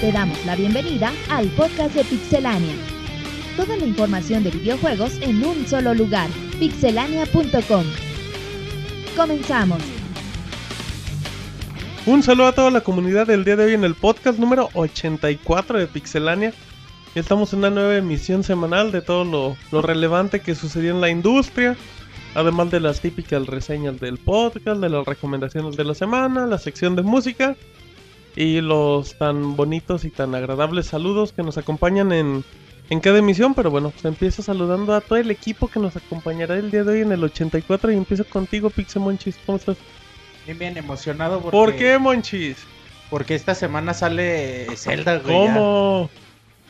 Te damos la bienvenida al podcast de Pixelania. Toda la información de videojuegos en un solo lugar, pixelania.com. Comenzamos. Un saludo a toda la comunidad del día de hoy en el podcast número 84 de Pixelania. Estamos en una nueva emisión semanal de todo lo, lo relevante que sucedió en la industria, además de las típicas reseñas del podcast, de las recomendaciones de la semana, la sección de música y los tan bonitos y tan agradables saludos que nos acompañan en, en cada emisión. Pero bueno, pues empiezo saludando a todo el equipo que nos acompañará el día de hoy en el 84 y empiezo contigo, Pixemonchis. ¿Cómo estás? Bien, bien emocionado porque, ¿Por qué, Monchis? porque esta semana sale Zelda, güey. ¿Cómo? ya.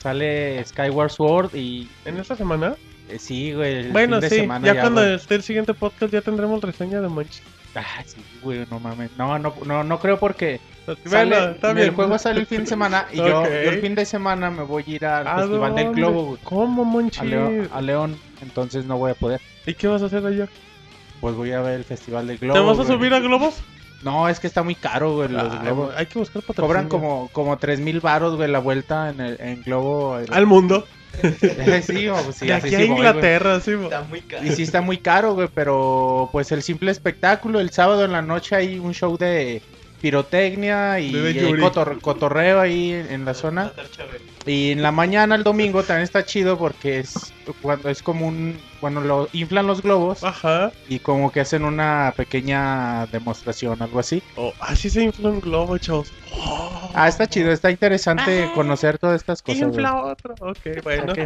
Sale Skyward Sword y ¿En esta semana? eh, sí, güey, el bueno, fin de sí, semana ya, ya, cuando güey. esté el siguiente podcast ya tendremos reseña de Monchis. Ah, sí, güey, no mames. No, no, no, no creo porque Bueno, sale- está el bien. juego sale el fin de semana y yo, Ok. yo el fin de semana me voy a ir al ¿A Festival del dónde? Globo, güey, ¿Cómo, a, Monchis? Leo- a León, entonces no voy a poder. ¿Y qué vas a hacer allá? Pues voy a ver el Festival del Globo. ¿Te vas a güey. subir a globos? No, es que está muy caro, güey, los Ah, globos. Hay que buscar patrocinio. Cobran como, como 3 mil baros, güey, la vuelta en, el, en globo. eh, Al mundo. sí, o- pues, sí, de así aquí sí a voy, güey. Inglaterra, sí. bo. Y sí está muy caro, güey, pero pues el simple espectáculo, el sábado en la noche hay un show de pirotecnia y, De y Yuri. cotor- cotorreo ahí en, en la zona. Y en la mañana, el domingo, también está chido porque es cuando es como un... cuando lo inflan los globos Ajá. y como que hacen una pequeña demostración, algo así. Oh, así se infla un globo, chavos. Oh, Ah, está chido, está interesante Ah. conocer todas estas cosas. güey. infla otro. Ok, bueno. Ok.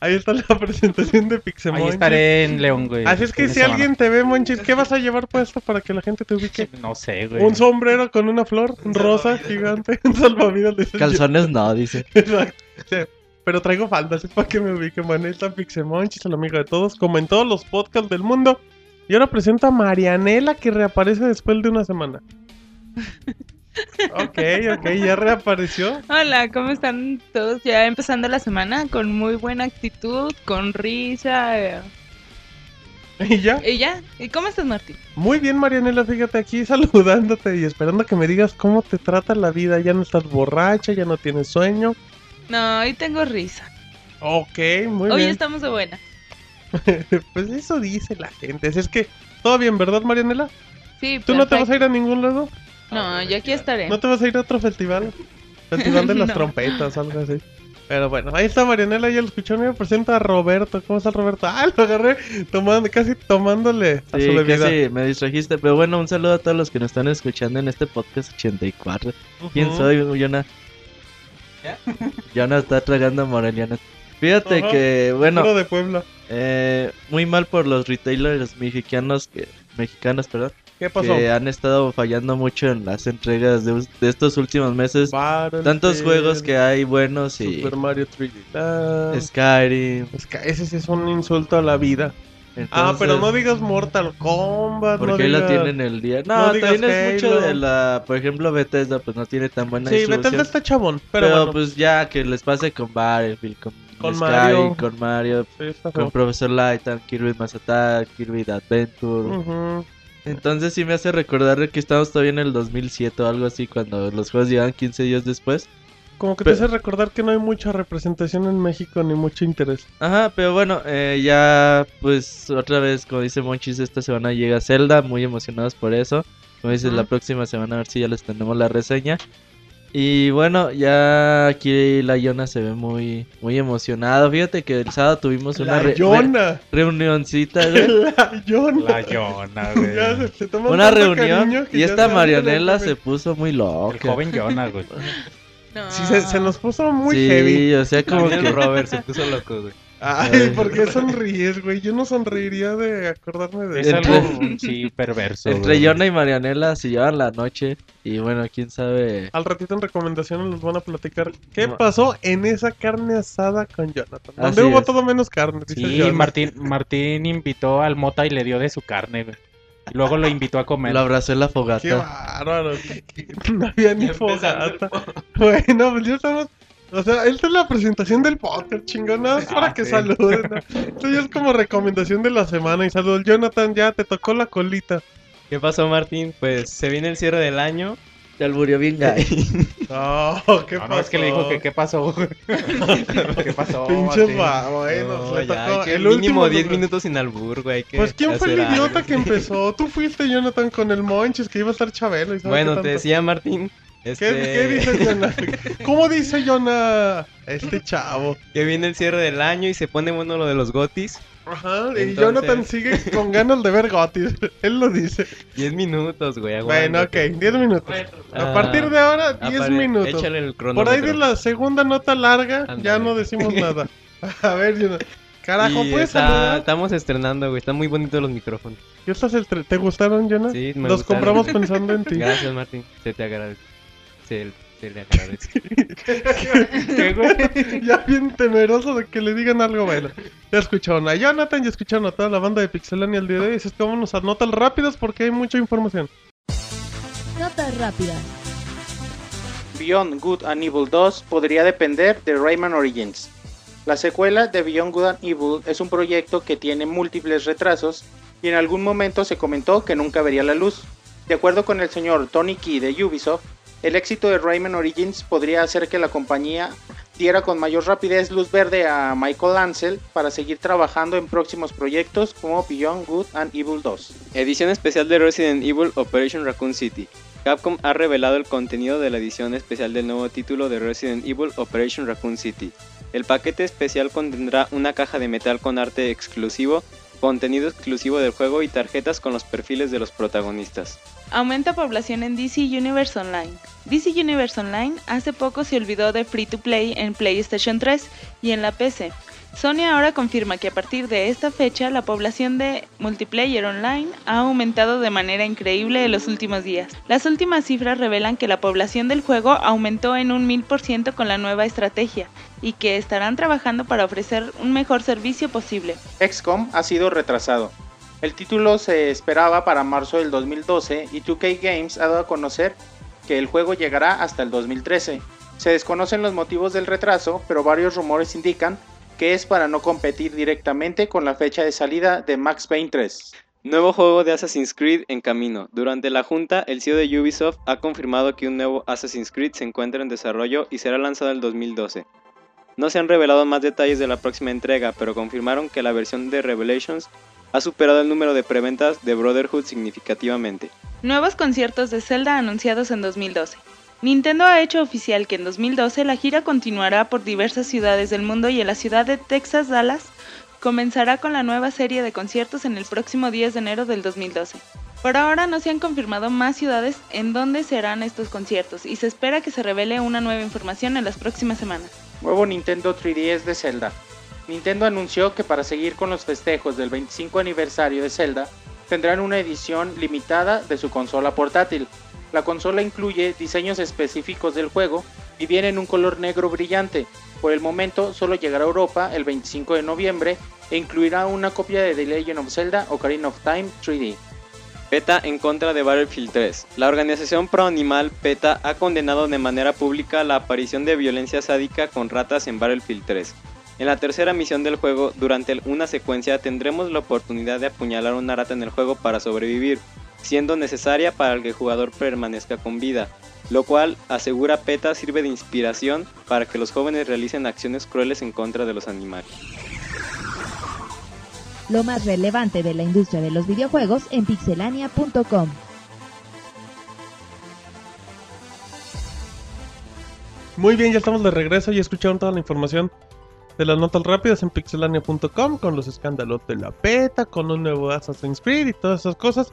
Ahí está la presentación de Pixemon. Ahí estaré en León, güey. Este Así es que Fin de si semana. alguien te ve, Monchis, ¿qué vas a llevar puesto para que la gente te ubique? No sé, güey. Un sombrero con una flor rosa gigante, un salvavidas de Calzones no, dice. Exacto. Sí, Pero traigo faldas para que me ubiquen, Maneta Pixemonchis, el amigo de todos, como en todos los podcasts del mundo. Y ahora presento a Marianela que reaparece después de una semana. Ok, ok, ya reapareció. Hola, ¿cómo están todos? Ya empezando la semana con muy buena actitud, con risa. eh, Y ya. Y ya, ¿y cómo estás, Martín? Muy bien, Marianela, fíjate aquí saludándote y esperando que me digas cómo te trata la vida. Ya no estás borracha, ya no tienes sueño. No, hoy tengo risa. Ok, muy hoy bien. estamos de buena. Pues eso dice la gente. Así es que, todo bien, ¿verdad, Marianela? Sí, ¿Tú no te vas a ir a ningún lado? No, yo aquí estaré. ¿No te vas a ir a otro festival? Festival de las No. trompetas, algo así. Pero bueno, ahí está Marianela, ya lo escuchó, me presenta a Roberto. ¿Cómo está Roberto? Ah, lo agarré tomando, casi tomándole a su Sí, bebida. casi me distrajiste. Pero bueno, un saludo a todos los que nos están escuchando en este podcast 84. Ujú. ¿Quién soy, Yona? Yona está tragando morelianas. Fíjate Ajá. que, bueno, Puro de Puebla. eh, muy mal por los retailers mexicanos que mexicanos, perdón, ¿Qué pasó? que han estado fallando mucho en las entregas de, us- de estos últimos meses. Battlefield, Tantos juegos que hay buenos y Super Mario 3D Land. Skyrim. Es que ese sí es un insulto a la vida. ah, entonces- pero no digas Mortal Kombat. no Porque ahí la digas- tienen el día. No, no digas también es mucho Halo. de la. Por ejemplo, Bethesda, pues no tiene tan buena Sí, distribución. Bethesda está chabón, pero, pero bueno. pues ya que les pase con Battlefield, con, Con Skyrim, Mario. con Mario, sí, está con feo. Profesor Lightan, Kirby Mass Attack, Kirby Adventure. Ujú. Entonces sí me hace recordar que estamos todavía en el 2007 o algo así, cuando los juegos llegaban 15 días después. Como que Pe- te hace recordar que no hay mucha representación en México ni mucho interés. Ajá, pero bueno, eh, ya pues otra vez, como dice Monchis, esta semana llega Zelda, muy emocionados por eso. Como dices, la Ujú. próxima semana a ver si ya les tenemos la reseña. Y bueno, ya aquí la Yona se ve muy, muy emocionada. Fíjate que el sábado tuvimos una La re- re- Yona. reunioncita, güey. La Yona. La Yona, Ya se- güey. se toman una tanto reunión cariño que y ya esta se- Marianela se puso muy El loca. joven Yona, güey. No. Sí, se, se nos puso muy sí, heavy. o sea, como que... Robert se puso loco, güey. Ay, Ay. ¿por qué sonríes, güey? Yo no sonreiría de acordarme de Es eso. Entre- algo, sí, perverso. Entre güey. Yona y Marianela se llevan la noche y bueno, quién sabe... Al ratito en recomendaciones les van a platicar qué Ma- pasó en esa carne asada con Jonathan. Donde Así hubo es. todo menos carne. dice Sí, Jonathan. Martín, Martín invitó al Mota y le dio de su carne, güey. Y Luego lo invitó a comer. Lo abrazó en la Qué fogata. bárbaro. No había ni fogata. Bueno, pues ya estamos. O sea, esta es la presentación del podcast, chingón. Nada más Ah, para que sí. saluden. ¿no? Esto ya es como recomendación de la semana. Y saludos, Jonathan. Ya te tocó la colita. ¿Qué pasó, Martín? Pues se viene el cierre del año. Te alburió bien gay. No, ¿qué No, pasó? no, es que le dijo que qué pasó. ¿Qué pasó? Pinches sí. vamos, eh, No, nos le ya, tocó. hay que El mínimo último 10 minutos. minutos sin albur, güey. hay que Pues quién fue el hacer algo. idiota que empezó? Tú fuiste Jonathan con el Monchis que iba a estar Chabelo y sabe qué Bueno, tanto. te decía Martín. ¿Qué, Este, qué dice Jonah? ¿Cómo dice Jonah este chavo? Que viene el cierre del año y se pone bueno lo de los gotis. Ajá, y Entonces- Jonathan sigue con ganas de ver Gotis. Él lo dice. 10 minutos, güey. Bueno, ok, aguántate. 10 minutos. A Ah, partir de ahora, Ah, 10 pare- minutos. Échale el Por ahí de cronómetro. la segunda nota larga, ya Ándale. no decimos nada. A ver, Jonah. Carajo, Y ¿puedes está- saludar? Estamos estrenando, güey. Están muy bonitos los micrófonos. ¿Qué estás el tre- ¿Te gustaron, Jonah? Sí, me Los gustaron. compramos pensando en ti. Gracias, Martín. Se te agradece. Se, se le agradece. ¿Qué, güey? ya bien temeroso de que le digan algo bueno. Ya escucharon a Jonathan, ya escucharon a toda la banda de Pixelania el día de hoy. Así es que vámonos a notas rápidas porque hay mucha información. Notas rápidas. Beyond Good and Evil 2 podría depender de Rayman Origins. La secuela de Beyond Good and Evil es un proyecto que tiene múltiples retrasos y en algún momento se comentó que nunca vería la luz. De acuerdo con el señor Tony Key de Ubisoft, el éxito de Rayman Origins podría hacer que la compañía diera con mayor rapidez luz verde a Michael Ansel para seguir trabajando en próximos proyectos como Beyond Good and Evil 2. Edición especial de Resident Evil Operation Raccoon City. Capcom ha revelado el contenido de la edición especial del nuevo título de Resident Evil Operation Raccoon City. El paquete especial contendrá una caja de metal con arte exclusivo, contenido exclusivo del juego y tarjetas con los perfiles de los protagonistas. Aumenta población en DC Universe Online. DC Universe Online hace poco se olvidó de Free to Play en PlayStation 3 y en la PC. Sony ahora confirma que a partir de esta fecha la población de multiplayer online ha aumentado de manera increíble en los últimos días. Las últimas cifras revelan que la población del juego aumentó en un 1000% con la nueva estrategia y que estarán trabajando para ofrecer un mejor servicio posible. XCOM ha sido retrasado. El título se esperaba para marzo del 2012 y 2K Games ha dado a conocer que el juego llegará hasta el 2013. Se desconocen los motivos del retraso, pero varios rumores indican que es para no competir directamente con la fecha de salida de Max Payne 3. Nuevo juego de Assassin's Creed en camino. Durante la junta, el CEO de Ubisoft ha confirmado que un nuevo Assassin's Creed se encuentra en desarrollo y será lanzado en el 2012. No se han revelado más detalles de la próxima entrega, pero confirmaron que la versión de Revelations ha superado el número de preventas de Brotherhood significativamente. Nuevos conciertos de Zelda anunciados en 2012. Nintendo ha hecho oficial que en 2012 la gira continuará por diversas ciudades del mundo y en la ciudad de Texas, Dallas, comenzará con la nueva serie de conciertos en el próximo 10 de enero del 2012. Por ahora no se han confirmado más ciudades en donde serán estos conciertos y se espera que se revele una nueva información en las próximas semanas. Nuevo Nintendo 3DS de Zelda. Nintendo anunció que para seguir con los festejos del 25 aniversario de Zelda, tendrán una edición limitada de su consola portátil. La consola incluye diseños específicos del juego y viene en un color negro brillante. Por el momento solo llegará a Europa el 25 de noviembre e incluirá una copia de The Legend of Zelda Ocarina of Time 3D. PETA en contra de Battlefield 3. La organización pro-animal PETA ha condenado de manera pública la aparición de violencia sádica con ratas en Battlefield 3. En la tercera misión del juego, durante el- una secuencia, tendremos la oportunidad de apuñalar una rata en el juego para sobrevivir, siendo necesaria para que el jugador permanezca con vida, lo cual, asegura PETA, sirve de inspiración para que los jóvenes realicen acciones crueles en contra de los animales. Lo más relevante de la industria de los videojuegos en pixelania.com. Muy bien, ya estamos de regreso y escucharon toda la información de las notas rápidas en pixelania.com con los escándalos de la PETA, con un nuevo Assassin's Creed y todas esas cosas.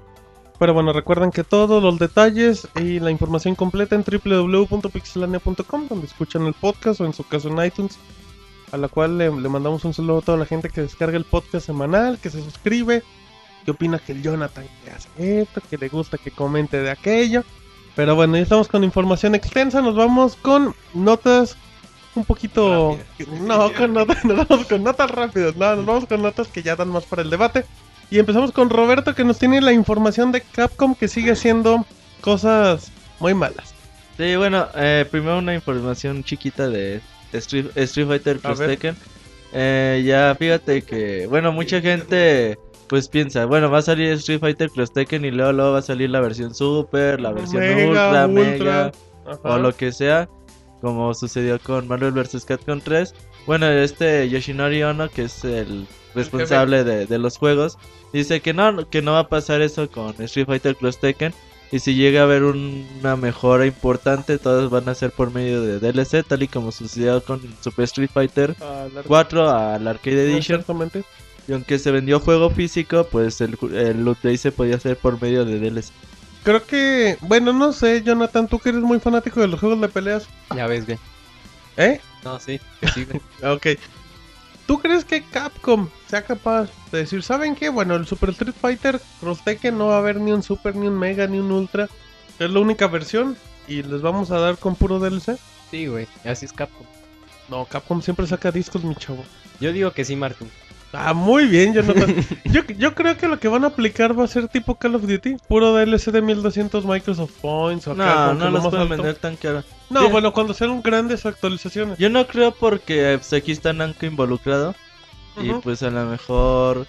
Pero bueno, recuerden que todos los detalles y la información completa en www.pixelania.com, donde escuchan el podcast o en su caso en iTunes, a la cual le, le mandamos un saludo a toda la gente que descarga el podcast semanal, que se suscribe, que opina que el Jonathan que hace esto, que le gusta que comente de aquello. Pero bueno, ya estamos con información extensa, nos vamos con notas un poquito... No, con notas, nos vamos con notas rápidas, no, nos vamos con notas que ya dan más para el debate. Y empezamos con Roberto que nos tiene la información de Capcom que sigue haciendo cosas muy malas. Sí, bueno, eh, primero una información chiquita de Street, Street Fighter A Plus ver. Tekken. Eh, ya fíjate que, bueno, mucha gente pues piensa, bueno, va a salir Street Fighter Cross Tekken y luego, luego va a salir la versión Super, la versión Ultra, Mega Ajá. o lo que sea, como sucedió con Marvel vs. Capcom 3. Bueno, este Yoshinori Ono, que es el responsable de, de los juegos, dice que no, que no va a pasar eso con Street Fighter Cross Tekken. Y si llega a haber un- una mejora importante, todas van a ser por medio de DLC, tal y como sucedió con Super Street Fighter Ah, la- 4 al Arcade Edition. Exactamente. Y aunque se vendió juego físico, pues el, ju- el update se podía hacer por medio de DLC. Creo que, bueno, no sé, Jonathan, tú que eres muy fanático de los juegos de peleas, Ya ves, güey. ¿eh? No, sí, que sí, güey. Ok. ¿Tú crees que Capcom sea capaz de decir, ¿saben qué? Bueno, el Super Street Fighter Cross Tekken no va a haber ni un Super, ni un Mega, ni un Ultra. Es la única versión y les vamos a dar con puro DLC. Sí, güey. Así es Capcom. No, Capcom siempre saca discos, mi chavo. Yo digo que sí, Martín. Ah, muy bien, Jonathan. yo, yo creo que lo que van a aplicar va a ser tipo Call of Duty. Puro DLC de 1200 Microsoft Points. O acá, No, como que no lo los más pueden alto. vender tan caro. No, Bien. bueno, cuando sean grandes actualizaciones. Yo no creo porque pues, aquí está Namco involucrado. Y Ujú. pues a lo mejor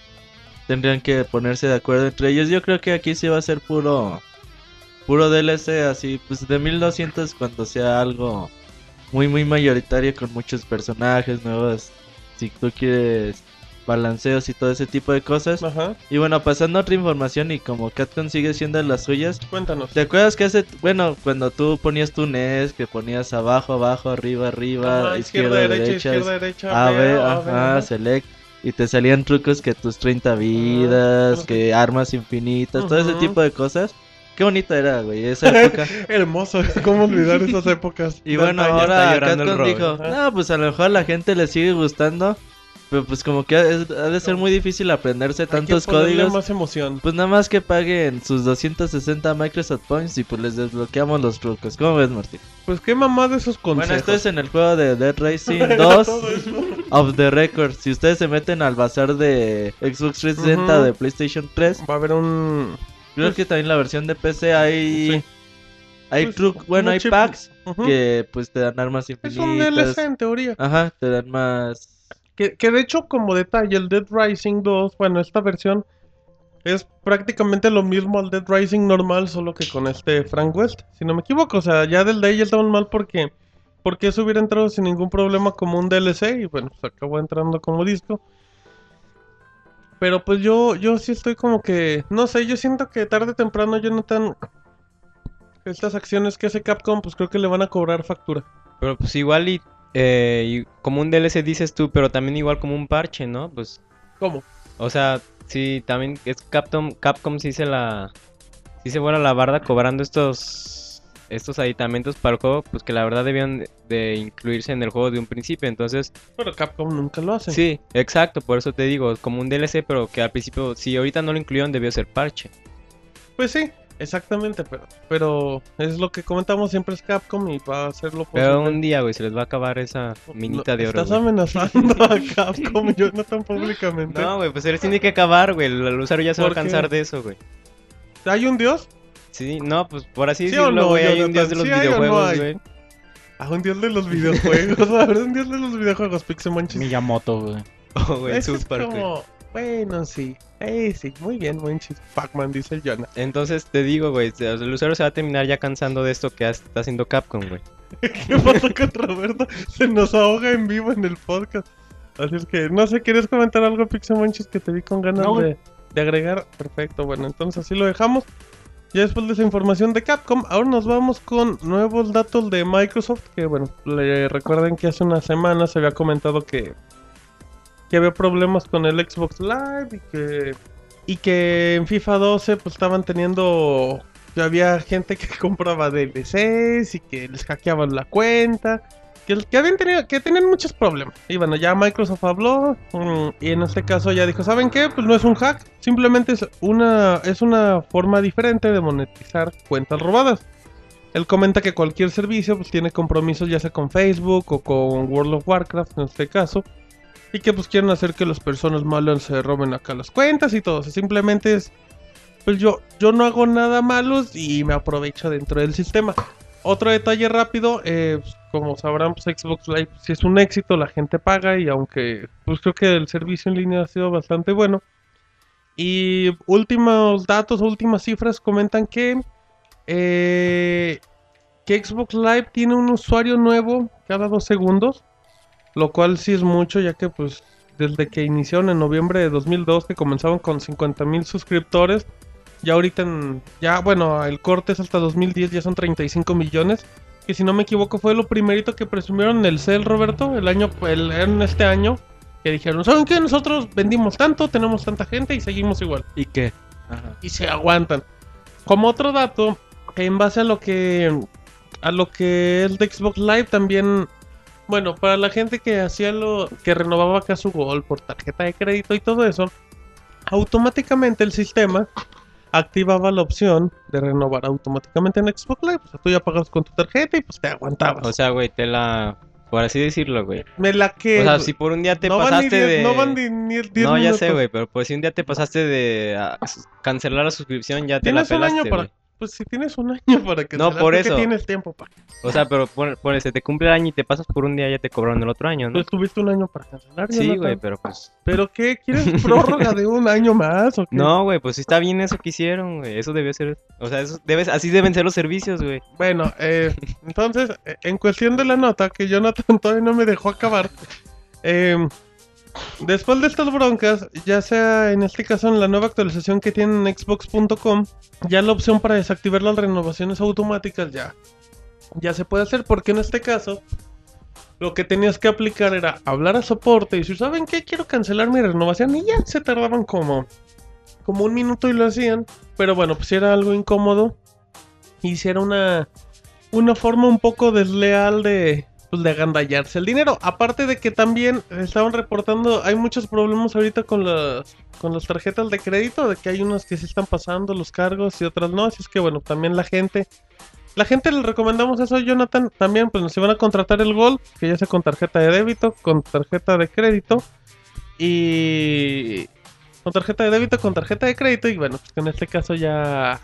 tendrían que ponerse de acuerdo entre ellos. Yo creo que aquí sí va a ser puro puro DLC así, pues de 1200 cuando sea algo muy muy mayoritario con muchos personajes nuevos. Si tú quieres balanceos y todo ese tipo de cosas. Ajá, Y bueno, pasando a otra información y como Catcon sigue siendo las suyas, cuéntanos. ¿te acuerdas que hace, bueno, cuando tú ponías tu NES, que ponías abajo, abajo, arriba, arriba, Ajá, izquierda, derecha, Ah, izquierda, derecha. a B, ver, A, B, ajá, ajá. select. Y te salían trucos que tus 30 vidas, pero que armas infinitas, todo ese Ujú. tipo de cosas. Qué bonita era, güey, esa época. Hermoso, cómo olvidar esas épocas. Y bueno, está- ya está ahora llorando el Capcom Robert. dijo, Ajá. no, pues a lo mejor a la gente le sigue gustando, pero pues como que es- ha de ser muy difícil aprenderse Hay que tantos ponerle códigos. más emoción. Pues nada más que paguen sus 260 Microsoft Points y pues les desbloqueamos los trucos. ¿Cómo ves, Martín? Pues qué mamá de esos consejos. Bueno, esto es en el juego de Dead Racing 2 of the Record. Si ustedes se meten al bazar de Xbox 360 Ujú. de PlayStation 3, Va a haber un... creo que también la versión de PC hay Sí. hay Pues, truc, bueno, un hay chip- packs Ujú. que pues te dan armas Es un DLC infinitas. en teoría. Ajá, te dan más Que, que de hecho, como detalle, el Dead Rising 2, bueno, esta versión es prácticamente lo mismo al Dead Rising normal, solo que con este Frank West, si no me equivoco. O sea, ya del de ahí ya estaban mal porque, porque eso hubiera entrado sin ningún problema como un DLC y bueno, pues acabó entrando como disco. Pero pues yo, yo sí estoy como que, no sé, yo siento que tarde o temprano Jonathan, estas acciones que hace Capcom, pues creo que le van a cobrar factura. Pero pues igual y, eh, y como un DLC dices tú, pero también igual como un parche, ¿no? Pues, ¿Cómo? o sea, sí, también es Capcom, Capcom sí se la, sí se vuela la barda cobrando estos, estos aditamentos para el juego, pues que la verdad debían de incluirse en el juego de un principio. Entonces, Pero Capcom nunca lo hace. sí, exacto, por eso te digo, como un DLC, pero que al principio, si ahorita no lo incluyeron, debió ser parche. Pues sí, exactamente, pero, pero es lo que comentamos siempre es Capcom y va a hacerlo Pero posible. un día, güey, se les va a acabar esa minita No, de oro. Estás güey. amenazando a Capcom, yo no tan públicamente. No, güey, pues se les tiene que acabar, güey. El Lucero ya se va a ¿Por qué? cansar de eso, güey. ¿Hay un dios? Sí, no, pues por así ¿Sí o decirlo, no, güey, hay Jonathan? un dios de los ¿Sí hay o no videojuegos, hay? güey. Ah, un dios de los videojuegos. A ver, un dios de los videojuegos, Pixemonchis. Miyamoto, güey. Oh, güey, Eso es South Park, güey. como... Bueno, sí. Eh, sí, muy bien, Monchis. Pac-Man, dice el Jonah. Entonces te digo, güey, se- el Lucero se va a terminar ya cansando de esto que ha- está haciendo Capcom, güey. ¿Qué pasó con Roberto? Se nos ahoga en vivo en el podcast. Así es que, no sé, ¿quieres comentar algo, Pixemonchis, que te vi con ganas No, güey. de, de agregar? Perfecto, bueno, entonces así lo dejamos. Ya después de esa información de Capcom, ahora nos vamos con nuevos datos de Microsoft, que bueno, le recuerden que hace una semana se había comentado que, que había problemas con el Xbox Live y que, y que en FIFA 12 pues estaban teniendo que había gente que compraba DLCs y que les hackeaban la cuenta. Que, que habían tenido, que tenían muchos problemas. Y bueno, ya Microsoft habló. mm, Y en este caso ya dijo, ¿saben qué? Pues no es un hack. Simplemente es una, es una forma diferente de monetizar cuentas robadas. Él comenta que cualquier servicio pues, tiene compromisos ya sea con Facebook o con World of Warcraft en este caso. Y que pues quieren hacer que las personas malas se roben acá las cuentas y todo. O sea, simplemente es pues yo, yo no hago nada malos y me aprovecho dentro del sistema. Otro detalle rápido, eh, pues, como sabrán, pues Xbox Live si es un éxito, la gente paga y aunque pues creo que el servicio en línea ha sido bastante bueno, Y últimos datos, últimas cifras comentan que, eh, que Xbox Live tiene un usuario nuevo cada dos segundos, lo cual sí es mucho, ya que pues desde que iniciaron en noviembre de 2002 que comenzaban con 50 mil suscriptores, ya ahorita en, ya bueno, el corte es hasta 2010, ya son 35 millones, que si no me equivoco fue lo primerito que presumieron en el CEL, Roberto, el año, el, en este año, que dijeron, ¿saben qué? Nosotros vendimos tanto, tenemos tanta gente y seguimos igual. ¿Y qué? Y se aguantan. Como otro dato, en base a lo que a lo que es de Xbox Live también bueno, para la gente que hacía lo que renovaba acá su gol por tarjeta de crédito y todo eso, automáticamente el sistema activaba la opción de renovar automáticamente en Xbox Live. O sea, tú ya pagas con tu tarjeta y pues te aguantabas. O sea, güey, te la. Por así decirlo, güey. Me la que. O sea, si por un día te pues, no van ni pasaste diez- de. no van ni, ni diez No, ya minutos. sé, güey, pero pues si un día te pasaste de ah, s- cancelar la suscripción, ya te Tienes la un pelaste, año para. güey. Pues si tienes un año para que No, te la- por ¿de qué eso. tienes tiempo para. O sea, pero pon- pon- se te cumple el año y te pasas por un día, ya te cobraron el otro año, ¿no? Pues tuviste un año para cancelar. Sí, Jonathan. güey, pero pues... ¿Pero qué? ¿Quieres prórroga de un año más? o qué? No, güey, pues sí está bien eso que hicieron, güey. Eso debió ser... O sea, eso debes... así deben ser los servicios, güey. Bueno, eh, entonces, eh, en cuestión de la nota, que Jonathan todavía no me dejó acabar. eh, después de estas broncas, ya sea en este caso en la nueva actualización que tienen en Xbox.com, ya la opción para desactivar las renovaciones automáticas ya, ya se puede hacer, porque en este caso. Lo que tenías que aplicar era hablar a soporte y si saben qué quiero cancelar mi renovación y ya se tardaban como como un minuto y lo hacían, pero bueno, pues era algo incómodo hiciera una, una forma un poco desleal de, pues, de agandallarse el dinero. Aparte de que también estaban reportando, hay muchos problemas ahorita con las, con las tarjetas de crédito, de que hay unas que se están pasando los cargos y otras no. Así es que bueno, también la gente... La gente le recomendamos eso, Jonathan. También, pues, si van a contratar el Gol, que ya sea con tarjeta de débito, con tarjeta de crédito y... Con tarjeta de débito, con tarjeta de crédito y bueno, pues que en este caso ya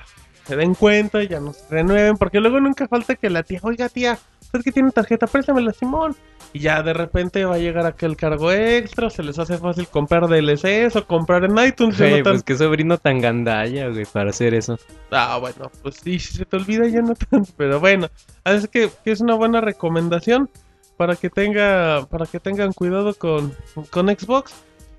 se den cuenta, ya nos renueven, porque luego nunca falta que la tía, oiga tía, usted que tiene tarjeta, préstamela Simón. Y ya de repente va a llegar aquel cargo extra, se les hace fácil comprar DLCs o comprar en iTunes. Güey, Jonathan. pues qué sobrino tan gandalla, güey, para hacer eso. Ah, bueno, pues sí, si se te olvida ya no tanto, pero bueno, así es que, que es una buena recomendación para que tenga, para que tengan cuidado con, con Xbox.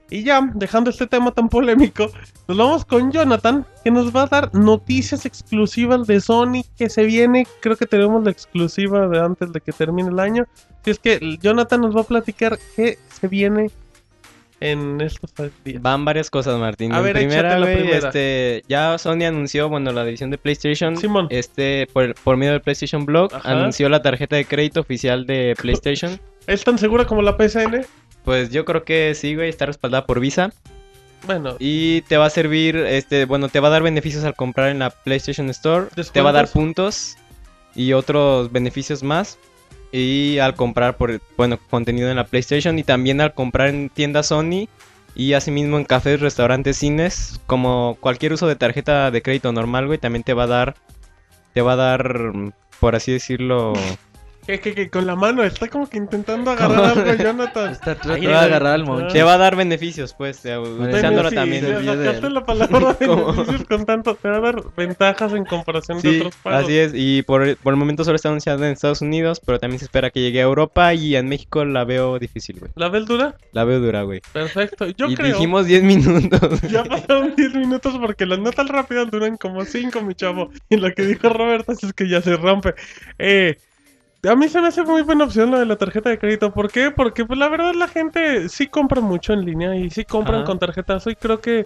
Y ya, dejando este tema tan polémico, nos vamos con Jonathan, que nos va a dar noticias exclusivas de Sony que se viene. Creo que tenemos la exclusiva de antes de que termine el año. Si es que Jonathan nos va a platicar qué se viene en estos días. Van varias cosas, Martín. A En ver, primera, échate la güey, primera. este, ya Sony anunció, bueno, la división de PlayStation, Simón. este, por, por medio del PlayStation Blog, Ajá. anunció la tarjeta de crédito oficial de PlayStation. ¿Es tan segura como la PSN? Pues yo creo que sí, güey, está respaldada por Visa Bueno, y te va a servir, este, bueno, te va a dar beneficios al comprar en la PlayStation Store, te va a dar ¿Descuentos? puntos y otros beneficios más y al comprar por, bueno, contenido en la PlayStation y también al comprar en tiendas Sony y asimismo en cafés, restaurantes, cines, como cualquier uso de tarjeta de crédito normal, güey, también te va a dar, te va a dar, mm, por así decirlo, Que, que, que con la mano, está como que intentando agarrar algo, Jonathan. Está Ahí tratando de era- agarrar el te monche. va a dar beneficios, pues, eh, utilizándolo Beneficios, también. sí, ya Sacaste Bien. la palabra ¿Cómo? beneficios con tanto. Te va a dar ventajas en comparación de Sí, otros pagos. así es. Y por, por el momento solo está anunciada en Estados Unidos, pero también se espera que llegue a Europa y en México la veo difícil, güey. ¿La ves dura? La veo dura, güey. Perfecto. Yo y creo. dijimos 10 minutos. Ya pasaron 10 minutos porque las notas rápidas duran como 5, mi chavo. Y lo que dijo Roberto es que ya se rompe. Eh, a mí se me hace muy buena opción lo de la tarjeta de crédito. ¿Por qué? Porque pues, la verdad la gente sí compra mucho en línea y sí compran Ajá. con tarjetazo. Y creo que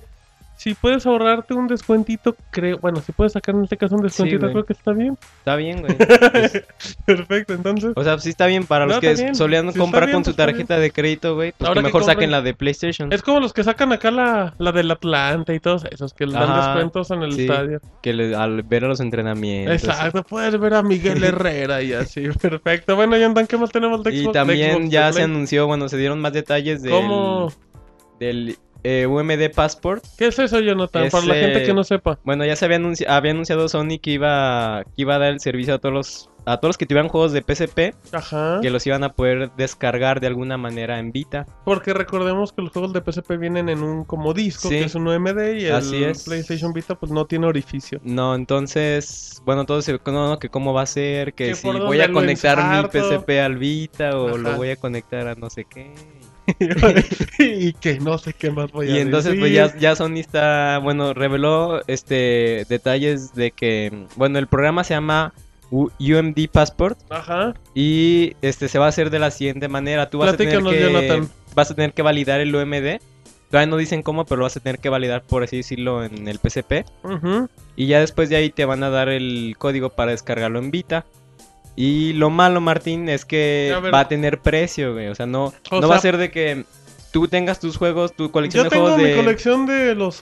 si puedes ahorrarte un descuentito, creo. Bueno, si puedes sacar en este caso un descuentito, güey. creo que está bien. Está bien, güey. Perfecto, entonces. O sea, sí está bien para los No, que está bien. solían Sí, está comprar bien, pues, con su está bien. tarjeta de crédito, güey. Pues Ahora que que mejor compren- saquen la de PlayStation. Es como los que sacan acá la, la del Atlanta y todos esos que le dan Ajá, descuentos en el sí. estadio. Que le- al ver a los entrenamientos. Exacto, puedes ver a Miguel Herrera y así, perfecto. Bueno, Jonathan, ¿qué más tenemos de Xbox? Y de también Xbox, ya de se Play? anunció, bueno, se dieron más detalles del, ¿Cómo? del eh, UMD Passport. ¿Qué es eso, Jonathan? Para la Ese- gente que no sepa. Bueno, ya se había, anunci- había anunciado Sony que iba, que iba a dar el servicio a todos los a todos los que tuvieran juegos de PSP Ajá. que los iban a poder descargar de alguna manera en Vita. Porque recordemos que los juegos de PSP vienen en un como disco, Sí. que es un UMD, y el Así es. PlayStation Vita pues no tiene orificio. No, entonces, bueno, todo se no, no, que cómo va a ser, que Que si por voy dónde a lo conectar mi inserto. PSP al Vita o Ajá. lo voy a conectar a no sé qué. y que no sé qué más voy a Y entonces pues decir. ya, ya Sony está, bueno, reveló este detalles de que, bueno, el programa se llama U- UMD Passport Ajá. y este se va a hacer de la siguiente manera. Tú vas a tener Platícanos, que Jonathan. vas a tener que validar el UMD. Todavía no dicen cómo, pero lo vas a tener que validar por así decirlo en el PSP Ujú. y ya después de ahí te van a dar el código para descargarlo en Vita. Y lo malo, Martín, es que A ver. va a tener precio, güey. O sea, no, O no va a sea- ser de que tú tengas tus juegos, tu Yo colección de tengo juegos mi de... colección de los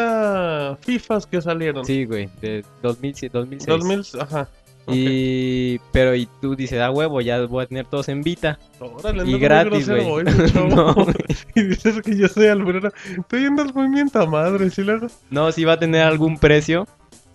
80 FIFAs que salieron. Sí, güey, de 2007, 2006. 2000, ajá. Ok. Y... Pero y tú dices, ah, huevo, ya voy a tener todos en Vita. Órale, y andas muy gratis, grosero hoy, güey. mi chavo. No, güey. y dices que yo soy alburero. Tú ya andas muy mienta madre, ¿sí luego? No, sí va a tener algún precio.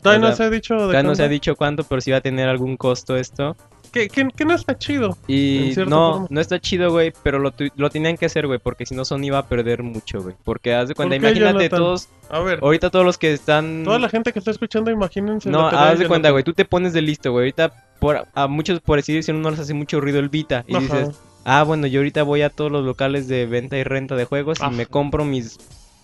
Todavía O no sea, se ha dicho de Ya no se ha cuánto. dicho cuánto, pero sí va a tener algún costo esto. Que, que- que no está chido. En Y cierta no, forma. no está chido, güey, pero lo, tu- lo tenían que hacer, güey, porque si no Sony iba a perder mucho, güey. Porque haz de cuenta, ¿Por qué, imagínate Jonathan? todos, A ver, ahorita todos los que están... toda la gente que está escuchando, imagínense. no, la cara haz de cuenta, Jonathan. güey, tú te pones de listo, güey. Ahorita por, a muchos, por así decirlo, no les hace mucho ruido el Vita. Y Ajá. dices, ah, bueno, yo ahorita voy a todos los locales de venta y renta de juegos Ajá. y me compro mis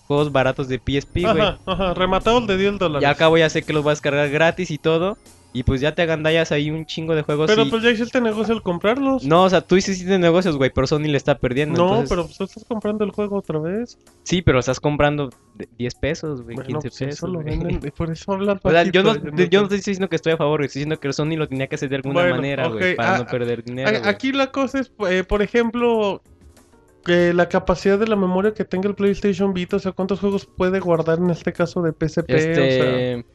juegos baratos de PSP, güey. Ajá, ajá, rematados de 10 dólares. Ya acabo, ya sé que los voy a descargar gratis y todo. Y pues ya te agandallas ahí un chingo de juegos. Pero y- pues ya hiciste negocio al comprarlos. No, o sea, tú hiciste negocios, güey, pero Sony le está perdiendo. No, entonces- pero pues tú estás comprando el juego otra vez. Sí, pero estás comprando de- 10 pesos, güey, Bueno, 15 pues eso pesos. lo güey. venden. Por eso hablan O sea, yo no, bajito, eh, yo no Jonathan. estoy diciendo que estoy a favor, güey, estoy diciendo que Sony lo tenía que hacer de alguna Bueno, manera, güey, ok, para ah, no perder dinero. A- güey. Aquí la cosa es, eh, por ejemplo, que la capacidad de la memoria que tenga el PlayStation Vita, o sea, cuántos juegos puede guardar en este caso de PSP, este...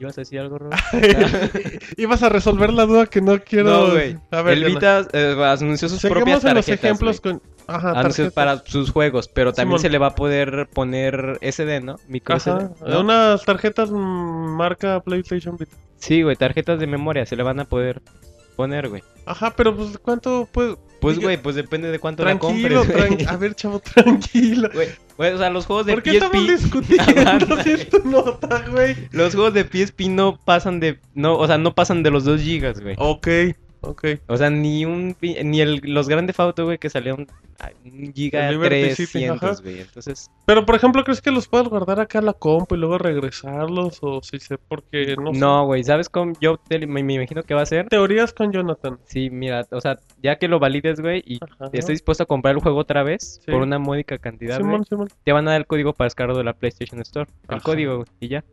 ¿Ibas a decir algo, Rob? o sea, ibas a resolver la duda que no quiero. No, güey. A ver, el Jonathan. Vita eh, anunció sus propias Seguimos en los tarjetas. ejemplos güey. con ajá, Anunció tarjetas. para sus juegos, pero también Simón. se le va a poder poner SD, ¿no? Micro Ajá, SD, ¿no? unas tarjetas mm, marca PlayStation Vita. Sí, güey, tarjetas de memoria se le van a poder poner, güey. Ajá, pero pues cuánto puede Pues, Diga- güey, pues depende de cuánto la Tranquilo, compres. güey. tran- a ver, chavo, tranquilo. Güey, güey, o sea, los juegos de ¿Por qué PSP estamos discutiendo Aguanta, si es tu nota, güey? Los juegos de PSP no pasan de no, o sea, no pasan de los 2 gigas, güey. Ok, ok. O sea, ni un pi- ni el los grandes Auto, güey, que salieron a un giga El Liberty City, 300, ajá. güey. Entonces, Pero, por ejemplo, ¿crees que los puedes guardar acá en la compu y luego regresarlos? O si sé, porque no, sé. no, güey, ¿sabes cómo yo te- me, me imagino que va a ser? Teorías con Jonathan. Sí, mira, o sea, ya que lo valides, güey, y Ajá. estés dispuesto a comprar el juego otra vez Sí. por una módica cantidad, güey, Simón, Simón. te van a dar el código para descargo de la PlayStation Store, el Ajá. código, güey, y ya.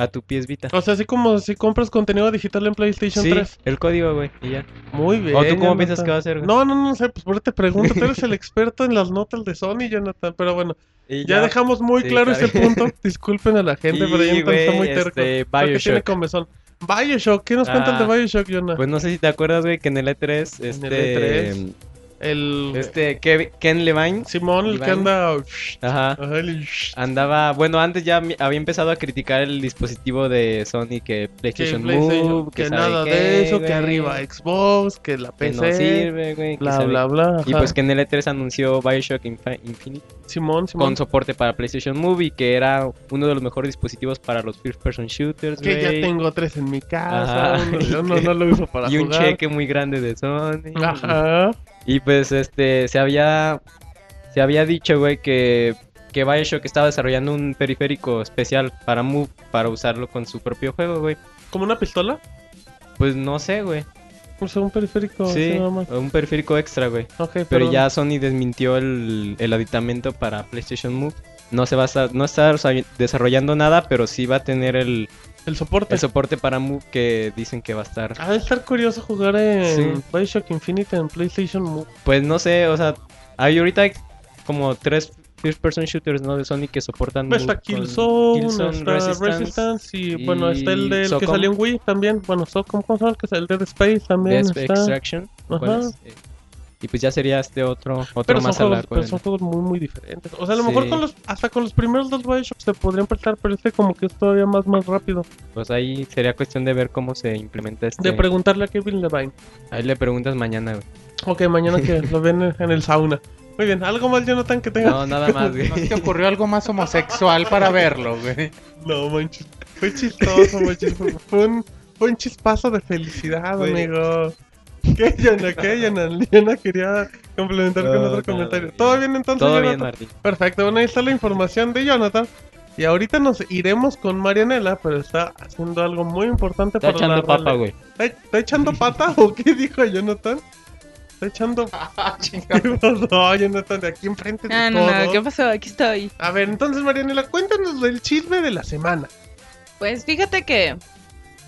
A tu PS Vita. O sea, así como si compras contenido digital en PlayStation Sí, 3. el código, güey, y ya. Muy bien. ¿O tú cómo Jonathan. piensas que va a ser, güey? No, no, no sé, pues por eso te pregunto. Tú eres el experto en las notas de Sony, Jonathan. Pero bueno, Y ya, dejamos muy Sí, claro está ese bien. punto. Disculpen a la gente, Y, pero Jonathan está güey, muy terco. este, Creo que tiene Bioshock. comezón. Bioshock, ¿qué nos cuentas de Ah. Bioshock, Jonathan? Pues no sé si te acuerdas, güey, que en el E3, En este. el E E3. el Este, Kev- Ken Levine, Simón, el que Iván. anda. ajá, Ajá, el- andaba. Bueno, antes ya mi- había empezado a criticar el dispositivo de Sony que que PlayStation PlayStation, uh, Move, que, que, sabe nada qué, de eso, que güey, arriba Xbox, que la que PC, no sirve, güey, que bla, sabe- bla, bla. Y ajá. pues que en el E3 anunció Bioshock Infi- Infinite Simón, Simón. con soporte para PlayStation Move y que era uno de los mejores dispositivos para los first person shooters, que ya güey, tengo tres en mi casa, Ajá, uno, y yo no, que- no lo uso para y un jugar. cheque muy grande de Sony. Ajá. Y pues este se había se había dicho, güey, que que BioShock estaba desarrollando un periférico especial para Move para usarlo con su propio juego, güey. ¿Como una pistola? Pues no sé, güey. O sea, un periférico. Sí, así nada más. un periférico extra, güey. Ok, Pero perdón. ya Sony desmintió el, el aditamento para PlayStation Move. No se va a estar, no está desa- desarrollando nada, pero sí va a tener el, El soporte. el soporte para Move que dicen que va a estar. Ha de estar curioso jugar en Sí. Bioshock Infinite en PlayStation Move. Pues no sé, o sea, hay ahorita como tres first person shooters, ¿no? De Sony que soportan Move Está Mm, con Killzone, Killzone, Pues, está Resistance, y, y bueno, está el del que Socom. salió en Wii también. Bueno, Socom, ¿cómo se llama? El que salió- El Dead Space también Death está. Extraction. ¿cuál Ajá. es? Eh, Y pues ya sería este otro, otro Pero son, más a la juegos, pero cuarenta. son juegos muy, muy diferentes. O sea, a lo mejor Sí. con los, hasta con los primeros dos Bioshocks se podrían prestar, pero este como que es todavía más, más rápido. Pues ahí sería cuestión de ver cómo se implementa De este. preguntarle a Kevin Levine. Ahí le preguntas mañana, güey. Ok, mañana que lo ven en el sauna. Muy bien, algo más Jonathan que tenga. No, nada más, güey. ¿No se te ocurrió algo más homosexual para verlo, güey? No, manches. Fue chistoso, manches. Fue un, fue un chispazo de felicidad, Güey. amigo. ¿Qué, Yana? ¿Qué, Yana? Yana quería complementar con No, otro nada, comentario. ya. ¿Todo bien entonces, Todo bien, Jonathan? Martín. Perfecto, bueno, ahí está la información de Jonathan. Y ahorita nos iremos con Marianela, pero está haciendo algo muy importante Está para la echando papa, rele- güey. ¿Está, está echando pata o qué dijo Jonathan? ¿Está echando Ah, chingada. ¿Qué pasó, Jonathan? De aquí enfrente de Ah, no, no, todos. ¿qué pasó? Aquí estoy. A ver, entonces, Marianela, cuéntanos el chisme de la semana. Pues fíjate que,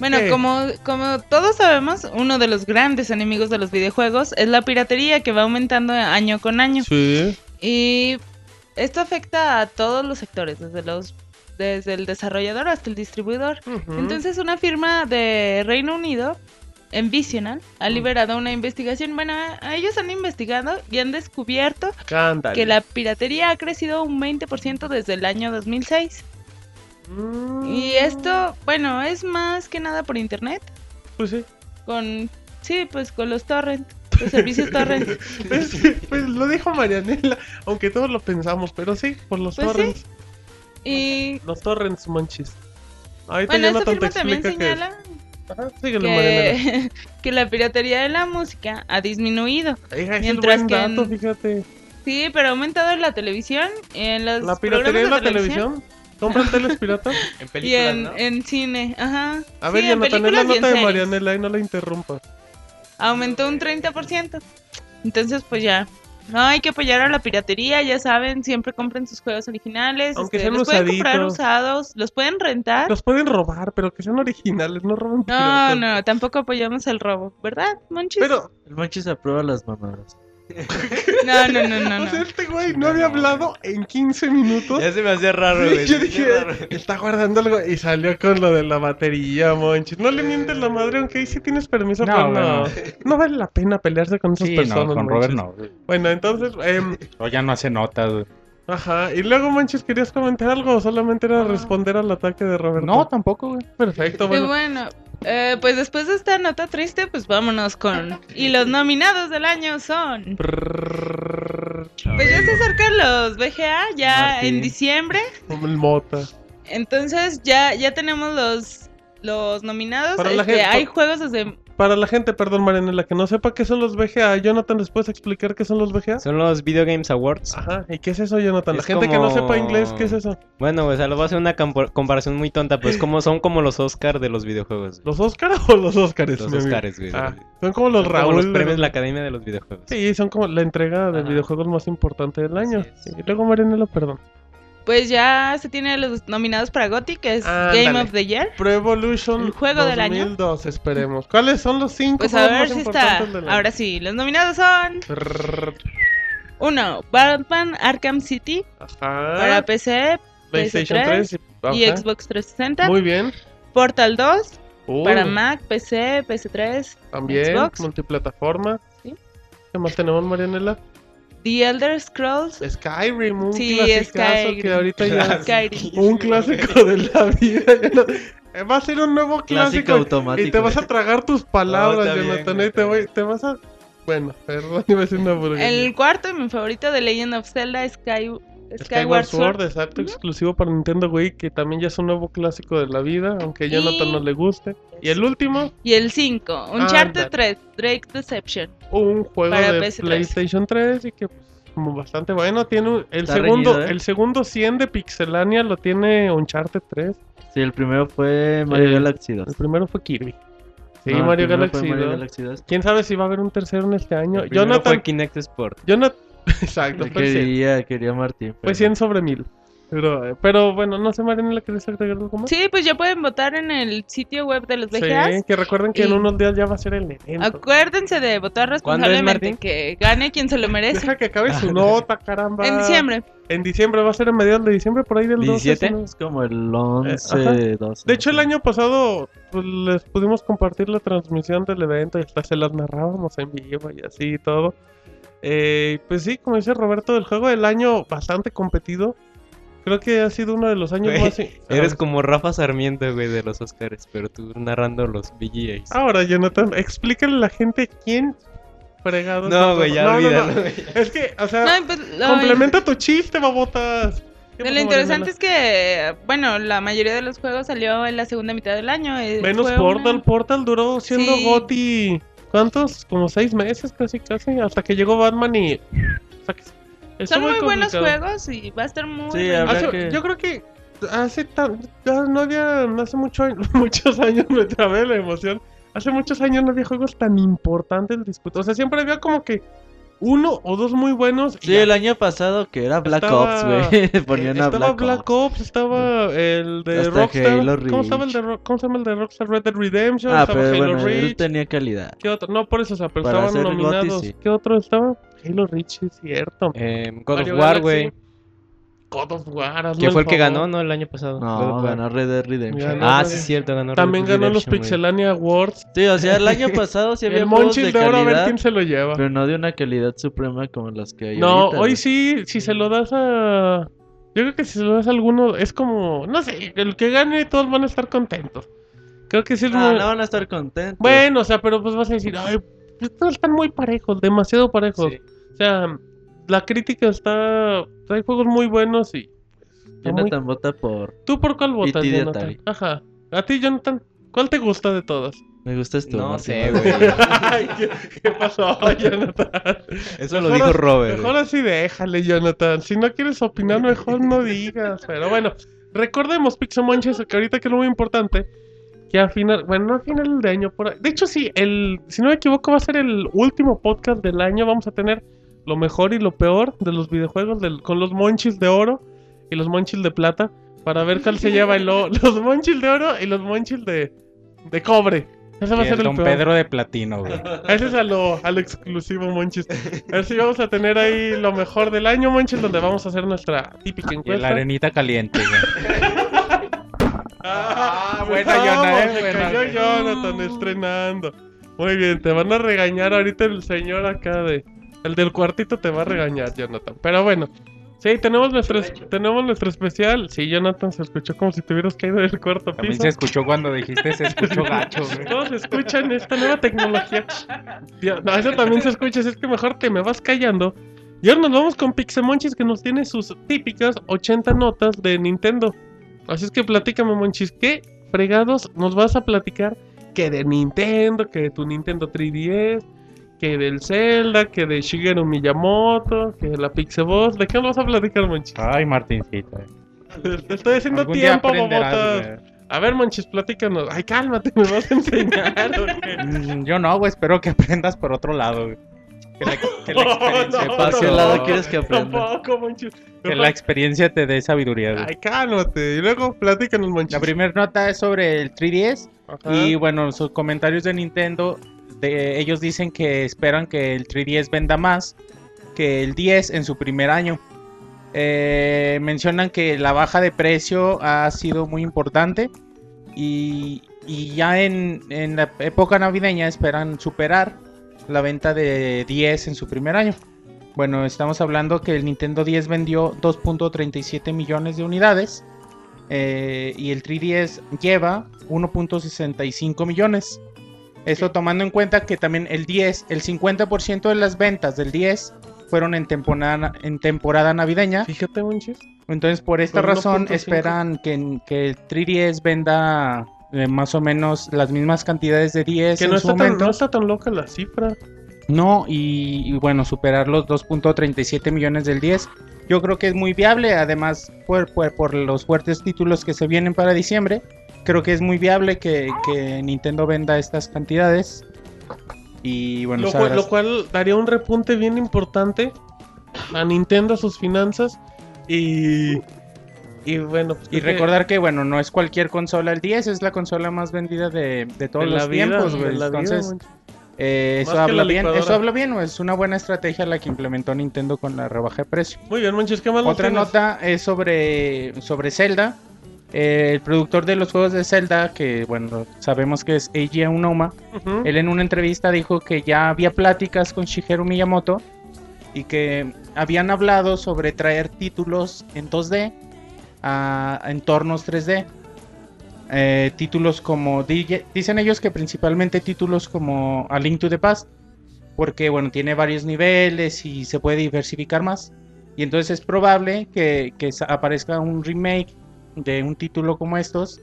bueno, ¿Qué? como, como todos sabemos, uno de los grandes enemigos de los videojuegos es la piratería que va aumentando año con año. Sí. Y esto afecta a todos los sectores, desde los desde el desarrollador hasta el distribuidor. Entonces, una firma de Reino Unido, Envisional, ha liberado una investigación. Bueno, a- ellos han investigado y han descubierto Cántale. que la piratería ha crecido un 20% desde el año 2006. Mm, Y esto, bueno, es más que nada por internet, Pues sí. con sí, pues con los torrent, los servicios torrent. Pues, pues lo dijo Marianela, aunque todos lo pensamos, pero sí, por los Pues sí. torrents. Y Los torrents, manches. Ahorita bueno, esta Jonathan te firma también explica qué es. señala Ajá, síguele, Marianela. que, que la piratería de la música ha disminuido. Hija, ese es mientras buen que dato, en- fíjate. Sí, pero ha aumentado en la televisión, en los La piratería en programas la de televisión, televisión. ¿Compran teles piratas? En y películas, en, ¿no? en cine. Ajá. A Sí, ver, en Jonathan, es la películas y en nota de series. Marianela y no la interrumpa. Aumentó un 30%. Entonces, pues ya. No hay que apoyar a la piratería, ya saben, siempre compren sus juegos originales. Aunque este, sean los pueden comprar usaditos. usados, los pueden rentar. Los pueden robar, pero que sean originales, no roben No, piratas. no, tampoco apoyamos el robo, ¿verdad, Monchis? Pero, El manches aprueba las mamadas. No, no, no, no. o sea, no. este güey no había hablado en 15 minutos. Ya se me hacía raro, Sí, güey. yo dije, está guardando algo y salió con lo de la batería, Monchis. No le mientes la madre, aunque ahí sí tienes permiso, No, pero no. bueno. No vale la pena pelearse con esas Sí, personas. no, con Monchis. Robert no. güey. Bueno, entonces, em, O ya no hace notas, güey. ajá. Y luego, Monchis, ¿querías comentar algo o solamente Ah. era responder al ataque de Robert? No, tampoco, güey. perfecto, Y bueno. bueno, eh, pues después de esta nota triste, pues vámonos con... Y los nominados del año son... Pues ya se acercan los BGA, ya Martín. en diciembre. El mota. Entonces ya, ya tenemos los, los nominados. Para la Este, gente- hay juegos desde... Para la gente, perdón, Marianela, que no sepa qué son los BGA, Jonathan, ¿les puedes explicar qué son los BGA? Son los Video Games Awards. Ajá, ¿y qué es eso, Jonathan? La Es gente que no como- sepa inglés, ¿qué es eso? Bueno, o sea, lo voy a hacer una campo- comparación muy tonta, pues como son como los Oscar de los videojuegos. güey. ¿Los Óscar o los Óscares? Los mi amigo? Oscars, güey. Ah, son como los Son como Raúl. los de- premios de la Academia de los Videojuegos. Sí, son como la entrega de Ajá. videojuegos más importante del año. Así es. Y luego, Marianela, perdón. Pues ya se tiene los nominados para GOTY, que es Ándale. Game of the Year. Pro Evolution El juego del año. 2002, esperemos. ¿Cuáles son los cinco Pues a juegos ver más si está... importantes del año? Ahora sí, los nominados son... Trrr, Uno, Batman Arkham City Ajá. para PC Ah. PlayStation 3 PS3 y, y ajá. Xbox 360. Muy bien. Portal 2 Uy, para Mac, PC, PS3. También, Xbox. multiplataforma. Sí. ¿Qué más tenemos, Marianela? The Elder Scrolls. Skyrim, un Sí, clasicazo que Skyrim. ahorita ya Skyrim. un clásico de la vida. ya no- eh, Va a ser un nuevo Clásico clásico. automático. y te vas a tragar tus palabras, No, está bien, Jonathan. güey, y te, está voy- bien. te vas a. Bueno, perdón, iba a decir una burguesa. El cuarto y mi favorito de Legend of Zelda Sky, Skyward Sword, Sword. exacto, exclusivo para Nintendo Wii, que también ya es un nuevo clásico de la vida, aunque a Y- Jonathan no le guste. Y el último, Y el 5, Uncharted Ándale. 3, Drake Deception. un juego Para de PS3. PlayStation 3 y que pues, como bastante bueno. Tiene un- el Está segundo, reñido, ¿eh? el segundo 100 de Pixelania lo tiene Uncharted 3. Sí, el primero fue Mario Eh, Galaxy 2. El primero fue Kirby. Sí, No, el Mario, primero fue Galaxy, Mario ¿no? Galaxy 2. ¿Quién sabe si va a haber un tercero en este año? El primero Jonathan, fue Kinect Sport. Jonathan, exacto, fue el 100. Quería, quería Martín. Fue pero- 100 sobre 1000. Pero, eh, pero bueno, no sé, Marianela, ¿quieres agregar algo más? Sí, pues ya pueden votar en el sitio web de los Sí, BGAs. que recuerden que en Y- unos días ya va a ser el evento. Acuérdense de votar ¿Cuándo es, responsablemente, Martín? que gane quien se lo merece. Deja que acabe Ah. su nota, caramba. En diciembre. En diciembre, va a ser a mediados de diciembre, por ahí del 12. 17. si no- Es como el Eh, ajá. 11, 12. De hecho, el año pasado pues, les pudimos compartir la transmisión del evento y hasta se las narrábamos en vivo y así y todo. Eh, pues sí, como dice Roberto, el juego del año bastante competido. Creo que ha sido uno de los años Güey, más... Eres como Rafa Sarmiento, güey, de los Oscars, pero tú narrando los VGAs. Ah, Ahora, Jonathan, explícale a la gente quién fregado. No, güey, ya olvídalo, güey. Es que, o sea, No, pues, lo- complementa tu chiste, babotas. ¿Qué de lo pasó, Marianela? interesante es que, bueno, la mayoría de los juegos salió en la segunda mitad del año. eh, Venus fue Portal, una- Portal duró siendo Sí. Gotti. ¿Cuántos? Como seis meses casi, casi. Hasta que llegó Batman y. o sea, que- está Son muy, buenos complicado. juegos y va a estar muy... Sí, bueno. habrá Hace- que- Yo creo que hace tan. ya No había. no Hace mucho, muchos años me trabé la emoción. Hace muchos años no había juegos tan importantes disputa. O sea, siempre había como que uno o dos muy buenos. y Sí, ya. Eh, el año pasado que era Black Estaba- Ops, güey. Ponían a estaba Black, Black Ops. Ops, estaba el de Hasta Rockstar. Halo ¿Cómo, estaba el Reach. de Ro- ¿Cómo se llama el de Rockstar? Red Dead Redemption, Ah, estaba pero Halo bueno, él Reach. tenía calidad. ¿Qué otro? No, por eso, o sea, pero Para estaban hacer el GOTY, nominados. sí. ¿Qué otro estaba? Halo Reach, es cierto. Eh, God of Mario Galaxy. War, güey. God of War, hazme Que el fue el que favor. ganó, ¿no? El año pasado. God No, of War. ganó Red Dead Redemption. Ganó Ah, Red sí, Dead. es cierto, ganó Red También Dead ganó los Redemption, güey. Pixelania Awards. Sí, o sea, el año pasado sí había El juegos Monchil de de oro, a ver calidad, quién se lo lleva. pero no de una calidad suprema como las que hay No, ahorita, hoy güey. sí, si se lo das a. Yo creo que si se lo das a alguno, es como. No sé, el que gane, todos van a estar contentos. Creo que sí es No, muy- Ah, no van a estar contentos. Bueno, o sea, pero pues vas a decir, ay, pues todos están muy parejos, demasiado parejos. O sea, la crítica está. Hay juegos muy buenos y. está muy- Jonathan vota por... ¿Tú por cuál votas, E.T. de Jonathan? Atari. Ajá. A ti, Jonathan, ¿cuál te gusta de todas? Me gustas tú, No Martín. sé, güey. Ay, ¿qué, qué pasó, Jonathan? Eso lo Mejor dijo as- Robert. Mejor güey. así déjale, Jonathan. Si no quieres opinar, mejor no digas. Pero bueno, recordemos, Pixamonches, que ahorita que es lo muy importante, que a final, bueno, no a final de año, por ahí- de hecho sí, el, si no me equivoco va a ser el último podcast del año, vamos a tener lo mejor y lo peor de los videojuegos del- con los monchis de oro y los monchis de plata, para ver cuál se lleva el, o- los monchis de oro y los monchis de, de cobre. Ese va a Y ser el el Don peor. Pedro de Platino, güey. Ese es a lo, a lo exclusivo, Monchis. A ver si vamos a tener ahí lo mejor del año, Monchis, donde vamos a hacer nuestra típica Y la encuesta. arenita caliente, güey. Ah, buena, vamos, Jonah, eh, se buena. cayó Jonathan estrenando. Muy bien, te van a regañar ahorita el señor acá de... El del cuartito te va a regañar, Jonathan. Pero bueno. Sí, tenemos nuestro, es- tenemos nuestro especial. Sí, Jonathan se escuchó como si te hubieras caído del cuarto También piso. se escuchó cuando dijiste se escuchó gacho, güey. Pues Todos escuchan esta nueva tecnología. Dios, no, eso también se escucha, así es que mejor te me vas callando. Y ahora nos vamos con Pixemonchis que nos tiene sus típicas 80 notas de Nintendo. Así es que platícame, Monchis, ¿qué fregados nos vas a platicar? Que de Nintendo, que de tu Nintendo 3DS, que del Zelda, que de Shigeru Miyamoto, que de la Pixaboss. ¿De qué nos vas a platicar, Monchis? Ay, Martincito. güey. Te estoy haciendo Ah, Algún día tiempo, aprenderás, bobotas. güey. A ver, Monchis, platícanos. Ay, cálmate, me vas a enseñar. ¿o qué? Mm, Yo no, güey. Espero que aprendas por otro lado, güey. Que la, que la No, experiencia, no, ¿Para no, qué no, lado no, quieres que aprenda? Tampoco, Monchis. que la experiencia te dé sabiduría, güey. Ay, cálmate. Y luego platícanos, Monchis. La primera nota es sobre el 3DS. Ajá. Y bueno, sus comentarios de Nintendo, de- ellos dicen que esperan que el 3DS venda más que el 10 en su primer año. Eh, mencionan que la baja de precio ha sido muy importante y, y ya en, en la época navideña esperan superar la venta de 10 en su primer año. Bueno, estamos hablando que el Nintendo 10 vendió 2.37 millones de unidades eh, y el 3DS lleva 1.65 millones. Esto tomando en cuenta que también el 10, el 50% de las ventas del 10 fueron en temporada, en temporada navideña. Fíjate, Monchis. Entonces, por esta Por razón, 1.5. esperan que, que el 3DS venda eh, más o menos las mismas cantidades de 10 Que en no su está, tan, momento. no está tan loca la cifra. No, y, y bueno, superar los 2.37 millones del 10. Yo creo que es muy viable, además por, por- por los fuertes títulos que se vienen para diciembre, creo que es muy viable que, que Nintendo venda estas cantidades. Y bueno, lo, cual, sabrás- lo cual daría un repunte bien importante a Nintendo, a sus finanzas. Y. Y bueno. pues, y creo que- recordar que bueno, no es cualquier consola el 10, es la consola más vendida de, de de todos la los vida, tiempos, de güey. la vida, Entonces, Monchis. eh, Más eso que la habla bien, licuadora. eso habla bien, o es una buena estrategia la que implementó Nintendo con la rebaja de precio. Muy bien, Monchis, ¿qué más nos Otra tienes? nota es sobre, sobre Zelda. Eh, el productor de los juegos de Zelda, que bueno, sabemos que es Eiji Aonuma, Ujú. él en una entrevista dijo que ya había pláticas con Shigeru Miyamoto y que habían hablado sobre traer títulos en 2D a entornos 3D. Eh, títulos como, DJ dicen ellos que principalmente títulos como A Link to the Past, porque bueno, tiene varios niveles y se puede diversificar más. Y entonces es probable que, que aparezca un remake de un título como estos.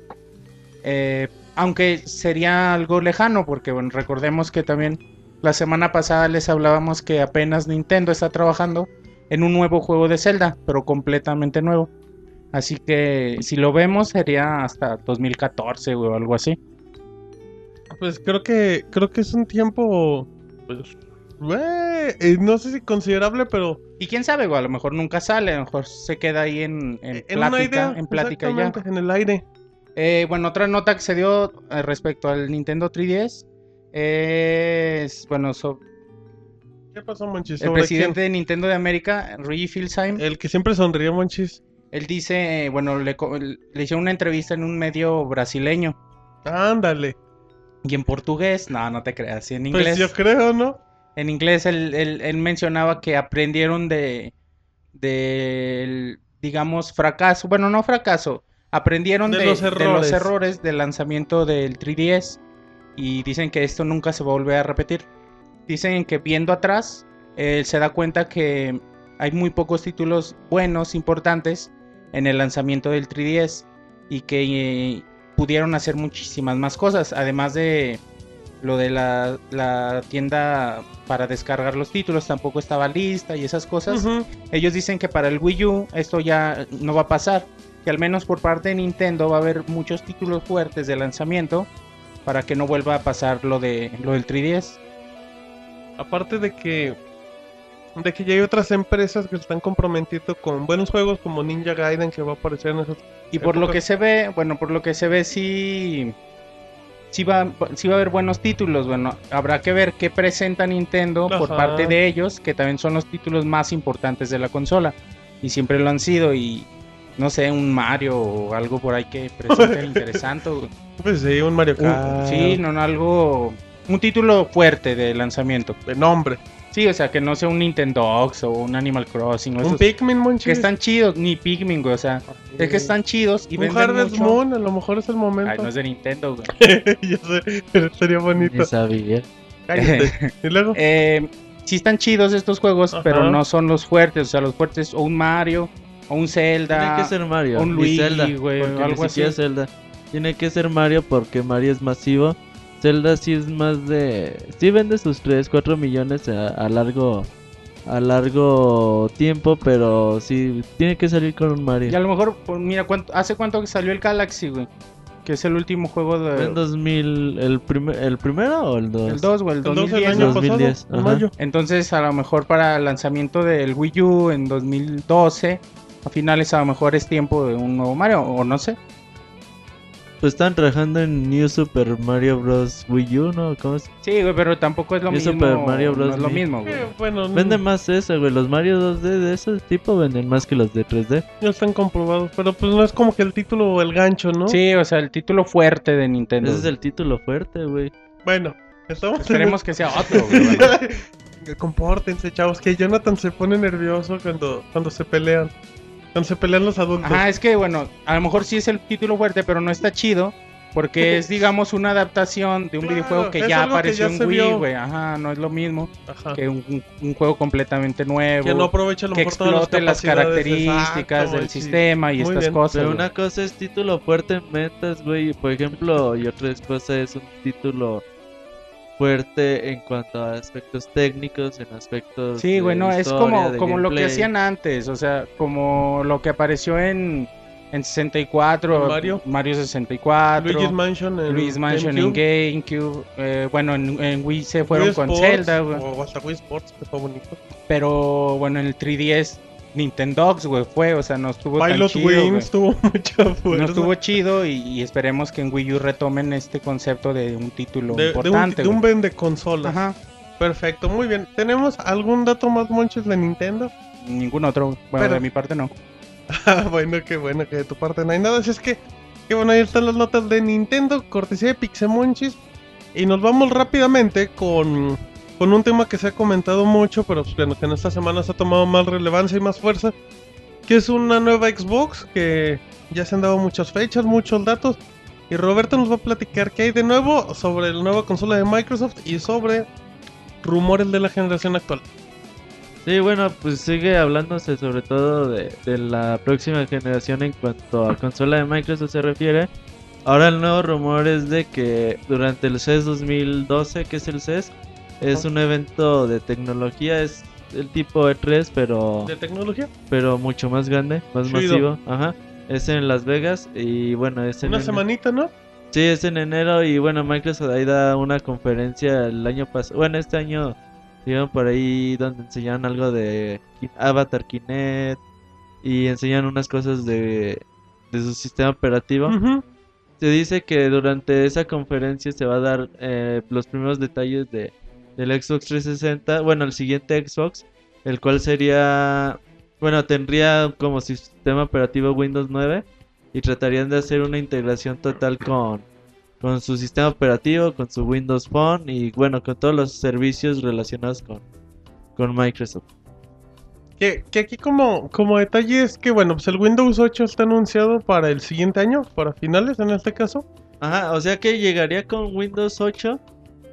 Eh, aunque sería algo lejano, porque bueno, recordemos que también la semana pasada les hablábamos que apenas Nintendo está trabajando en un nuevo juego de Zelda, pero completamente nuevo. Así que si lo vemos sería hasta 2014 o algo así. Pues creo que creo que es un tiempo pues, eh, no sé si considerable, pero y quién sabe, güey, a lo mejor nunca sale, a lo mejor se queda ahí en, Eh, en, en plática, idea, en plática ya. En el aire. Eh, bueno, otra nota que se dio eh, respecto al Nintendo 3DS es, bueno, so, ¿Qué pasó, Monchis? El presidente quién? de Nintendo de América, Luigi Filsheim. El que siempre sonríe, Monchis. Él dice, bueno, le, le hicieron una entrevista en un medio brasileño. Ándale. Y en portugués, no, no te creas, y en inglés. Pues yo creo, ¿no? En inglés él, él, él mencionaba que aprendieron de, del, de digamos, fracaso. Bueno, no fracaso. Aprendieron de, de, los de, los errores del lanzamiento del 3DS. Y dicen que esto nunca se va a volver a repetir. Dicen que viendo atrás, él se da cuenta que hay muy pocos títulos buenos, importantes, en el lanzamiento del 3DS. Y que eh, pudieron hacer muchísimas más cosas. Además de lo de la, la, tienda para descargar los títulos, tampoco estaba lista y esas cosas. Uh -huh. Ellos dicen que para el Wii U esto ya no va a pasar. Que al menos por parte de Nintendo va a haber muchos títulos fuertes de lanzamiento para que no vuelva a pasar lo de lo del 3DS. Aparte de que de que ya hay otras empresas que se están comprometiendo con buenos juegos como Ninja Gaiden que va a aparecer en esos y por épocas. lo que se ve bueno por lo que se ve sí sí va sí va a haber buenos títulos bueno habrá que ver qué presenta Nintendo Ajá. por parte de ellos que también son los títulos más importantes de la consola y siempre lo han sido y no sé, un Mario o algo por ahí que presenten interesante. Pues sí, un Mario Kart. Uh, sí, no, no, algo. Un título fuerte de lanzamiento. De nombre. Sí, o sea, que no sea un Nintendox o un Animal Crossing. O un Pikmin, Monchis. Que están chidos, ni Pikmin, güey, o sea. Es que están chidos y un venden Harvest mucho. Moon, a lo mejor es el momento. Ay, no es de Nintendo, güey. Yo sé, pero sería bonito. sabía. Cállate. y luego. Eh, sí están chidos estos juegos, Ajá. pero no son los fuertes. O sea, los fuertes o un Mario, o un Zelda. Tiene que ser Mario. O un Luigi, Zelda, güey, porque algo ni así. Zelda. Tiene que ser Mario porque Mario es masivo. Zelda sí es más de... Sí vende sus 3, 4 millones a, a, largo a largo tiempo, pero sí tiene que salir con un Mario. Y a lo mejor, pues, mira, ¿cuánto, ¿hace cuánto que salió el Galaxy, güey? Que es el último juego de... En 2000, ¿el, primer, ¿el primero o el 2? El 2, güey, el, 2010. El 2010, pasado, 2010 Entonces, a lo mejor para el lanzamiento del Wii U en 2012, a finales a lo mejor es tiempo de un nuevo Mario, o no sé. Pues están trabajando en New Super Mario Bros. Wii U, ¿no? ¿Cómo es? Sí, güey, pero tampoco es lo New mismo. Super Mario Bros. No es lo mismo, güey. Eh, bueno, Mm. Vende más eso, güey. Los Mario 2D de ese tipo venden más que los de 3D. Ya están comprobados, pero pues no es como que el título o el gancho, ¿no? Sí, o sea, el título fuerte de Nintendo. Ese es el título fuerte, güey. Bueno, estamos... Esperemos que sea otro, güey. bueno. Compórtense, chavos, que Jonathan se pone nervioso cuando, cuando se pelean se pelean los adultos. Ajá, es que bueno, a lo mejor sí es el título fuerte, pero no está chido. Porque es, digamos, una adaptación de un claro, videojuego que ya apareció que ya en Wii, güey. Ajá, no es lo mismo Ajá. que un, un, un, juego completamente nuevo. Que no aproveche lo que explote las, las características Exacto, del sí. sistema y Muy estas bien. cosas. Pero una cosa es título fuerte en metas, güey, por ejemplo, y otra cosa es un título fuerte en cuanto a aspectos técnicos, en aspectos. Sí, bueno, historia, es como, como lo que hacían antes, o sea, como lo que apareció en, en 64, Mario, Mario 64, Luigi's Mansion en, Luigi's Mansion GameCube. en GameCube, eh, bueno, en, en, Wii se fueron Wii con Sports, Zelda, güey. O hasta Wii Sports, que fue bonito. Pero bueno, en el 3DS. Nintendox, güey, fue, o sea, no estuvo Pilot tan chido. Wings tuvo mucha fuerza. No estuvo chido y, y, esperemos que en Wii U retomen este concepto de un título de, importante. De un, de un de consolas. Ajá. Perfecto, muy bien. ¿Tenemos algún dato más, Monches, de Nintendo? Ningún otro, bueno, Pero... de mi parte no. Ah, bueno, qué bueno que de tu parte no hay nada. Así es que, qué bueno, ahí están las notas de Nintendo, cortesía de Pixemonchis. Y nos vamos rápidamente con con un tema que se ha comentado mucho, pero pues, bueno, que en esta semana se ha tomado más relevancia y más fuerza, que es una nueva Xbox que ya se han dado muchas fechas, muchos datos. Y Roberto nos va a platicar qué hay de nuevo sobre la nueva consola de Microsoft y sobre rumores de la generación actual. Sí, bueno, pues sigue hablándose sobre todo de, de la próxima generación en cuanto a consola de Microsoft se refiere. Ahora el nuevo rumor es de que durante el E CES 2012, que es el CES, es un evento de tecnología, es el tipo E3, pero, ¿De tecnología? pero mucho más grande, más Chido. masivo. Ajá. Es en Las Vegas y bueno, es en Una ene- semanita, ¿no? Sí, es en enero y bueno, Microsoft ahí da una conferencia el año pasado. Bueno, este año dieron por ahí donde enseñaron algo de Ki- Avatar Kinect y enseñan unas cosas de, de su sistema operativo. Ujú. Se dice que durante esa conferencia se va a dar eh, los primeros detalles de, del Xbox 360, bueno, el siguiente Xbox, el cual sería, bueno, tendría como sistema operativo Windows 9 y tratarían de hacer una integración total con, con su sistema operativo, con su Windows Phone y bueno, con todos los servicios relacionados con, con Microsoft. Que, que aquí como, como detalle es que, bueno, pues el Windows 8 está anunciado para el siguiente año, para finales en este caso. Ajá, o sea que llegaría con Windows 8,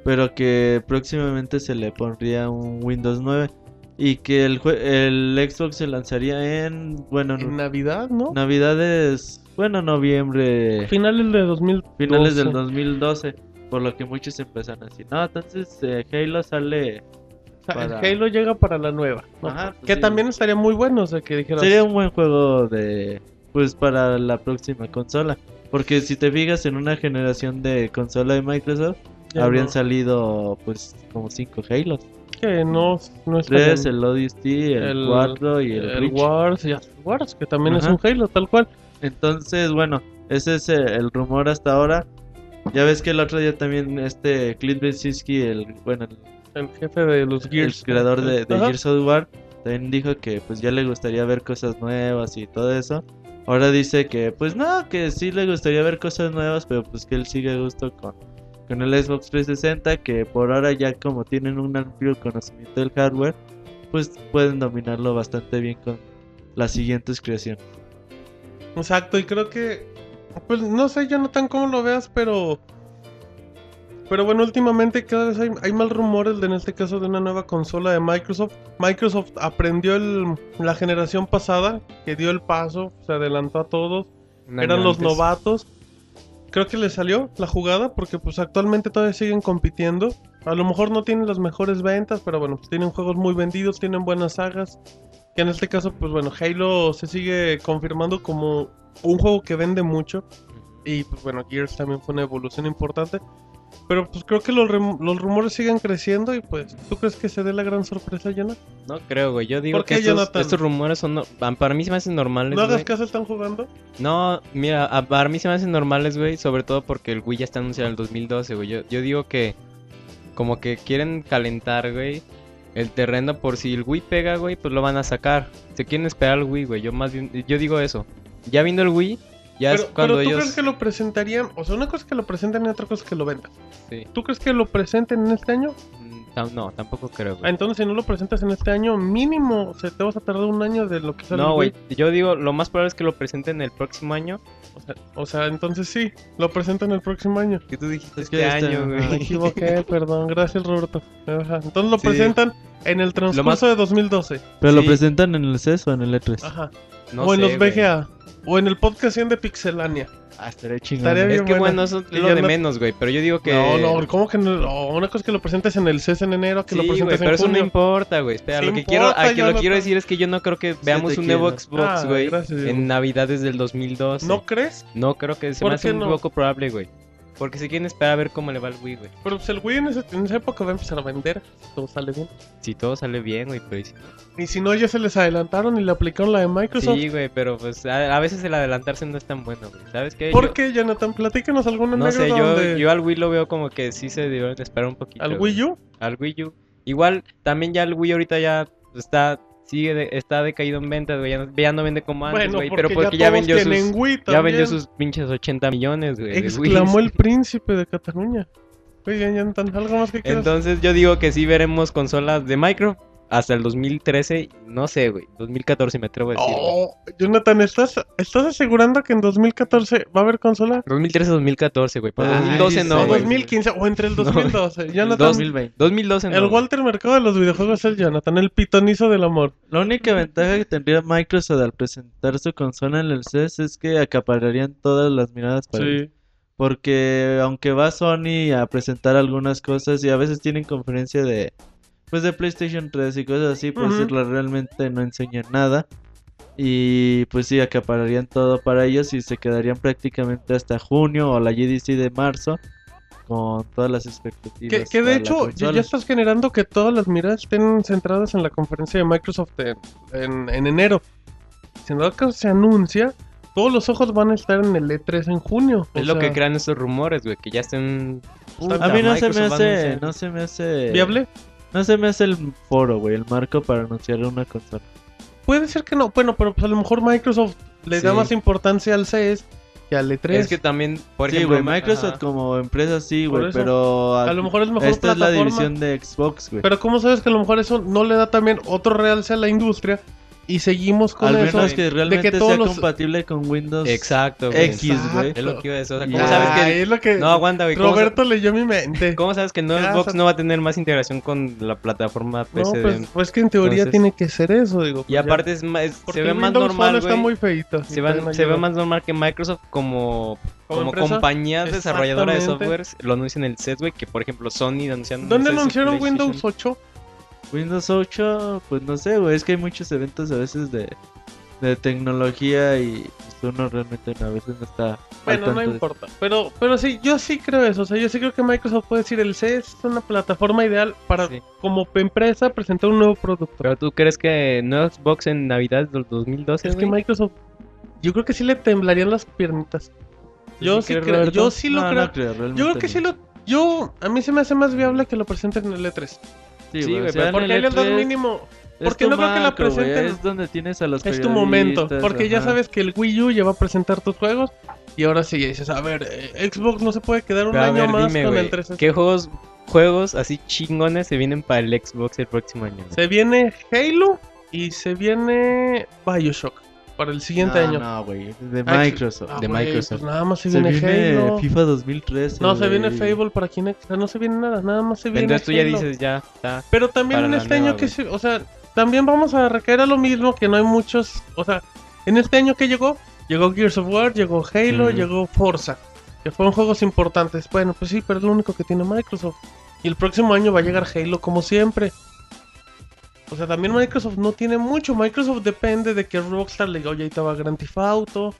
pero que próximamente se le pondría un Windows 9 y que el, jue- el Xbox se lanzaría en, bueno, En Navidad, ¿no? Navidades, bueno, noviembre, Finales de 2000. finales del doce. 2012, por lo que muchos empezaron así. No, entonces eh, Halo sale, O sea, el para- Halo llega para la nueva. ¿no? Ajá, pues que sí. también estaría muy bueno, o sea, que dijeras... sería un buen juego de, pues para la próxima consola, porque si te fijas en una generación de consola de Microsoft ya habrían no, salido pues como 5 Halos. que no, no está 3, bien. el Odyssey, El- el 4 y el, el Reach. Wars, ya, Wars, que también Ajá. es un Halo, tal cual. Entonces, bueno, ese es eh, el rumor hasta ahora. Ya ves que el otro día también este Clint Blazinski, el bueno, el- El jefe de los el Gears. creador de, de Ajá. Gears of War, también dijo que pues ya le gustaría ver cosas nuevas y todo eso. Ahora dice que pues no, que sí le gustaría ver cosas nuevas, pero pues que él sigue a gusto con, con el Xbox 360, que por ahora ya como tienen un amplio conocimiento del hardware, pues pueden dominarlo bastante bien con las siguientes creaciones. Exacto, y creo que. Pues no sé, Jonathan, cómo lo veas, pero. Pero bueno, últimamente cada vez hay, hay más rumores de, en este caso de una nueva consola de Microsoft. Microsoft aprendió el- la generación pasada, que dio el paso, se adelantó a todos, Un año eran los antes. novatos. Creo que les salió la jugada porque pues actualmente todavía siguen compitiendo. A lo mejor no tienen las mejores ventas, pero bueno, pues tienen juegos muy vendidos, tienen buenas sagas. Que en este caso, pues bueno, Halo se sigue confirmando como un juego que vende mucho. Y pues bueno, Gears también fue una evolución importante. Pero pues creo que los, rem- los rumores siguen creciendo y pues, ¿tú crees que se dé la gran sorpresa, Jonah? No creo, güey. Yo digo ¿Por que qué, estos, Jonathan? estos rumores son. no- pa- Para mí se me hacen normales. No hagas güey. caso, están jugando. No, mira, a- para mí se me hacen normales, güey. Sobre todo porque el Wii ya está anunciado en el 2012, güey. Yo, yo digo que. Como que quieren calentar, güey. El terreno por si el Wii pega, güey, pues lo van a sacar. Se quieren esperar al Wii, güey. Yo más bien. Yo digo eso. Ya viendo el Wii, ya Pero, es pero cuando tú ellos. crees que lo presentarían, o sea, una cosa es que lo presenten y otra cosa es que lo vendan. Sí. ¿Tú crees que lo presenten en este año? Mm, tam- No, tampoco creo, Ah, güey. entonces, si no lo presentas en este año, mínimo se te vas a tardar un año de lo que sale. No, el güey. Wii. Yo digo, lo más probable es que lo presenten el próximo año. O sea, o sea, entonces sí, lo presentan el próximo año. Que tú dijiste Es que este este- año, Me güey. equivoqué, perdón, gracias Roberto. Ajá, Entonces lo Sí. presentan en el transcurso más- de 2012. Pero lo lo presentan en el CES o en el E E3. Ajá. No o en sé, los güey. BGA. O en el podcast 100 de Pixelania. Ah, estaría chingón. Estaría Es bien que buena. bueno, eso es Y lo de Jonathan- menos, güey. Pero yo digo que. No, no, ¿cómo que no? No, Una cosa es que lo presentes en el CES en enero, que Sí, lo güey, presentes pero en eso no junio. importa, güey. Espera, Sí lo que importa, quiero, a que lo Jonathan. quiero decir es que yo no creo que veamos te un nuevo quiero. Xbox, Ah, güey, gracias, Dios. en Navidades del 2012. ¿No crees? No creo que se ¿Por me hace qué un no? poco probable, güey. Porque se quieren esperar a ver cómo le va el Wii, güey. Pero pues el Wii en, ese- en esa época va a empezar a vender. Todo sale bien. Si todo sale bien, güey, pues, pero si- Y si no, ya se les adelantaron y le aplicaron la de Microsoft. Sí, güey, pero pues a, a veces el adelantarse no es tan bueno, güey. ¿Sabes qué? ¿Por Yo- qué, Jonathan? Platícanos alguna No sé, anécdota yo, donde- yo al Wii lo veo como que sí se debieron de esperar un poquito. ¿Al güey. Wii U? al Wii U. Igual, también ya el Wii ahorita ya está, sigue, de- está decaído en ventas, güey. Ya, no- ya no vende como antes, bueno, güey. porque Pero porque ya, ya, todos vendió sus, tienen Wii ya vendió también. sus pinches 80 millones, güey. de Wii. Exclamó el príncipe de Cataluña. Güey, ya, ya, algo más que quieras. Entonces yo digo que sí veremos consolas de micro hasta el 2013, no sé, güey, 2014 me atrevo a decir. güey. Oh, Jonathan, ¿estás, ¿estás asegurando que en 2014 va a haber consola? 2013, 2014, güey. Para Ay, 2012 Ah, sí, no, o güey. 2015 o entre el 2012. Jonathan, 2020. 2012 no. el güey. Walter Mercado de los videojuegos es el Jonathan, el pitonizo del amor. La única ventaja que tendría Microsoft al presentar su consola en el CES es que acapararían todas las miradas para él. Sí. Porque aunque va Sony a presentar algunas cosas y a veces tienen conferencia de pues de PlayStation 3 y cosas así, pues Ujú. la- realmente no enseñan nada. Y pues sí, acapararían todo para ellos y se quedarían prácticamente hasta junio o la GDC de marzo con todas las expectativas. Que, que de para la hecho ya, consola. ya estás generando que todas las miradas estén centradas en la conferencia de Microsoft en, en- en enero. Si en dado caso se anuncia, todos los ojos van a estar en el E3 en junio. O Es lo sea, que crean estos rumores, güey, que ya estén... A mí no se me Microsoft va a hace, anunciar. no se me hace... ¿Viable? No se me hace el foro, güey, el marco para anunciar una consola. Puede ser que no. Bueno, pero pues a lo mejor Microsoft le da Sí. más importancia al CES que al E E3. Es que también, por sí, ejemplo... güey, Microsoft ajá. como empresa sí, Por güey, eso. pero a lo mejor es mejor esta es la plataforma. división de Xbox, güey. Pero ¿cómo sabes que a lo mejor eso no le da también otro realce a la industria? Y seguimos con Al eso. menos que realmente que todos sea los- compatible con Windows. Exacto, güey. X, güey. Es lo que iba a decir. O sea, Ah, ¿cómo sabes que... es lo que No, aguanta, güey. ¿cómo sa- Roberto leyó mi mente. ¿Cómo sabes que el nuevo Ya, Xbox sa- no va a tener más integración con la plataforma PC? No, de- pues, pues que en teoría Entonces- tiene que ser eso, digo. y pues, ya. aparte es ma- es- Porque se ve el más Windows Phone normal, está güey. muy feito. Se, van- También se ve ayuda. más normal que Microsoft como, Como como empresa, compañía desarrolladora de exactamente. softwares lo anuncia en el set, güey, que por ejemplo Sony anunciando... ¿Dónde anunciaron Windows 8? Windows 8, pues no sé, güey, es que hay muchos eventos a veces de, de tecnología y pues, uno realmente a veces no está al Bueno, tanto no de- importa. Pero, pero sí, yo sí creo eso. O sea, yo sí creo que Microsoft puede decir el CES es una plataforma ideal para, Sí. como empresa, presentar un nuevo producto. Pero tú crees que no Xbox en Navidad del 2012, es que güey? Microsoft, yo creo que sí le temblarían las piernitas. Yo sí, crees, creo, Roberto? yo sí lo No, creo. no realmente yo creo que no. sí lo, yo, a mí se me hace más viable que lo presenten en el E E3. Sí, Sí, güey, güey, o sea, pero en Porque ahí el E les dan E3 mínimo, es porque tu no creo que la marco, güey, presenten. Es donde tienes a los es tu momento. periodistas, Porque ya ajá. sabes que el Wii U ya va a presentar tus juegos. Y ahora sí dices, a ver, eh, Xbox no se puede quedar un Pero a año ver, más dime, con güey, el 360. ¿qué juegos, juegos así chingones se vienen para el Xbox el próximo año? güey? Se viene Halo y se viene Bioshock para el siguiente No, año. No, güey, de Ah, Microsoft. Ah, de güey, Microsoft. pues nada más se se viene, viene Halo. FIFA 2013. No, se viene güey. Fable para Kinect. O sea, no se viene nada, nada más se viene. Entonces tú ya Halo. dices, ya, está. Pero también para en la este nueva, año que güey. se. O sea, también vamos a recaer a lo mismo que no hay muchos. O sea, en este año que llegó, llegó Gears of War, llegó Halo, Ujú. llegó Forza. Que fueron juegos importantes. Bueno, pues sí, pero es lo único que tiene Microsoft. Y el próximo año va a llegar Halo como siempre. O sea, también Microsoft no tiene mucho. Microsoft depende de que Rockstar le diga, oye, ahí te va Grand Theft Auto.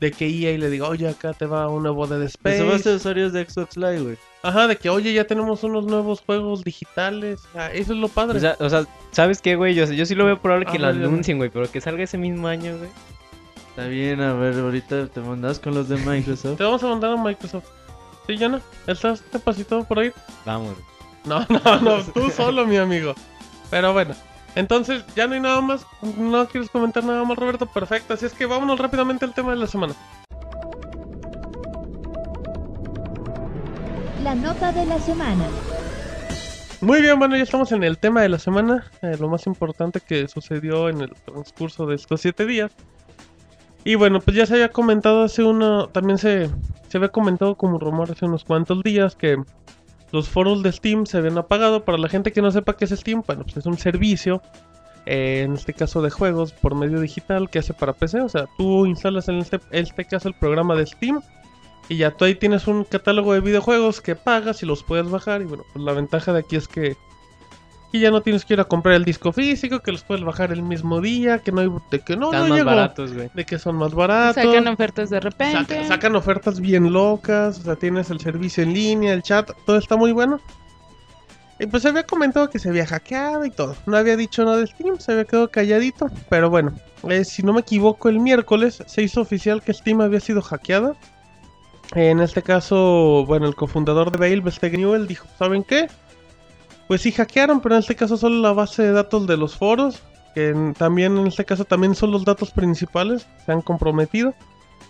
De que EA le diga, oye, acá te va un nuevo Dead Pues, Space. Eso va a ser usuarios de Xbox Live, güey. Ajá, de que, oye, ya tenemos unos nuevos juegos digitales. Ah, eso es lo padre. O sea, o sea, ¿sabes qué, güey? Yo, yo sí lo veo probable que Ah, lo vale, vale. anuncien, güey, pero que salga ese mismo año, güey. Está bien, a ver, ahorita te mandas con los de Microsoft. Te vamos a mandar a Microsoft. ¿Sí, Jana? ¿Estás capacitado por ahí? Vamos. No, no, no, tú solo, mi amigo. Pero bueno, entonces ya no hay nada más. No quieres comentar nada más, Roberto. Perfecto, así es que vámonos rápidamente al tema de la semana. La nota de la semana. Muy bien, bueno, ya estamos en el tema de la semana. eh, lo más importante que sucedió en el transcurso de estos siete días. Y bueno, pues ya se había comentado hace uno. También se, se había comentado como rumor hace unos cuantos días que los foros de Steam se habían apagado. Para la gente que no sepa qué es Steam, bueno, pues es un servicio. eh, en este caso de juegos por medio digital que hace para PC. O sea, tú instalas en este, este caso el programa de Steam. Y ya tú ahí tienes un catálogo de videojuegos que pagas y los puedes bajar. Y bueno, pues la ventaja de aquí es que, que ya no tienes que ir a comprar el disco físico, que los puedes bajar el mismo día, que no hay de que no, Están no más llegó, baratos, güey. de que son más baratos. Sacan ofertas de repente. ah, Saca- sacan ofertas bien locas, o sea, tienes el servicio en línea, el chat, todo está muy bueno. Y pues se había comentado que se había hackeado y todo. No había dicho nada de Steam, se había quedado calladito. Pero bueno, eh, si no me equivoco, el miércoles se hizo oficial que Steam había sido hackeada. En este caso, bueno, el cofundador de Valve, Steve Newell, dijo, ¿saben qué? Pues sí hackearon, pero en este caso solo la base de datos de los foros, que en- también en este caso también son los datos principales, se han comprometido.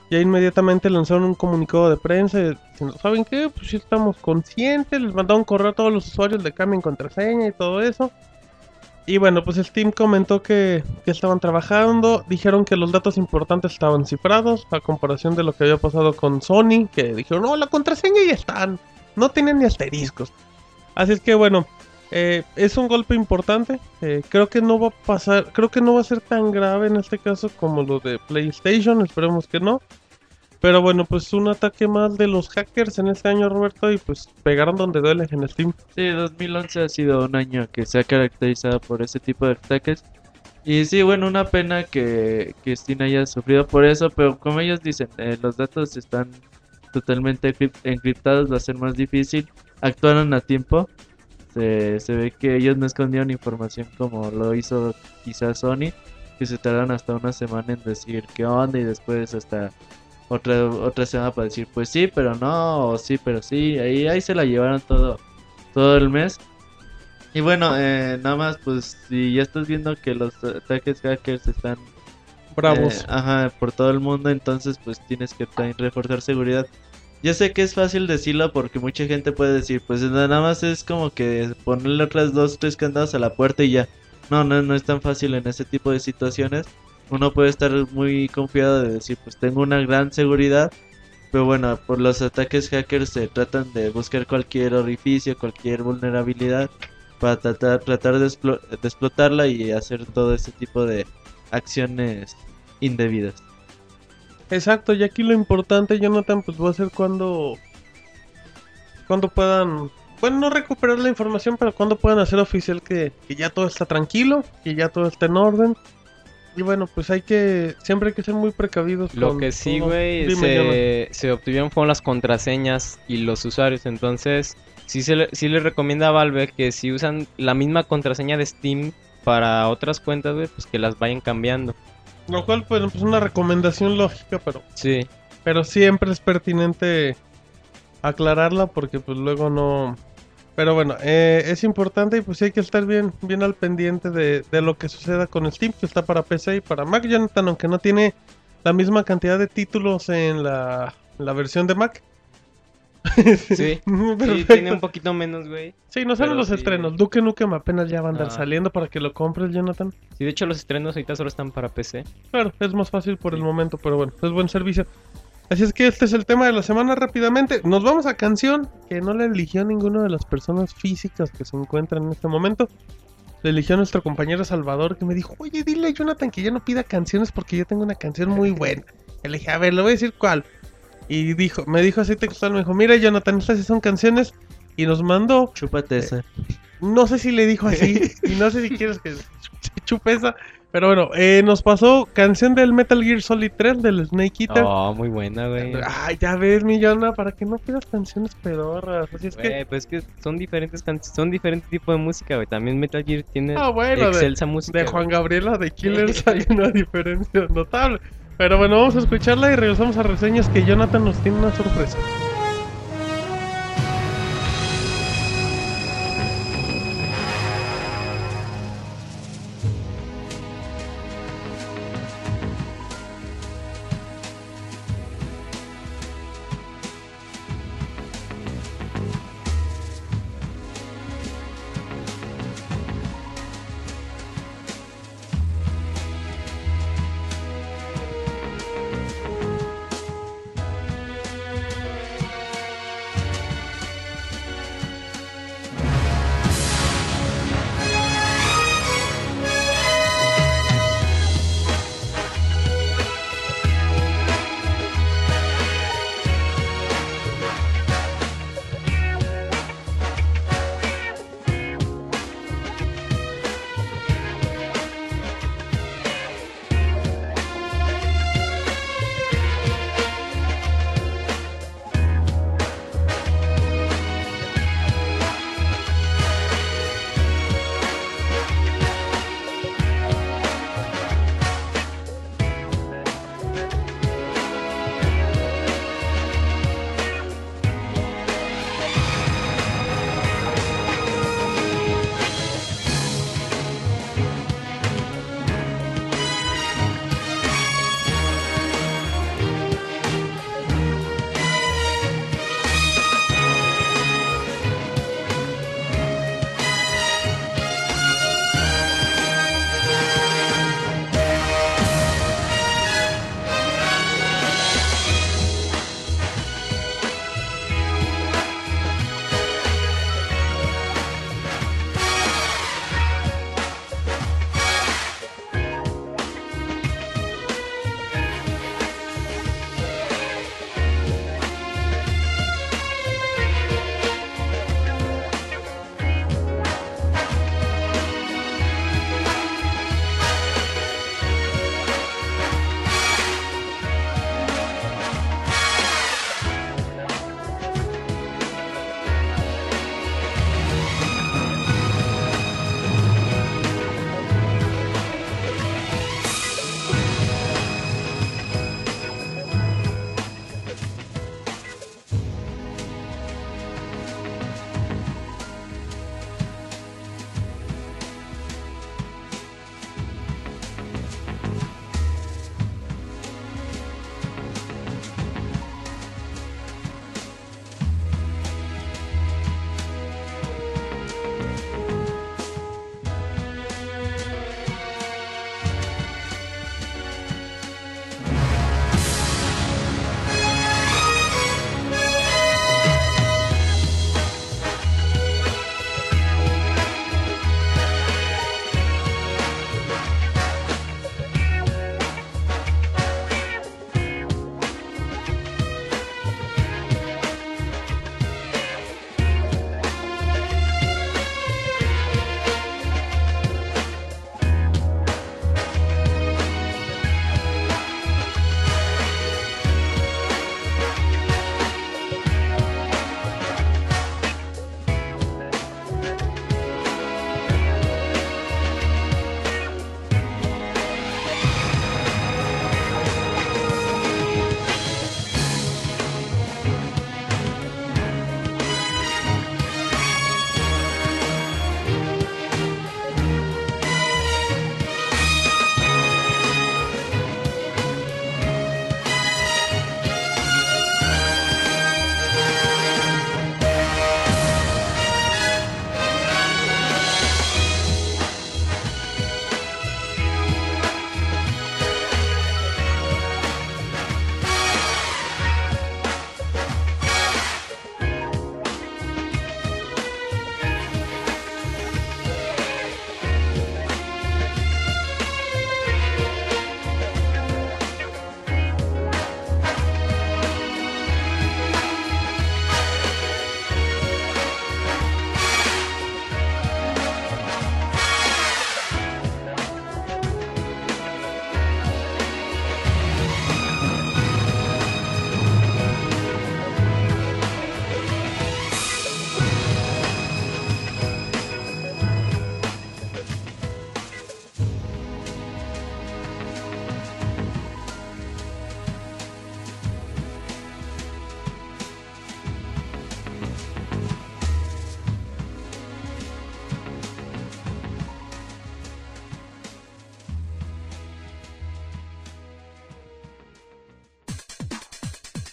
Ya inmediatamente lanzaron un comunicado de prensa diciendo, ¿saben qué? Pues sí estamos conscientes, les mandaron correo a todos los usuarios, le cambien contraseña y todo eso. Y bueno, pues Steam comentó que, que estaban trabajando, dijeron que los datos importantes estaban cifrados, a comparación de lo que había pasado con Sony, que dijeron, no, la contraseña ya están, no tienen ni asteriscos. Así es que bueno, eh, es un golpe importante, eh, creo que no va a pasar, creo que no va a ser tan grave en este caso como lo de PlayStation, esperemos que no. Pero bueno, pues un ataque más de los hackers en este año, Roberto, y pues pegaron donde duele en Steam. Sí, 2011 ha sido un año que se ha caracterizado por ese tipo de ataques. Y sí, bueno, una pena que, que Steam haya sufrido por eso, pero como ellos dicen, eh, los datos están totalmente encriptados, va a ser más difícil. Actuaron a tiempo. Se, se ve que ellos no escondieron información como lo hizo quizás Sony, que se tardaron hasta una semana en decir qué onda y después hasta otra, otra semana para decir pues sí, pero no, o sí, pero sí, ahí, ahí se la llevaron todo, todo el mes. Y bueno, eh, nada más pues si ya estás viendo que los ataques hackers están bravos. eh, ajá, por todo el mundo, entonces pues tienes que también reforzar seguridad. Yo sé que es fácil decirlo porque mucha gente puede decir, pues nada más es como que ponerle otras dos, tres candados a la puerta y ya. No, no, no es tan fácil en ese tipo de situaciones uno puede estar muy confiado de decir, pues tengo una gran seguridad, pero bueno, por los ataques hackers se tratan de buscar cualquier orificio, cualquier vulnerabilidad para tratar, tratar de, explo- de explotarla y hacer todo este tipo de acciones indebidas. Exacto, y aquí lo importante, Jonathan, pues va a ser cuando, cuando puedan, bueno, no recuperar la información, pero cuando puedan hacer oficial que, que ya todo está tranquilo, que ya todo está en orden. Y bueno, pues hay que, siempre hay que ser muy precavidos. Lo con que sí, todo. güey, Dime, Jonathan. se, se obtuvieron fueron las contraseñas y los usuarios. Entonces, sí, se le, sí les recomienda a Valve que si usan la misma contraseña de Steam para otras cuentas, güey, pues que las vayan cambiando. Lo cual, pues, pues una recomendación lógica, pero, Sí. pero siempre es pertinente aclararla porque pues luego no... Pero bueno, eh, es importante y pues sí hay que estar bien, bien al pendiente de, de lo que suceda con Steam, que está para PC y para Mac. Jonathan, aunque no tiene la misma cantidad de títulos en la, en la versión de Mac. Sí. Sí, Perfecto. tiene un poquito menos, güey. Sí, no salen pero los sí. estrenos. Duke Nukem apenas ya va a andar Ah. saliendo para que lo compres, Jonathan. Sí, de hecho los estrenos ahorita solo están para PC. Claro, es más fácil por el momento, pero bueno, es buen servicio. Así es que este es el tema de la semana rápidamente. Nos vamos a canción que no la eligió ninguna de las personas físicas que se encuentran en este momento. La eligió nuestro compañero Salvador que me dijo, oye, dile a Jonathan que ya no pida canciones porque yo tengo una canción muy buena. Y Le dije, a ver, le voy a decir cuál. Y dijo, me dijo así textual, me dijo, mira Jonathan, estas sí son canciones. Y nos mandó Chúpate esa. no sé si le dijo así y no sé si quieres que se chupe esa. Pero bueno, eh, nos pasó canción del Metal Gear Solid 3 del Snake Eater. Oh, muy buena, güey. Ay, ya ves, Millona, para que no pidas canciones pedorras. Así es que. Güey, pues es que son diferentes can- son diferentes tipos de música, güey. También Metal Gear tiene Ah, bueno, de, excelsa música. de güey. Juan Gabriela, de Killers, hay una diferencia notable. Pero bueno, vamos a escucharla y regresamos a reseñas que Jonathan nos tiene una sorpresa.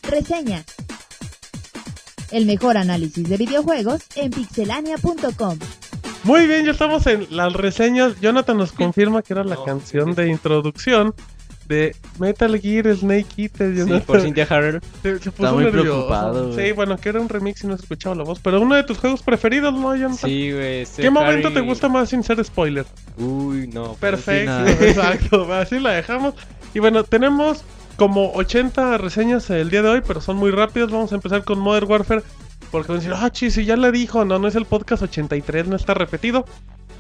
Reseña. El mejor análisis de videojuegos en pixelania.com. Muy bien, ya estamos en las reseñas. Jonathan nos confirma que era la No, canción de introducción de Metal Gear Snake Eater. Sí, Jonathan. por Cynthia Harrell. Se- se puso Está muy nervioso. preocupado, güey. Sí, bueno, que era un remix y no se escuchaba la voz. Pero uno de tus juegos preferidos, ¿no, Jonathan? Sí, güey. este ¿Qué momento Harry- te gusta más sin ser spoiler? Uy, no. pues, Perfecto, nada. exacto, así la dejamos. Y bueno, tenemos como 80 reseñas el día de hoy, pero son muy rápidas. Vamos a empezar con Modern Warfare, porque van a decir, ah, chis, si ya le dijo, no, no es el podcast 83, no está repetido.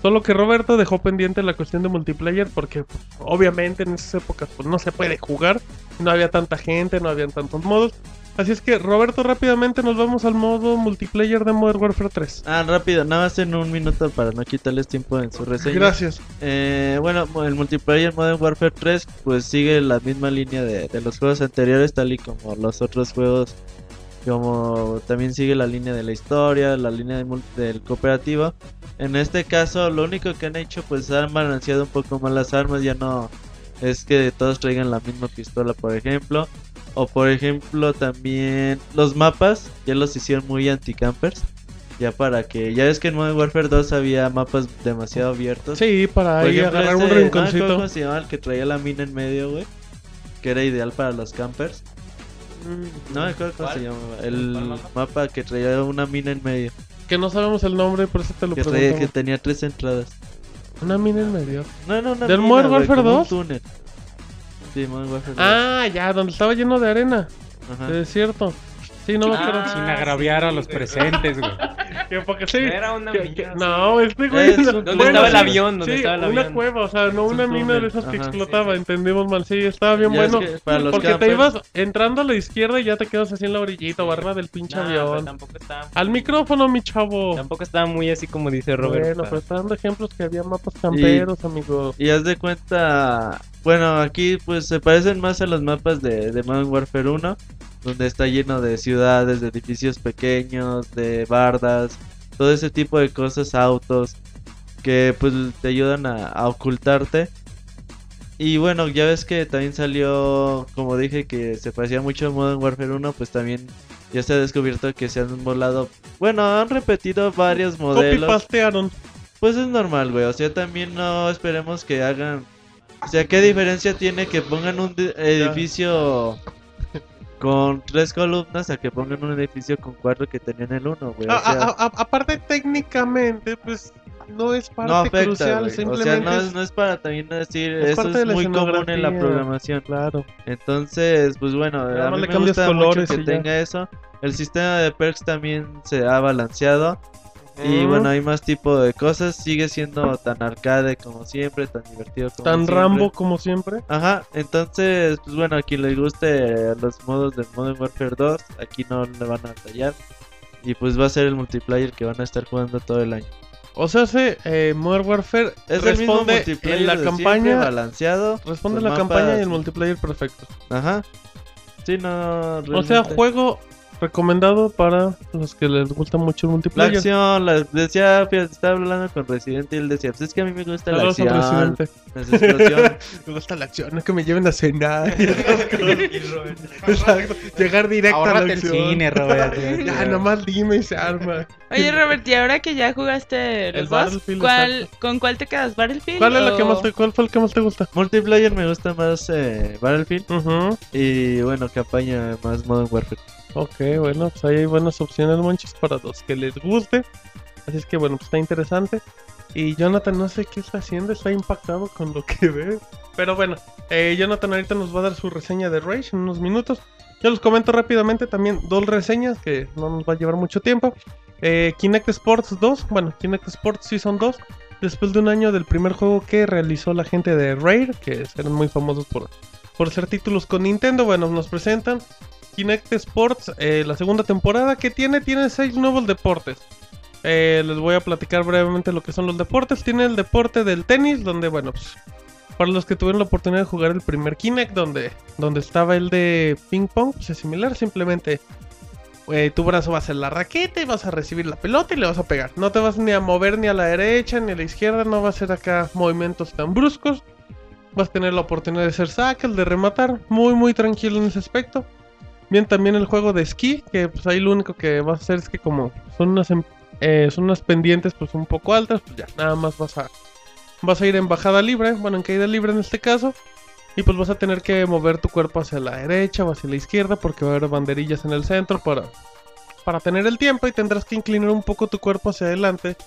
Solo que Roberto dejó pendiente la cuestión de multiplayer, porque pues, obviamente en esas épocas pues, no se puede jugar, no había tanta gente, no habían tantos modos. Así es que, Roberto, rápidamente nos vamos al modo multiplayer de Modern Warfare 3. Ah, rápido, nada más en un minuto para no quitarles tiempo en su reseña. Gracias. Eh, bueno, el multiplayer Modern Warfare 3 pues sigue la misma línea de, de los juegos anteriores, tal y como los otros juegos, como también sigue la línea de la historia, la línea de mul- del cooperativo. En este caso, lo único que han hecho pues han balanceado un poco más las armas, ya no es que todos traigan la misma pistola, por ejemplo. O por ejemplo también los mapas, ya los hicieron muy anti-campers. Ya para que, ya ves que en Modern Warfare 2 había mapas demasiado abiertos. Sí, para Por ahí ejemplo, agarrar un este, no me acuerdo rinconcito. ¿Cómo se llamaba el que traía la mina en medio, güey? Que era ideal para los campers. Mm, No me acuerdo cómo se llamaba. ¿Cuál El mapa? mapa que traía una mina en medio. Que no sabemos el nombre, por eso te lo Que, traía, que preguntamos. tenía tres entradas. Una mina en medio. No, no, no. ¿Del Modern Warfare 2? túnel. Sí, Modern Warfare 2. Ah, ya, donde estaba lleno de arena. Ajá. Es cierto. Sí, no me acuerdo. Ah, sin agraviar a los presentes, güey. Que porque sí. Era una que- que- mina, no, este güey. Es no- un- ¿Dónde estaba el sí, avión? ¿Dónde sí, estaba el Una avión? cueva, o sea, no Es una un mina de túnel, esas que ajá. explotaba, entendimos mal. Sí, estaba bien Ya es bueno. que para los Porque te campers- ibas entrando a la izquierda y ya te quedas así en la orillita, barra del pinche Nah, pero avión. tampoco estaba Al micrófono, mi chavo. Tampoco estaba muy así como dice Robert. Bueno, pa- pero está dando ejemplos que había mapas camperos, amigo. Y haz de cuenta, bueno, aquí pues se parecen más a los mapas de, de Modern Warfare 1, donde está lleno de ciudades, de edificios pequeños, de bardas, todo ese tipo de cosas, autos, que pues te ayudan a, a ocultarte. Y bueno, ya ves que también salió, como dije, que se parecía mucho a Modern Warfare 1, pues también ya se ha descubierto que se han volado, bueno, han repetido varios Copy modelos. pastearon. Pues es normal, güey. O sea, también no esperemos que hagan. O sea, ¿qué diferencia tiene que pongan un de- edificio con tres columnas a que pongan un edificio con cuatro que tenían el uno, güey? O A- sea, a- a- aparte técnicamente, pues no es parte no afecta, crucial, güey. O simplemente sea, no es- es, no es para también decir. Es eso parte de es la muy común en la escenografía. programación. claro. Entonces, pues bueno, Nada a más mí le me cambias gusta colores mucho que y ya. tenga eso. El sistema de perks también se ha balanceado. Y Ujú. bueno, hay más tipo de cosas. Sigue siendo tan arcade como siempre, tan divertido como tan siempre. Rambo como siempre. Ajá, entonces, pues bueno, a quien le guste los modos de Modern Warfare 2, aquí no le van a batallar. Y pues va a ser el multiplayer que van a estar jugando todo el año. O sea, se eh, Modern Warfare Es el mismo responde multiplayer en la de siempre, campaña, balanceado. responde con la campaña y el mapas. multiplayer perfecto. Ajá. Sí, no. O sea, realmente. juego recomendado para los que les gusta mucho el La multiplayer. acción, la, decía, fíjate, estaba hablando con Resident y él decía, pues es que a mí me gusta la Saludos a acción, Residente. la explosiones. Me gusta la acción, no que me lleven a cenar. y esas cosas. Exacto, Llegar directo a la Ahórrate el acción. cine, Robert. Ya, nomás dime y se arma. Oye, Robert, y ahora que ya jugaste El los dos, Battlefield, ¿cuál, ¿con cuál te quedas? ¿Battlefield? ¿Cuál, es la que o- más te, ¿Cuál fue el que más te gusta? Multiplayer me gusta más eh, Battlefield Ujú. y bueno, campaña más Modern Warfare. Ok, bueno, pues ahí hay buenas opciones, monchis, para los que les guste. Así es que bueno, pues está interesante. Y Jonathan, no sé qué está haciendo, está impactado con lo que ve. Pero bueno, eh, Jonathan ahorita nos va a dar su reseña de Rage en unos minutos. Yo les comento rápidamente también dos reseñas que no nos va a llevar mucho tiempo. Eh, Kinect Sports 2, bueno, Kinect Sports Season 2. Después de un año del primer juego que realizó la gente de Rare, que eran muy famosos por, por hacer títulos con Nintendo, bueno, nos presentan Kinect Sports, eh, la segunda temporada que tiene, tiene seis nuevos deportes. Eh, les voy a platicar brevemente lo que son los deportes. Tiene el deporte del tenis, donde, bueno, pues, para los que tuvieron la oportunidad de jugar el primer Kinect, donde, donde estaba el de ping pong, pues es similar, simplemente eh, tu brazo va a ser la raqueta y vas a recibir la pelota y le vas a pegar. No te vas ni a mover ni a la derecha ni a la izquierda, no va a ser acá movimientos tan bruscos. Vas a tener la oportunidad de hacer saques, de rematar, muy muy tranquilo en ese aspecto. Bien, también el juego de esquí, que pues ahí lo único que vas a hacer es que como son unas, em- eh, son unas pendientes pues un poco altas, pues ya nada más vas a, vas a ir en bajada libre, bueno, en caída libre en este caso, y pues vas a tener que mover tu cuerpo hacia la derecha o hacia la izquierda porque va a haber banderillas en el centro para, para tener el tiempo y tendrás que inclinar un poco tu cuerpo hacia adelante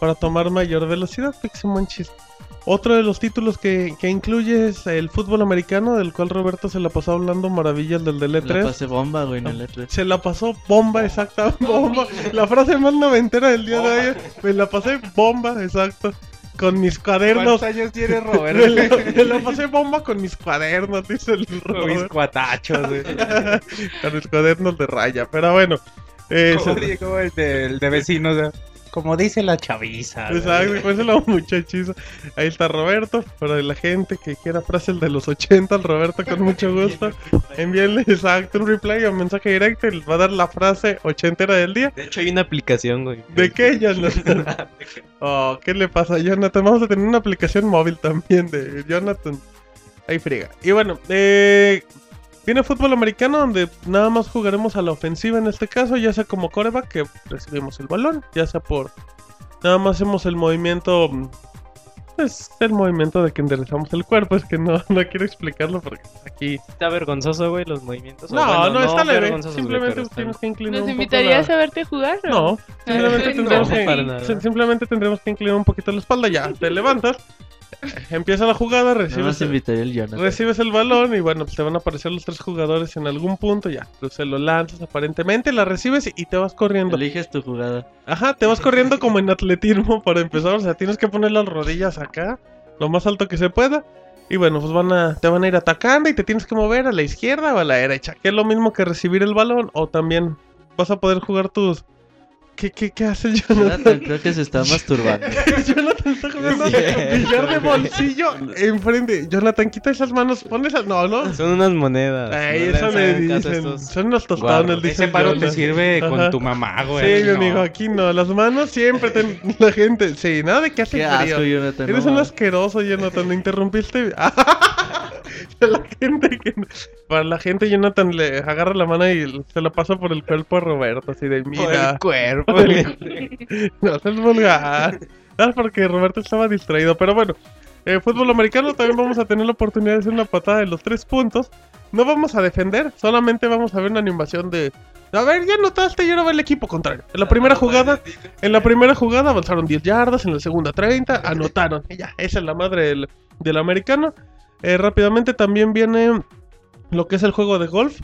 para tomar mayor velocidad, Pixelmon chiste. Otro de los títulos que, que incluye es el fútbol americano, del cual Roberto se la pasó hablando maravillas del del La E3. pasé bomba, güey, en el E E3. Se la pasó bomba, exacta, bomba. La frase más noventera del día de hoy. Me la pasé bomba, exacto. Con mis cuadernos. ¿Cuántos años tiene Me la, Roberto? me la pasé bomba con mis cuadernos, dice el Con mis Robert. cuatachos, güey. Con mis cuadernos de raya. Pero bueno. eh, Como se- digo, el de, el de vecinos. ¿eh? Como dice la chaviza. güey. Exacto, pues la muchachiza. Ahí está Roberto, para la gente que quiera frase el de los 80, al Roberto con mucho gusto. Envíenle exacto un replay o un mensaje directo y les va a dar la frase ochentera del día. De hecho, hay una aplicación, güey. ¿De qué, Jonathan? Oh, ¿qué le pasa a Jonathan? Vamos a tener una aplicación móvil también de Jonathan. Ahí friega. Y bueno, eh, viene fútbol americano donde nada más jugaremos a la ofensiva en este caso, ya sea como coreback que recibimos el balón, ya sea por... Nada más hacemos el movimiento... mm, Pues el movimiento de que enderezamos el cuerpo, es que no, no quiero explicarlo porque aquí... Está vergonzoso, güey, los movimientos. O No, bueno, no, está leve. vergonzosos, güey, Simplemente pero están- tienes que inclinar ¿Nos un poco invitarías la- a verte jugar? o- No, Simplemente, No, tendremos para que, nada. sim- simplemente tendremos que inclinar un poquito la espalda. Ya, te levantas, empieza la jugada, Nada más recibes, el, invitaría el Jonathan. recibes el balón y bueno, pues te van a aparecer los tres jugadores en algún punto. Ya, pues se lo lanzas aparentemente, la recibes y te vas corriendo. Eliges tu jugada. Ajá, te vas corriendo como en atletismo para empezar. O sea, tienes que poner las rodillas acá, lo más alto que se pueda. Y bueno, pues van a, te van a ir atacando y te tienes que mover a la izquierda o a la derecha. Que es lo mismo que recibir el balón. O también vas a poder jugar tus. ¿Qué, qué, qué haces, Jonathan? Jonathan creo que se está masturbando. Jonathan está jugando Sí, eh. billar de bolsillo enfrente. Jonathan, quita esas manos, pon esas. No, no. Son unas monedas. Ay, no le eso le hagan caso a dicen. estos. Son unos tostones, guarros. dice Ese paro te Jonathan. sirve Ajá. con tu mamá, güey. Sí, mi no. amigo, aquí no. Las manos siempre ten... la gente. Sí, nada de que hace Qué frío. asco, Jonathan. Eres no un mames. asqueroso, Jonathan. Me interrumpiste. la gente que... Para la gente, Jonathan le agarra la mano y se la pasa por el cuerpo a Roberto. Así de, Por el mira. cuerpo. No seas vulgar. Ah, porque Roberto estaba distraído. Pero bueno, eh, fútbol americano también vamos a tener la oportunidad de hacer una patada de los tres puntos. No vamos a defender, solamente vamos a ver una animación de. A ver, ya notaste, yo no veo el equipo contrario. En la primera jugada, en la primera jugada avanzaron 10 yardas, en la segunda 30, anotaron. Y Ya, esa es la madre del, del americano. Eh, rápidamente también viene lo que es el juego de golf.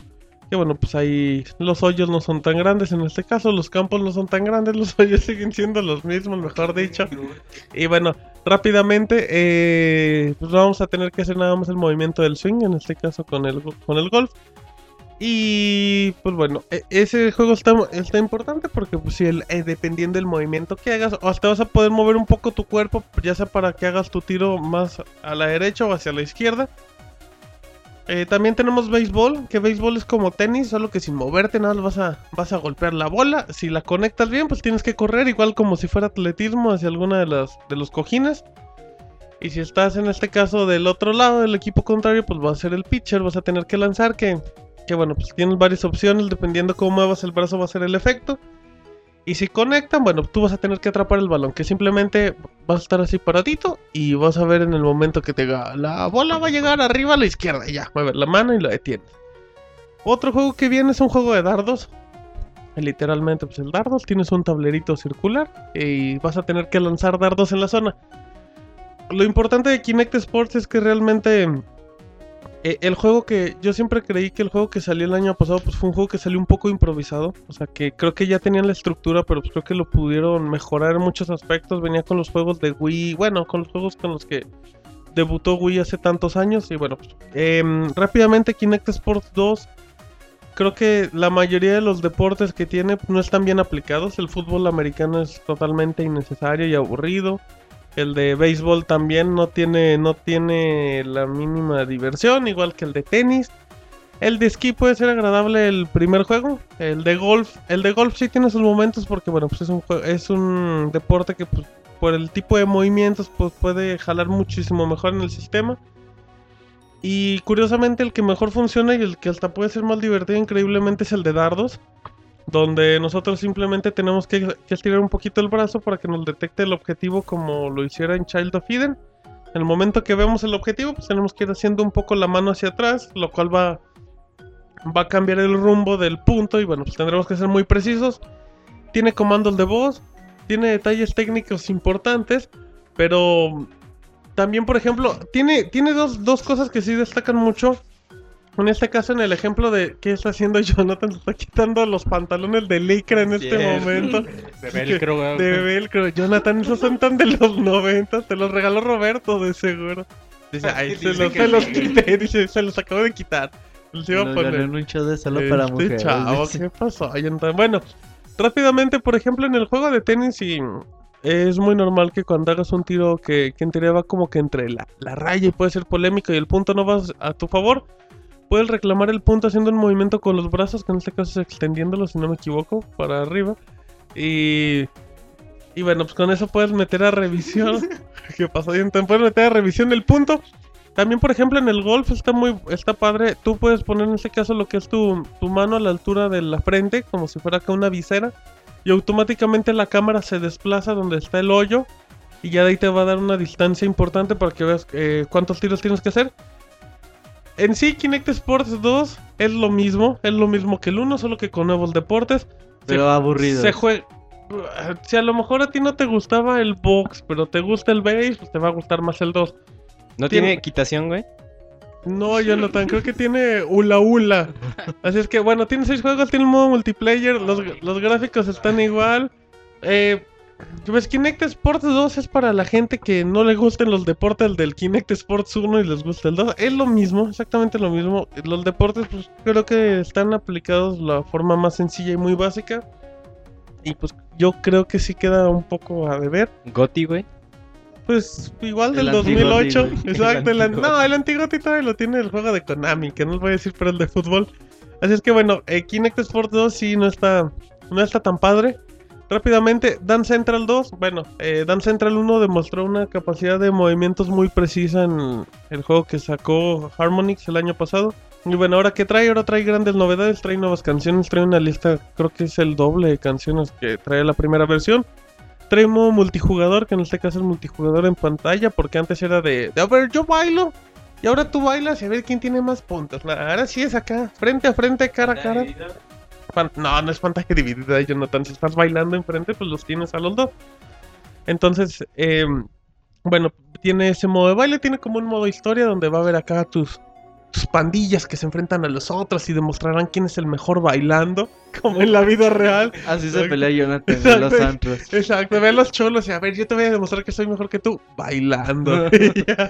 Que bueno, pues ahí los hoyos no son tan grandes en este caso, los campos no son tan grandes, los hoyos siguen siendo los mismos, mejor dicho. Y bueno, rápidamente, eh, pues vamos a tener que hacer nada más el movimiento del swing, en este caso con el, go- con el golf. Y pues bueno, e- ese juego está, está importante porque pues si el, eh, dependiendo del movimiento que hagas, o hasta vas a poder mover un poco tu cuerpo, ya sea para que hagas tu tiro más a la derecha o hacia la izquierda. Eh, también tenemos béisbol, que béisbol es como tenis, solo que sin moverte nada más vas a, vas a golpear la bola. Si la conectas bien, pues tienes que correr igual como si fuera atletismo hacia alguna de las de los cojines. Y si estás en este caso del otro lado del equipo contrario, pues va a ser el pitcher, vas a tener que lanzar que que bueno, pues tienes varias opciones dependiendo cómo muevas el brazo va a ser el efecto. Y si conectan, bueno, tú vas a tener que atrapar el balón, que simplemente vas a estar así paradito y vas a ver en el momento que te ga- la bola va a llegar arriba a la izquierda y ya, mueve la mano y lo detienes. Otro juego que viene es un juego de dardos. Literalmente, pues el dardos, tienes un tablerito circular y vas a tener que lanzar dardos en la zona. Lo importante de Kinect Sports es que realmente eh, el juego que yo siempre creí que el juego que salió el año pasado pues fue un juego que salió un poco improvisado, o sea que creo que ya tenían la estructura, pero pues creo que lo pudieron mejorar en muchos aspectos, venía con los juegos de Wii, bueno, con los juegos con los que debutó Wii hace tantos años y bueno, pues, em, rápidamente Kinect Sports 2 creo que la mayoría de los deportes que tiene pues, no están bien aplicados, el fútbol americano es totalmente innecesario y aburrido. El de béisbol también no tiene, no tiene la mínima diversión, igual que el de tenis. El de esquí puede ser agradable el primer juego. El de golf, el de golf sí tiene sus momentos porque bueno, pues es un jue- es un deporte que pues, por el tipo de movimientos pues puede jalar muchísimo mejor en el sistema. Y curiosamente el que mejor funciona y el que hasta puede ser más divertido increíblemente es el de dardos. Donde nosotros simplemente tenemos que, que estirar un poquito el brazo para que nos detecte el objetivo como lo hiciera en Child of Eden. En el momento que vemos el objetivo, pues tenemos que ir haciendo un poco la mano hacia atrás, lo cual va, va a cambiar el rumbo del punto y bueno, pues tendremos que ser muy precisos. Tiene comandos de voz, tiene detalles técnicos importantes, pero también, por ejemplo, tiene, tiene dos, dos cosas que sí destacan mucho. En este caso, en el ejemplo de qué está haciendo Jonathan, se está quitando los pantalones de Lycra en este Cierto. momento. De velcro, güey. De velcro. Jonathan, esos son tan de los 90. Te los regaló Roberto, de seguro. Dice, ay, se, Dice los, que se los sí. quité. Dice, se los acabo de quitar. Los iba a Nos poner. ganó en un show de salud para Este mujeres. chavo, dice. ¿qué pasó? Ay, entonces, Bueno, rápidamente, por ejemplo, en el juego de tenis y es muy normal que cuando hagas un tiro que, que en teoría va como que entre la, la raya y puede ser polémico y el punto no va a tu favor, puedes reclamar el punto haciendo un movimiento con los brazos, que en este caso es extendiéndolos, si no me equivoco, para arriba. Y, y bueno, pues con eso puedes meter a revisión. ¿Qué pasó? Y entonces puedes meter a revisión el punto. También, por ejemplo, en el golf está muy está padre. Tú puedes poner en este caso lo que es tu, tu mano a la altura de la frente, como si fuera acá una visera. Y automáticamente la cámara se desplaza donde está el hoyo. Y ya de ahí te va a dar una distancia importante para que veas eh, cuántos tiros tienes que hacer. En sí, Kinect Sports 2 es lo mismo. Es lo mismo que el 1, solo que con nuevos deportes. Pero aburrido. Se juega. Si a lo mejor a ti no te gustaba el box, pero te gusta el base, pues te va a gustar más el 2. ¿No Tiene- tiene equitación, güey? No, Jonathan, creo que tiene hula hula. Así es que, bueno, tiene seis juegos, tiene un modo multiplayer, los, los gráficos están igual. Eh, pues Kinect Sports 2 es para la gente que no le gusten los deportes del Kinect Sports 1 y les gusta el 2. Es lo mismo, exactamente lo mismo. Los deportes, pues creo que están aplicados de la forma más sencilla y muy básica. Y pues yo creo que sí queda un poco a deber. Goti, güey. Pues igual del El 2008. antigoti, Exacto. El el an- antigoti. no, el antigoti todavía lo tiene el juego de Konami, que no les voy a decir, pero el de fútbol. Así es que bueno, eh, Kinect Sports 2 sí no está, no está tan padre. Rápidamente, Dance Central 2. Bueno, eh, Dance Central 1 demostró una capacidad de movimientos muy precisa en el juego que sacó Harmonix el año pasado. Y bueno, ahora que trae, ahora trae grandes novedades, trae nuevas canciones, trae una lista, creo que es el doble de canciones que trae la primera versión. Trae un modo multijugador, que en este caso es multijugador en pantalla, porque antes era de, de, a ver, yo bailo, y ahora tú bailas y a ver quién tiene más puntos. Nah, ahora sí es acá, frente a frente, cara a cara. Pan- no, no es pantalla dividida, Jonathan. Si estás bailando enfrente, pues los tienes a los dos. Entonces, eh, bueno, tiene ese modo de baile, tiene como un modo historia donde va a haber acá tus, tus pandillas que se enfrentan a los otros y demostrarán quién es el mejor bailando, como en la vida real. Así se Exacto. pelea Jonathan en Exacto. los antros. Exacto, ve a los cholos y a ver, yo te voy a demostrar que soy mejor que tú bailando. Y ya,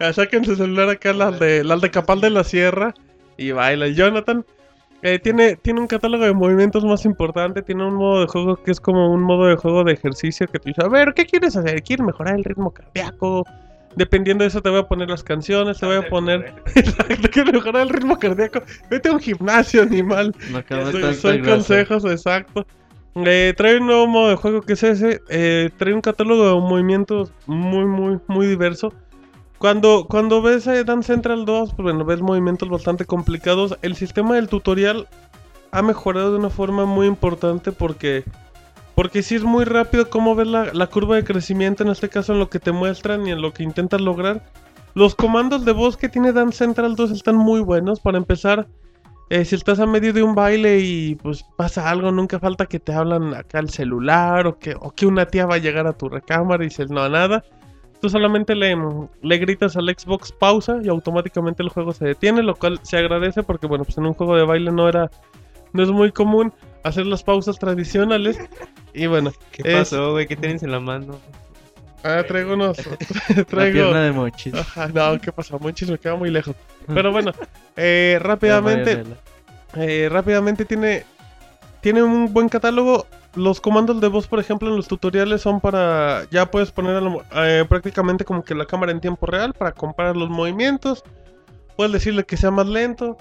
ya saquen su celular acá, las de, las de Capal de la Sierra, y baila. El Jonathan eh, tiene, tiene un catálogo de movimientos más importante, tiene un modo de juego que es como un modo de juego de ejercicio que te dice, a ver, ¿qué quieres hacer? ¿Quieres mejorar el ritmo cardíaco? Dependiendo de eso te voy a poner las canciones, te voy a poner... Exacto, ¿quieres mejorar el ritmo cardíaco? Vete a un gimnasio, animal. No acaba Son- tanta Son grasa. consejos, exacto. Eh, trae un nuevo modo de juego que es ese. eh, trae un catálogo de movimientos muy, muy, muy diverso. Cuando, cuando ves eh, Dance Central 2, pues bueno, ves movimientos bastante complicados. El sistema del tutorial ha mejorado de una forma muy importante porque. Porque sí es muy rápido cómo ves la, la curva de crecimiento, en este caso en lo que te muestran y en lo que intentas lograr. Los comandos de voz que tiene Dance Central 2 están muy buenos. Para empezar, eh, si estás a medio de un baile y pues pasa algo, nunca falta que te hablan acá al celular o que, o que una tía va a llegar a tu recámara y dices no, nada. Tú solamente le, le gritas al Xbox pausa y automáticamente el juego se detiene, lo cual se agradece porque bueno, pues en un juego de baile no era, no es muy común hacer las pausas tradicionales. Y bueno, ¿Qué Es- pasó, güey? ¿Qué tienes en la mano? ah, traigo unos, La traigo... pierna de Monchis. Ajá, no, ¿qué pasa? Monchis me queda muy lejos. Pero bueno, eh, rápidamente, La marionela. eh, rápidamente tiene tiene un buen catálogo. Los comandos de voz, por ejemplo, en los tutoriales son para ya puedes poner a lo- eh, prácticamente como que la cámara en tiempo real para comparar los movimientos. Puedes decirle que sea más lento.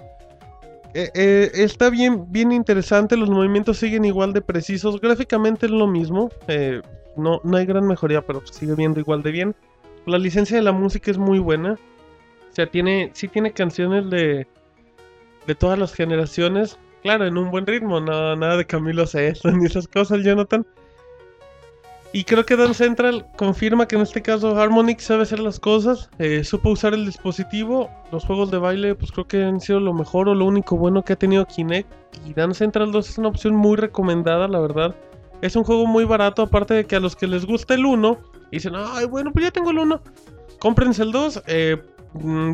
Eh, eh, está bien, bien interesante. Los movimientos siguen igual de precisos. Gráficamente es lo mismo. eh, no, no hay gran mejoría, pero sigue viendo igual de bien. La licencia de la música es muy buena. O sea, tiene, sí tiene canciones de, de todas las generaciones. Claro, en un buen ritmo, no, nada de Camilo Sesto ni esas cosas, Jonathan. Y creo que Dan Central confirma que en este caso Harmonix sabe hacer las cosas, eh, supo usar el dispositivo, los juegos de baile pues creo que han sido lo mejor o lo único bueno que ha tenido Kinect y Dan Central 2 es una opción muy recomendada la verdad. Es un juego muy barato aparte de que a los que les gusta el 1 dicen, ay bueno pues ya tengo el 1, cómprense el 2, eh,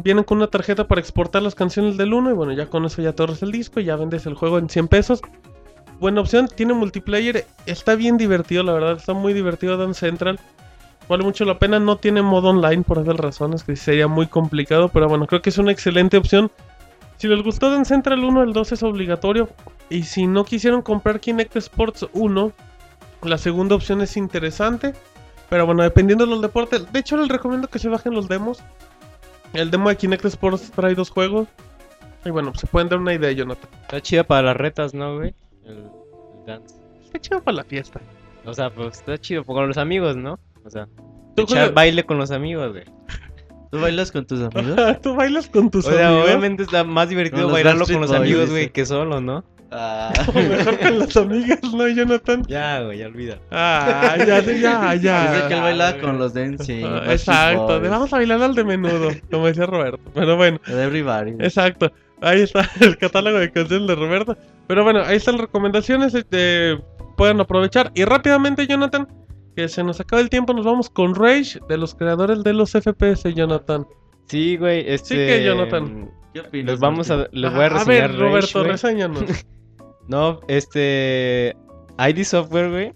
vienen con una tarjeta para exportar las canciones del 1 y bueno ya con eso ya torres el disco y ya vendes el juego en 100 pesos buena opción. Tiene multiplayer. Está bien divertido, la verdad. Está muy divertido Dan Central. Vale mucho la pena. No tiene modo online por esas razones. Que sería muy complicado. Pero bueno, creo que es una excelente opción. Si les gustó Dan Central 1, el 2 es obligatorio. Y si no quisieron comprar Kinect Sports 1, la segunda opción es interesante. Pero bueno, dependiendo de los deportes. De hecho, les recomiendo que se bajen los demos. El demo de Kinect Sports trae dos juegos. Y bueno, se pueden dar una idea, Jonathan. Está chida para las retas, ¿no, güey? el, el dance. Está chido para la fiesta. O sea, pues está chido con los amigos, ¿no? O sea, ¿Tú echar juegas- baile con los amigos, güey. ¿Tú bailas con tus amigos? Tú bailas con tus O sea, amigos. obviamente está más Con divertido los bailarlo Backstreet con los Boys, amigos, dice. güey, que solo, ¿no? Ah, Mejor con las amigas, ¿no, Jonathan? Ya, güey, ya olvida. Ah, ya, ya, dice que ya. él bailaba con los dancing. Ah, Backstreet exacto, Boys, de vamos a bailar al de menudo, como decía Roberto. Pero bueno, de Everybody. exacto. Ahí está el catálogo de canciones de Roberto. Pero bueno, ahí están las recomendaciones. Este, pueden aprovechar. Y rápidamente, Jonathan, que se nos acaba el tiempo, nos vamos con Rage de los creadores de los FPS, Jonathan. Sí, güey, este... que, Jonathan. ¿Qué opinas? Les vamos a... Les voy a Ajá, reseñar Ah, ver, Rage, Roberto, güey. reséñanos. No, este... ID Software, güey.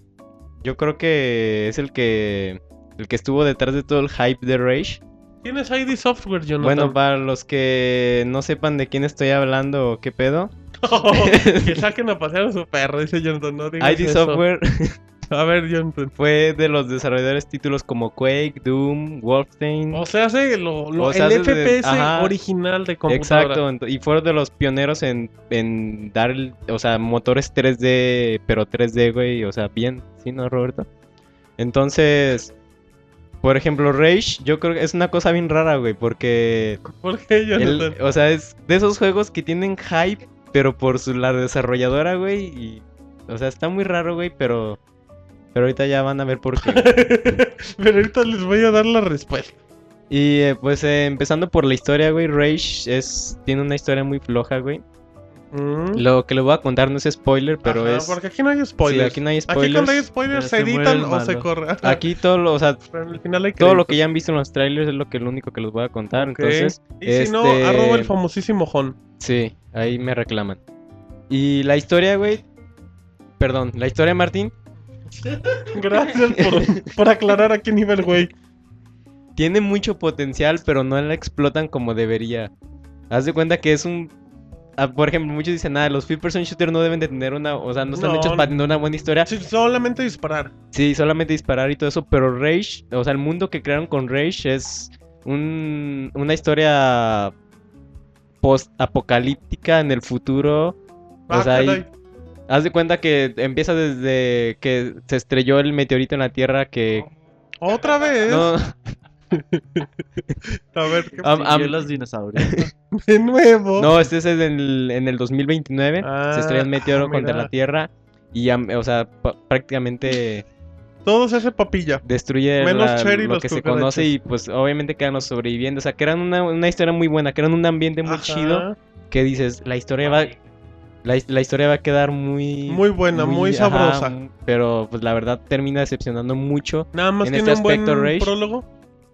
Yo creo que es el que... El que estuvo detrás de todo el hype de Rage. ¿Tienes ID Software, Jonathan? Bueno, para los que no sepan de quién estoy hablando o qué pedo, Oh, que saquen a pasear a su perro, dice Jonathan. No digas ID eso. Software A ver, Jonathan. fue de los desarrolladores títulos como Quake, Doom, Wolfenstein. O sea, hace lo, lo- O sea, el hace de- FPS ajá. original de computadora. Exacto, ento- y fueron de los pioneros en, en dar, el- o sea, motores 3D, pero 3D, güey, o sea, bien, ¿sí, no, Roberto? Entonces, por ejemplo, Rage, yo creo que es una cosa bien rara, güey, porque, ¿Por qué el- Jonathan? o sea, es de esos juegos que tienen hype, pero por su, la desarrolladora, güey, y, o sea, está muy raro, güey, pero, pero ahorita ya van a ver por qué. Pero ahorita les voy a dar la respuesta. Y eh, pues eh, empezando por la historia, güey, Rage es, tiene una historia muy floja, güey. Mm. Lo que le voy a contar no es spoiler, pero Ajá, es. Porque aquí no hay spoilers. Sí, aquí no hay Aquí spoilers. Aquí, cuando hay spoilers Pero se se muere editan el o malo. se corre. todo lo, o sea, Pero en el final hay todo lo que créditos. ya han visto en los trailers es lo que lo único que les voy a contar. Ok. Entonces, Y si no, este, arroba el famosísimo Jon. sí, ahí me reclaman. Y la historia, güey. Perdón, la historia, Martín, Gracias por, por aclarar a qué nivel, güey. tiene mucho potencial, pero no la explotan como debería. Haz de cuenta que es un. ah, por ejemplo, muchos dicen, ah, los first person shooter no deben de tener una. O sea, no están No. hechos para tener una buena historia. Sí, solamente disparar. Sí, solamente disparar y todo eso, pero Rage, o sea, el mundo que crearon con Rage es un- una historia post-apocalíptica en el futuro. Ah, O sea, ahí- caray. haz de cuenta que empieza desde que se estrelló el meteorito en la Tierra que... Otra vez. No, A ver, ¿qué- am- am- Siguió los dinosaurios. de nuevo. no, este es en el, en el 2029. Ah, se estrelló un meteoro ah, contra mira. la Tierra y, am- o sea, pa- prácticamente... Todo se hace papilla. destruye Menos la- Cher y lo los que se cucarachas. conoce y pues obviamente quedan los sobrevivientes. O sea, crean una, una historia muy buena, crean un ambiente muy Ajá. chido que dices, la historia va... La, his- la historia va a quedar muy... Muy buena, muy ajá, sabrosa. m- pero pues la verdad termina decepcionando mucho. Nada más En tiene este un buen aspecto, Rage. prólogo.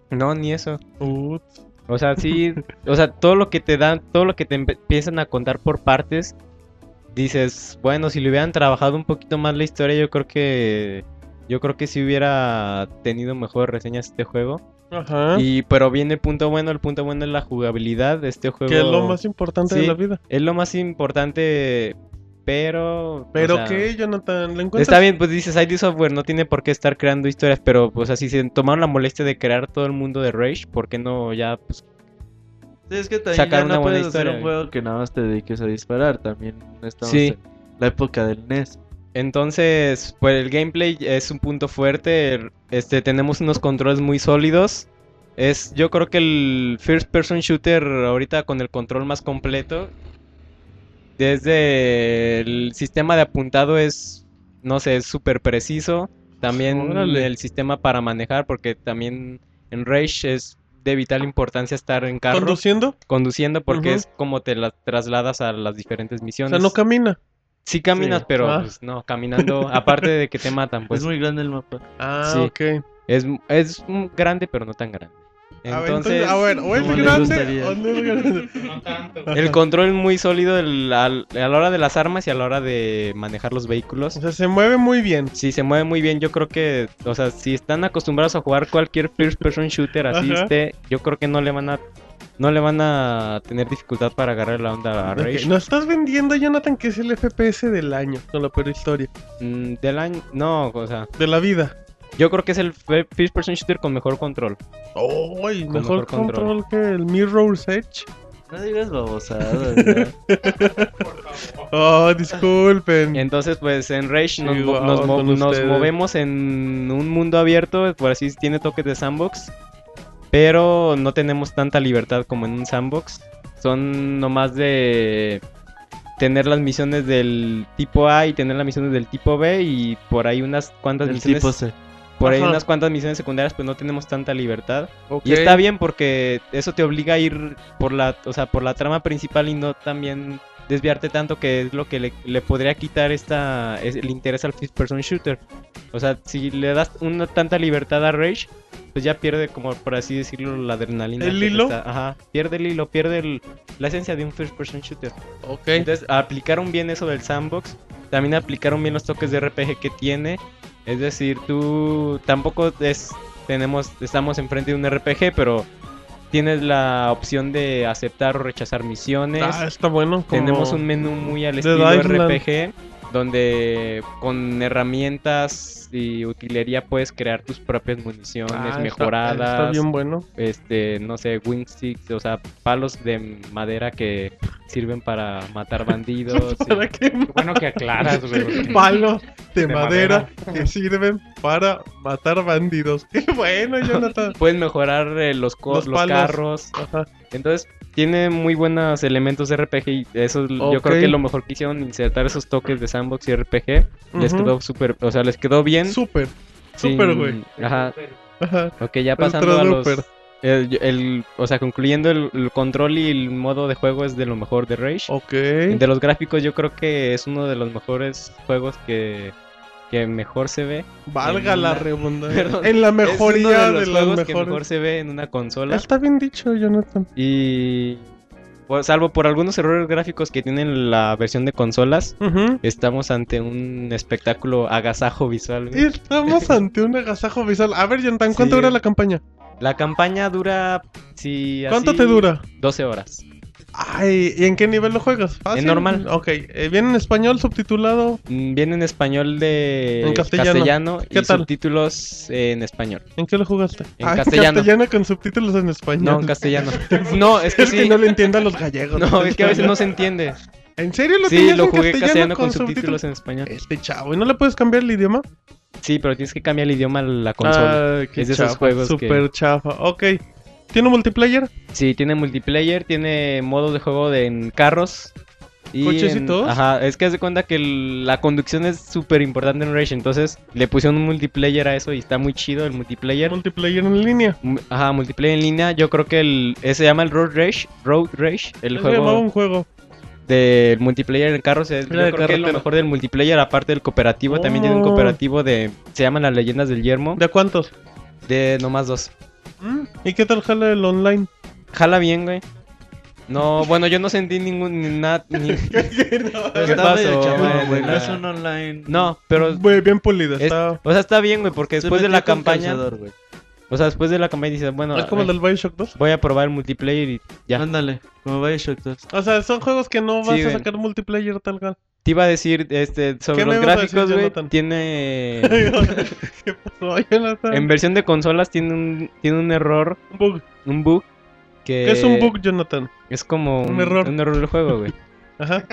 No, ni eso. Uh, O sea, sí... o sea, todo lo que te dan, todo lo que te empe- empiezan a contar por partes, dices, bueno, si le hubieran trabajado un poquito más la historia, yo creo que... Yo creo que sí hubiera tenido mejores reseñas este juego. Ajá. Y pero viene el punto bueno, el punto bueno es la jugabilidad de este juego. Que es lo más importante de Sí. la vida. es lo más importante, pero Pero o sea, que, Jonathan, ¿le encuentras? Está bien, pues dices, ID Software no tiene por qué estar creando historias, pero pues así se tomaron la molestia de crear todo el mundo de Rage, ¿por qué no ya pues, Sí, es que también Sacar ya una no buena puedes hacer historia, un güey. juego que nada más te dediques a disparar. También estamos Sí. en la época del E NES. Entonces, pues el gameplay es un punto fuerte. el- Este, tenemos unos controles muy sólidos. Es yo creo que el first person shooter ahorita con el control más completo. Desde el sistema de apuntado es, no sé, es súper preciso. También Órale. el sistema para manejar, porque también en Rage es de vital importancia estar en carro ¿Conduciendo? conduciendo porque Ujú. es como te la trasladas a las diferentes O misiones. sea, no camina. Sí caminas, Sí. pero Ah. pues, no, caminando, aparte de que te matan, pues es muy grande el mapa. Ah, Sí. ok. es, es un grande, pero no tan grande. A ver, Entonces, a ver, o ¿cómo es le grande gustaría? o no es grande. No tanto. el control es muy sólido el- al- a la hora de las armas y a la hora de manejar los O vehículos. sea, se mueve muy bien. Sí, se mueve muy bien. Yo creo que, o sea, si están acostumbrados a jugar cualquier first person shooter así Ajá. esté, yo creo que no le van a no le van a tener dificultad para agarrar la onda a Ok, Ah, Rage. Nos estás vendiendo, Jonathan, que es el FPS del año con la peor historia. Mm, del año, no, o sea, De la vida. yo creo que es el fe- first person shooter con mejor control. ¡Uy! Con mejor mejor control. control que el Mirror's Edge. No digas babosadas. ya. Oh, disculpen. Entonces, pues en Rage nos, Sí, mo- wow, nos mo- con nos ustedes. movemos en un mundo abierto, por así decir, tiene toques de sandbox, pero no tenemos tanta libertad como en un sandbox. Son nomás de tener las misiones del tipo A y tener las misiones del tipo B y por ahí unas cuantas El misiones tipo C. por ahí Ajá. unas cuantas misiones secundarias pues no tenemos tanta libertad Ok. y está bien porque eso te obliga a ir por la, o sea, por la trama principal y no también desviarte tanto que es lo que le, le podría quitar esta es- el interés al first person shooter. O sea, si le das una tanta libertad a Rage, pues ya pierde como por así decirlo la adrenalina. ¿El que te hilo? está- ajá, pierde el hilo, pierde el- la esencia de un first person shooter. Ok. Entonces, aplicaron bien eso del sandbox. También aplicaron bien los toques de RPG que tiene. Es decir, tú tampoco es, tenemos, estamos enfrente de un RPG, pero tienes la opción de aceptar o rechazar misiones. Ah, está bueno. como- Tenemos un menú muy al Dead estilo Island. RPG, donde con herramientas y utilería puedes crear tus propias municiones Ah, está- mejoradas Está, bien bueno. este, no sé, wingsticks, o sea, palos de madera que sirven para matar bandidos. y- ¿Para qué? Qué bueno que aclaras, güey. porque- Palos de, De madera, que sirven para matar bandidos. Qué bueno, Jonathan. Puedes mejorar eh, los, co- Los los palos. carros. Ajá. Entonces, tiene muy buenos elementos de RPG y eso es- yo creo Ok. que lo mejor que hicieron insertar esos toques de sandbox y RPG. Les Ujú. quedó súper, o sea, les quedó bien. Súper. sin- súper, güey. Ajá. Ajá. Ok, ya Ultra pasando a los... duper. El, el- o sea, concluyendo el, el control y el modo de juego es de lo mejor de Rage. Ok. De los gráficos yo creo que es uno de los mejores juegos que, que mejor se ve. Valga en la una- redundancia. Perdón. En la Es uno mejoría de, las los juegos que mejor mejores. se ve en una consola. Está bien dicho, Jonathan. Y pues, salvo por algunos errores gráficos que tienen la versión de consolas, Ujú. estamos ante un espectáculo agasajo visual. güey. Estamos ante un agasajo visual. A ver, Jonathan, ¿cuánto Sí. dura la campaña? La campaña dura... Si, ¿Cuánto así, te dura? 12 horas. Ay, ¿y en qué nivel lo juegas? ¿Fácil? normal. Ok, eh, viene en español subtitulado Mm, Viene en español de En castellano. y ¿Qué tal? subtítulos en español. ¿En qué lo jugaste? Ah, En castellano. con subtítulos en español. No, en castellano. No, es que Es sí. que no le entiendan los gallegos. No, es que a veces no se entiende. ¿En serio lo Sí, tenías lo en jugué castellano castellano con subtítulos en español. Este chavo, ¿y no le puedes cambiar el idioma? Sí, pero tienes que cambiar el idioma a la consola. Ah, qué Es de esos chafa, juegos que- Super chafa. Ok. ¿Tiene multiplayer? Sí, tiene multiplayer, tiene modo de juego de en carros. Y ¿Cochecitos? en- ajá, es que haz de cuenta que el- la conducción es súper importante en Rage, entonces le pusieron un multiplayer a eso y está muy chido el multiplayer. Multiplayer en línea. Mu- Ajá, multiplayer en línea, yo creo que el eh, se llama el Road Rage, Road Rage, el Él llamaba juego un juego. del multiplayer en carros, es, yo Era de creo que es lo carretera. mejor del multiplayer aparte del cooperativo, también tiene un Oh. cooperativo de se llaman las leyendas del yermo ¿De cuántos? de nomás dos. Mm, ¿Y qué tal jala el online? Jala bien, güey. No, bueno, yo no sentí ningún ni nada. ni- Pero ¿Qué está medio pasó? eh. chafa, güey, No Buena. es un online. No, pero Güey, bien polida. es- Está... o sea, está bien, güey, porque Se después de metió la con campaña, calzador, güey. o sea, después de la campaña dices, bueno, es como el ay, del Bioshock 2. voy a probar el multiplayer y ya. Ándale, como Bioshock 2. O sea, son juegos que no Sí, vas a güey. sacar multiplayer tal cual. Te iba a decir este sobre ¿Qué me los ibas a decir, gráficos, güey, Jonathan? tiene ¿Qué pasó, Jonathan? en versión de consolas tiene un tiene un error, Un bug. un bug que ¿Qué es un bug, Jonathan? Es como Un un, error. un error del juego, güey. Ajá.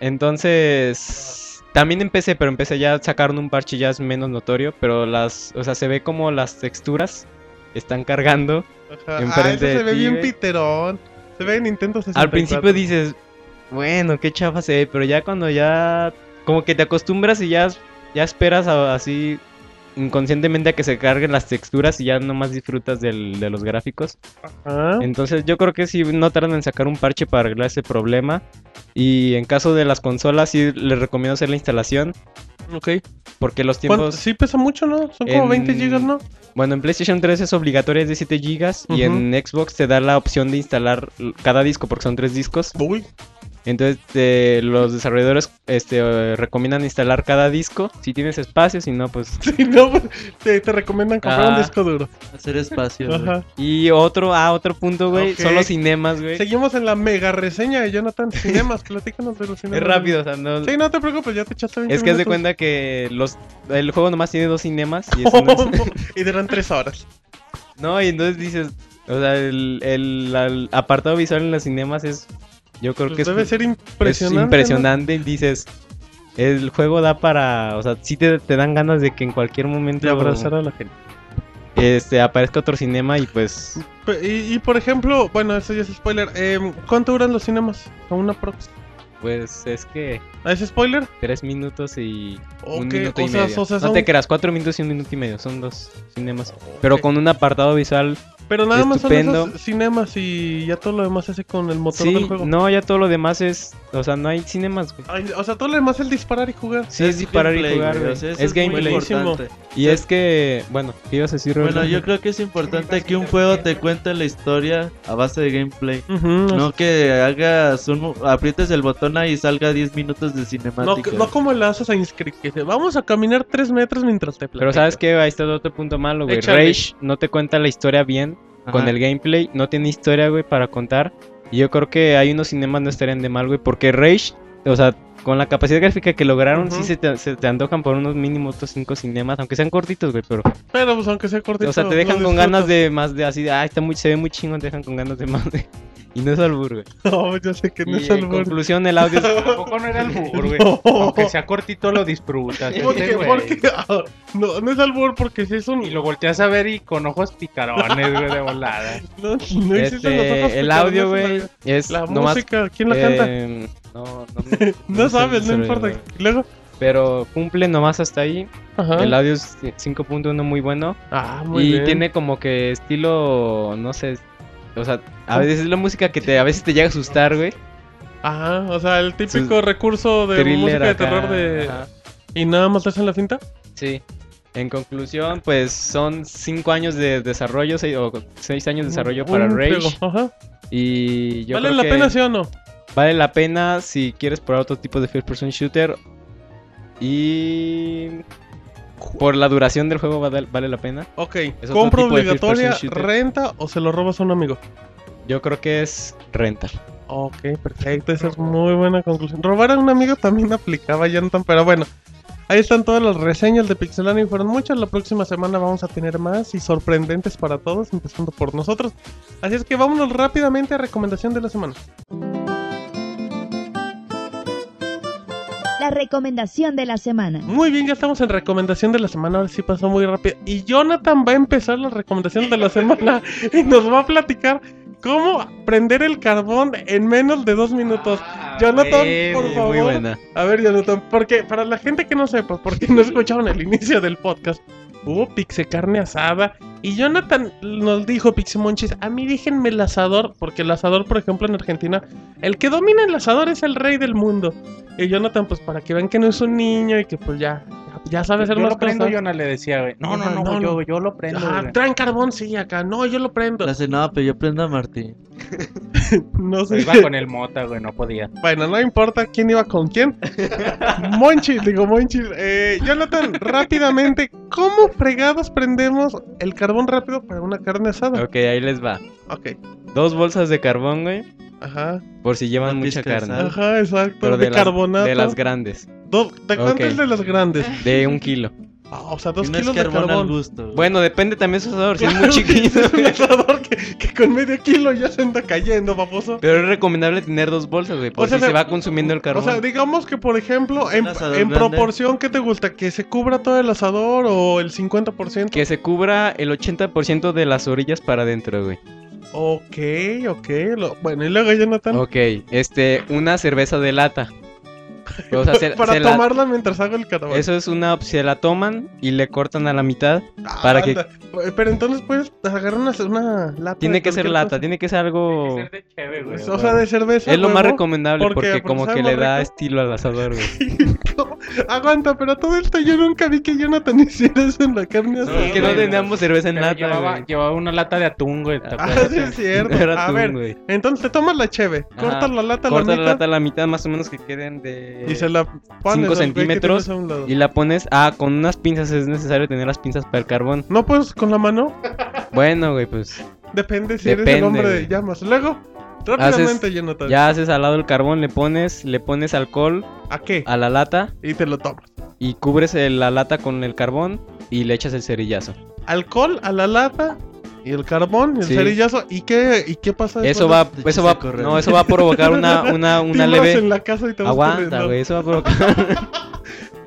Entonces, también empecé, pero empecé ya sacaron un parche ya es menos notorio, pero las, o sea, se ve como las texturas están cargando. Ajá. Ah, Enfrente ese se de ve ti, bien güey. piterón. Se ve en Nintendo 64. Al principio dices, bueno, qué chafa se ve, pero ya cuando ya como que te acostumbras y ya, ya esperas a- así inconscientemente a que se carguen las texturas y ya nomás disfrutas del- de los gráficos. Ajá. Entonces yo creo que si no tardan en sacar un parche para arreglar ese problema. Y en caso de las consolas sí les recomiendo hacer la instalación Ok. porque los ¿Cuánto- tiempos... Sí pesa mucho, ¿no? Son como En- 20 gigas, ¿no? Bueno, en PlayStation 3 es obligatoria, es de 7 GB y Ujú. en Xbox te da la opción de instalar l- cada disco porque son 3 discos. Uy. Entonces eh, los desarrolladores este, eh, recomiendan instalar cada disco si tienes espacio, si no pues... Sí, no, pues, te, te recomiendan comprar un Ajá. disco duro. Hacer espacio. güey. Ajá. Y otro, ah, otro punto, güey, Ok. son los cinemas, güey. Seguimos en la mega reseña de Jonathan Cinemas. Platícanos de los cinemas. Es rápido, o sea, no... Sí, no te preocupes, ya te echaste 20 Es que haz de minutos. cuenta que los, el juego nomás tiene dos cinemas y eso Oh, no es- y duran 3 horas. No, y entonces dices, o sea, el, el- el apartado visual en los cinemas es, yo creo Pues que es, debe es ser impresionante. ¿no? impresionante, y dices, el juego da para, o sea, sí te, te dan ganas de que en cualquier momento De abrazar a la gente. este, aparezca otro cinema y pues, Pe- Y, y, por ejemplo, bueno, eso ya es spoiler. em, ¿Cuánto duran los cinemas? ¿A una prox? pues es que ¿A ese spoiler? tres minutos y ¿O un qué? minuto O y sea, medio. o sea, No son- te creas, cuatro minutos y un minuto y medio, son dos cinemas. Ok. Pero con un apartado visual, Pero nada más son estupendo. esos cinemas y ya todo lo demás hace con el motor sí, del juego. no, ya todo lo demás es, o sea, no hay cinemas, güey. Ay, o sea, todo lo demás es el disparar y jugar. Sí, es disparar y gameplay, jugar, güey, güey. o sea, es, eso muy gameplay. buenísimo. importante. Y es que, bueno, ¿qué ibas a decir, Bueno, Roberto? yo creo que es importante que un juego te cuente la historia a base de gameplay. Ujú, No que hagas un... aprietes el botón ahí y salga 10 minutos de No, cinemática. que- no como el Assassin's Creed, que dice, vamos a caminar 3 metros mientras te Pero platico". sabes que ahí está otro punto malo, güey. Échale. Rage no te cuenta la historia bien Ajá. con el gameplay, no tiene historia, güey, para contar. Y yo creo que hay unos cinemas no estarían de mal, güey, porque Rage, o sea, con la capacidad gráfica que lograron, Ujú. sí se te, se te antojan por unos mínimos otros cinco cinemas, aunque sean cortitos, güey, pero, Pero pues aunque sea cortito. o sea, te dejan con ganas de más de así, de, ah, está muy, se ve muy chingón, te dejan con ganas de más de... Y no es albur, güey. No, yo sé que no Y es en albur. conclusión, el audio es- Tampoco no era albur, güey. No. Aunque sea cortito, lo disfrutas. este, Porque, güey. porque, ah, no, no es albur porque si es un... Y lo volteas a ver y con ojos picarones, güey, de volada. No, no existen los Este, ojos el audio, güey, picarones, es La nomás música, ¿quién la canta? Eh, no, no, me- No me sabes, no sé, importa. Y Luego, Pero cumple nomás hasta ahí. ajá. El audio es 5.1 muy bueno. Ah, muy y bien. tiene como que estilo, no sé. O sea, a veces es la música que te, a veces te llega a asustar, güey. Ajá, Ah, o sea, el típico recurso de Thriller música de acá, terror de... ajá, Y nada más le hacen la cinta. Sí. En conclusión, pues son 5 años de desarrollo, 6 o seis años de desarrollo para Un Rage. juego, Ajá. Y yo ¿Vale creo la que pena, sí o no? vale la pena si quieres probar otro tipo de first person shooter. Y por la duración del juego vale, vale la pena. Ok, otro compra tipo de first obligatoria, person shooter. renta o se lo robas a un amigo. Yo creo que es rentar. Ok, perfecto, esa es muy buena conclusión. Robar a un amigo también aplicaba Yantan, pero bueno. Ahí están todas las reseñas de Pixelania y fueron muchas. La próxima semana vamos a tener más y sorprendentes para todos, empezando por nosotros. Así es que vámonos rápidamente a recomendación de la semana. La recomendación de la semana. Muy bien, ya estamos en recomendación de la semana. Ahora sí pasó muy rápido. Y Jonathan va a empezar las recomendaciones de la semana y nos va a platicar cómo prender el carbón en menos de dos minutos. Jonathan, por favor. Muy buena. A ver, Jonathan, porque para la gente que no sepa, porque no escucharon el inicio del podcast, hubo pixe carne asada. Y Jonathan nos dijo, Pixe Monchis, a mí déjenme el asador, porque el asador, por ejemplo, en Argentina, el que domina el asador es el rey del mundo. Y Jonathan, pues para que vean que no es un niño y que pues ya, ya sabe hacer Yo más lo prendo, cosas. Jonah, le decía, güey. No, no, Ajá, no, no, yo, no. yo lo prendo, Ah, güey. traen carbón, sí, acá. No, yo lo prendo. La hace, no, pero yo prendo a Martín. No sé. Pues Iba con el mota, güey, no podía. Bueno, no importa quién iba con quién. Monchis, digo Monchis. Eh, Jonathan, rápidamente, ¿cómo fregados prendemos el carbón rápido para una carne asada? Ok, ahí les va. Ok, Dos bolsas de carbón, güey. ajá, Por si llevan Una mucha pizca de carne. sal. ajá, exacto. Pero de, de, las, carbonato. de las grandes. Dos- ¿De cuánto Ok. es de las grandes? De un kilo. Ah, o sea, dos Tienes kilos de carbón al carbón. gusto. güey. Bueno, depende también su sabor, si es muy Claro, chiquito. es un asador que, que con medio kilo ya se anda cayendo, baboso. Pero es recomendable tener dos bolsas, güey, por O sea, si se- se va consumiendo el carbón. O sea, digamos que, por ejemplo, en, Un asador en grande. proporción, ¿qué te gusta? ¿Que se cubra todo el asador o el 50%? que se cubra el 80% de las orillas para adentro, güey. Ok, ok. lo- Bueno, y luego, Jonathan. Ok, este, una cerveza de lata. O sea, se- para se la- tomarla mientras hago el carnaval. Eso es una op- se la toman y le cortan a la mitad. para que- Ah, Pero entonces puedes agarrar una, una lata. Tiene de que ser cualquier lata, cosa. tiene que ser algo. Tiene que ser de chévere, güey. O sea, de cerveza. Es lo más huevo. recomendable porque, porque, pues, como sabe que le más da rico. estilo al asador, güey. Aguanta, pero todo esto yo nunca vi que Jonathan hiciera eso en la carne No, asada. es que no güey, teníamos cerveza en Pero lata, llevaba, güey. llevaba una lata de atún, güey. ¿te Ah, acuerdas? sí es cierto. Era A atún, ver, güey. entonces te tomas la cheve, Ajá, cortas la lata a la Cortas mitad la lata a la mitad, más o menos que queden de. y se la pones cinco al güey que tienes centímetros a un lado. Y la pones. Ah, con unas pinzas es necesario tener las pinzas para el carbón. No puedes con la mano, Bueno, güey, pues. depende si eres el Depende, hombre de güey. llamas. Luego, rápidamente, Jonathan, Ya haces al lado el carbón, le pones, le pones alcohol ¿a qué? a la lata Y te lo tomas. y cubres el- la lata con el carbón y le echas el cerillazo. Alcohol a la lata y el carbón y el Sí. cerillazo. ¿Y qué, y qué pasa después Eso de- va, te echas eso a va, correr. no, eso va a provocar una, una, una timbras leve. en la casa y te vas Aguanta, corriendo? güey, eso va a provocar,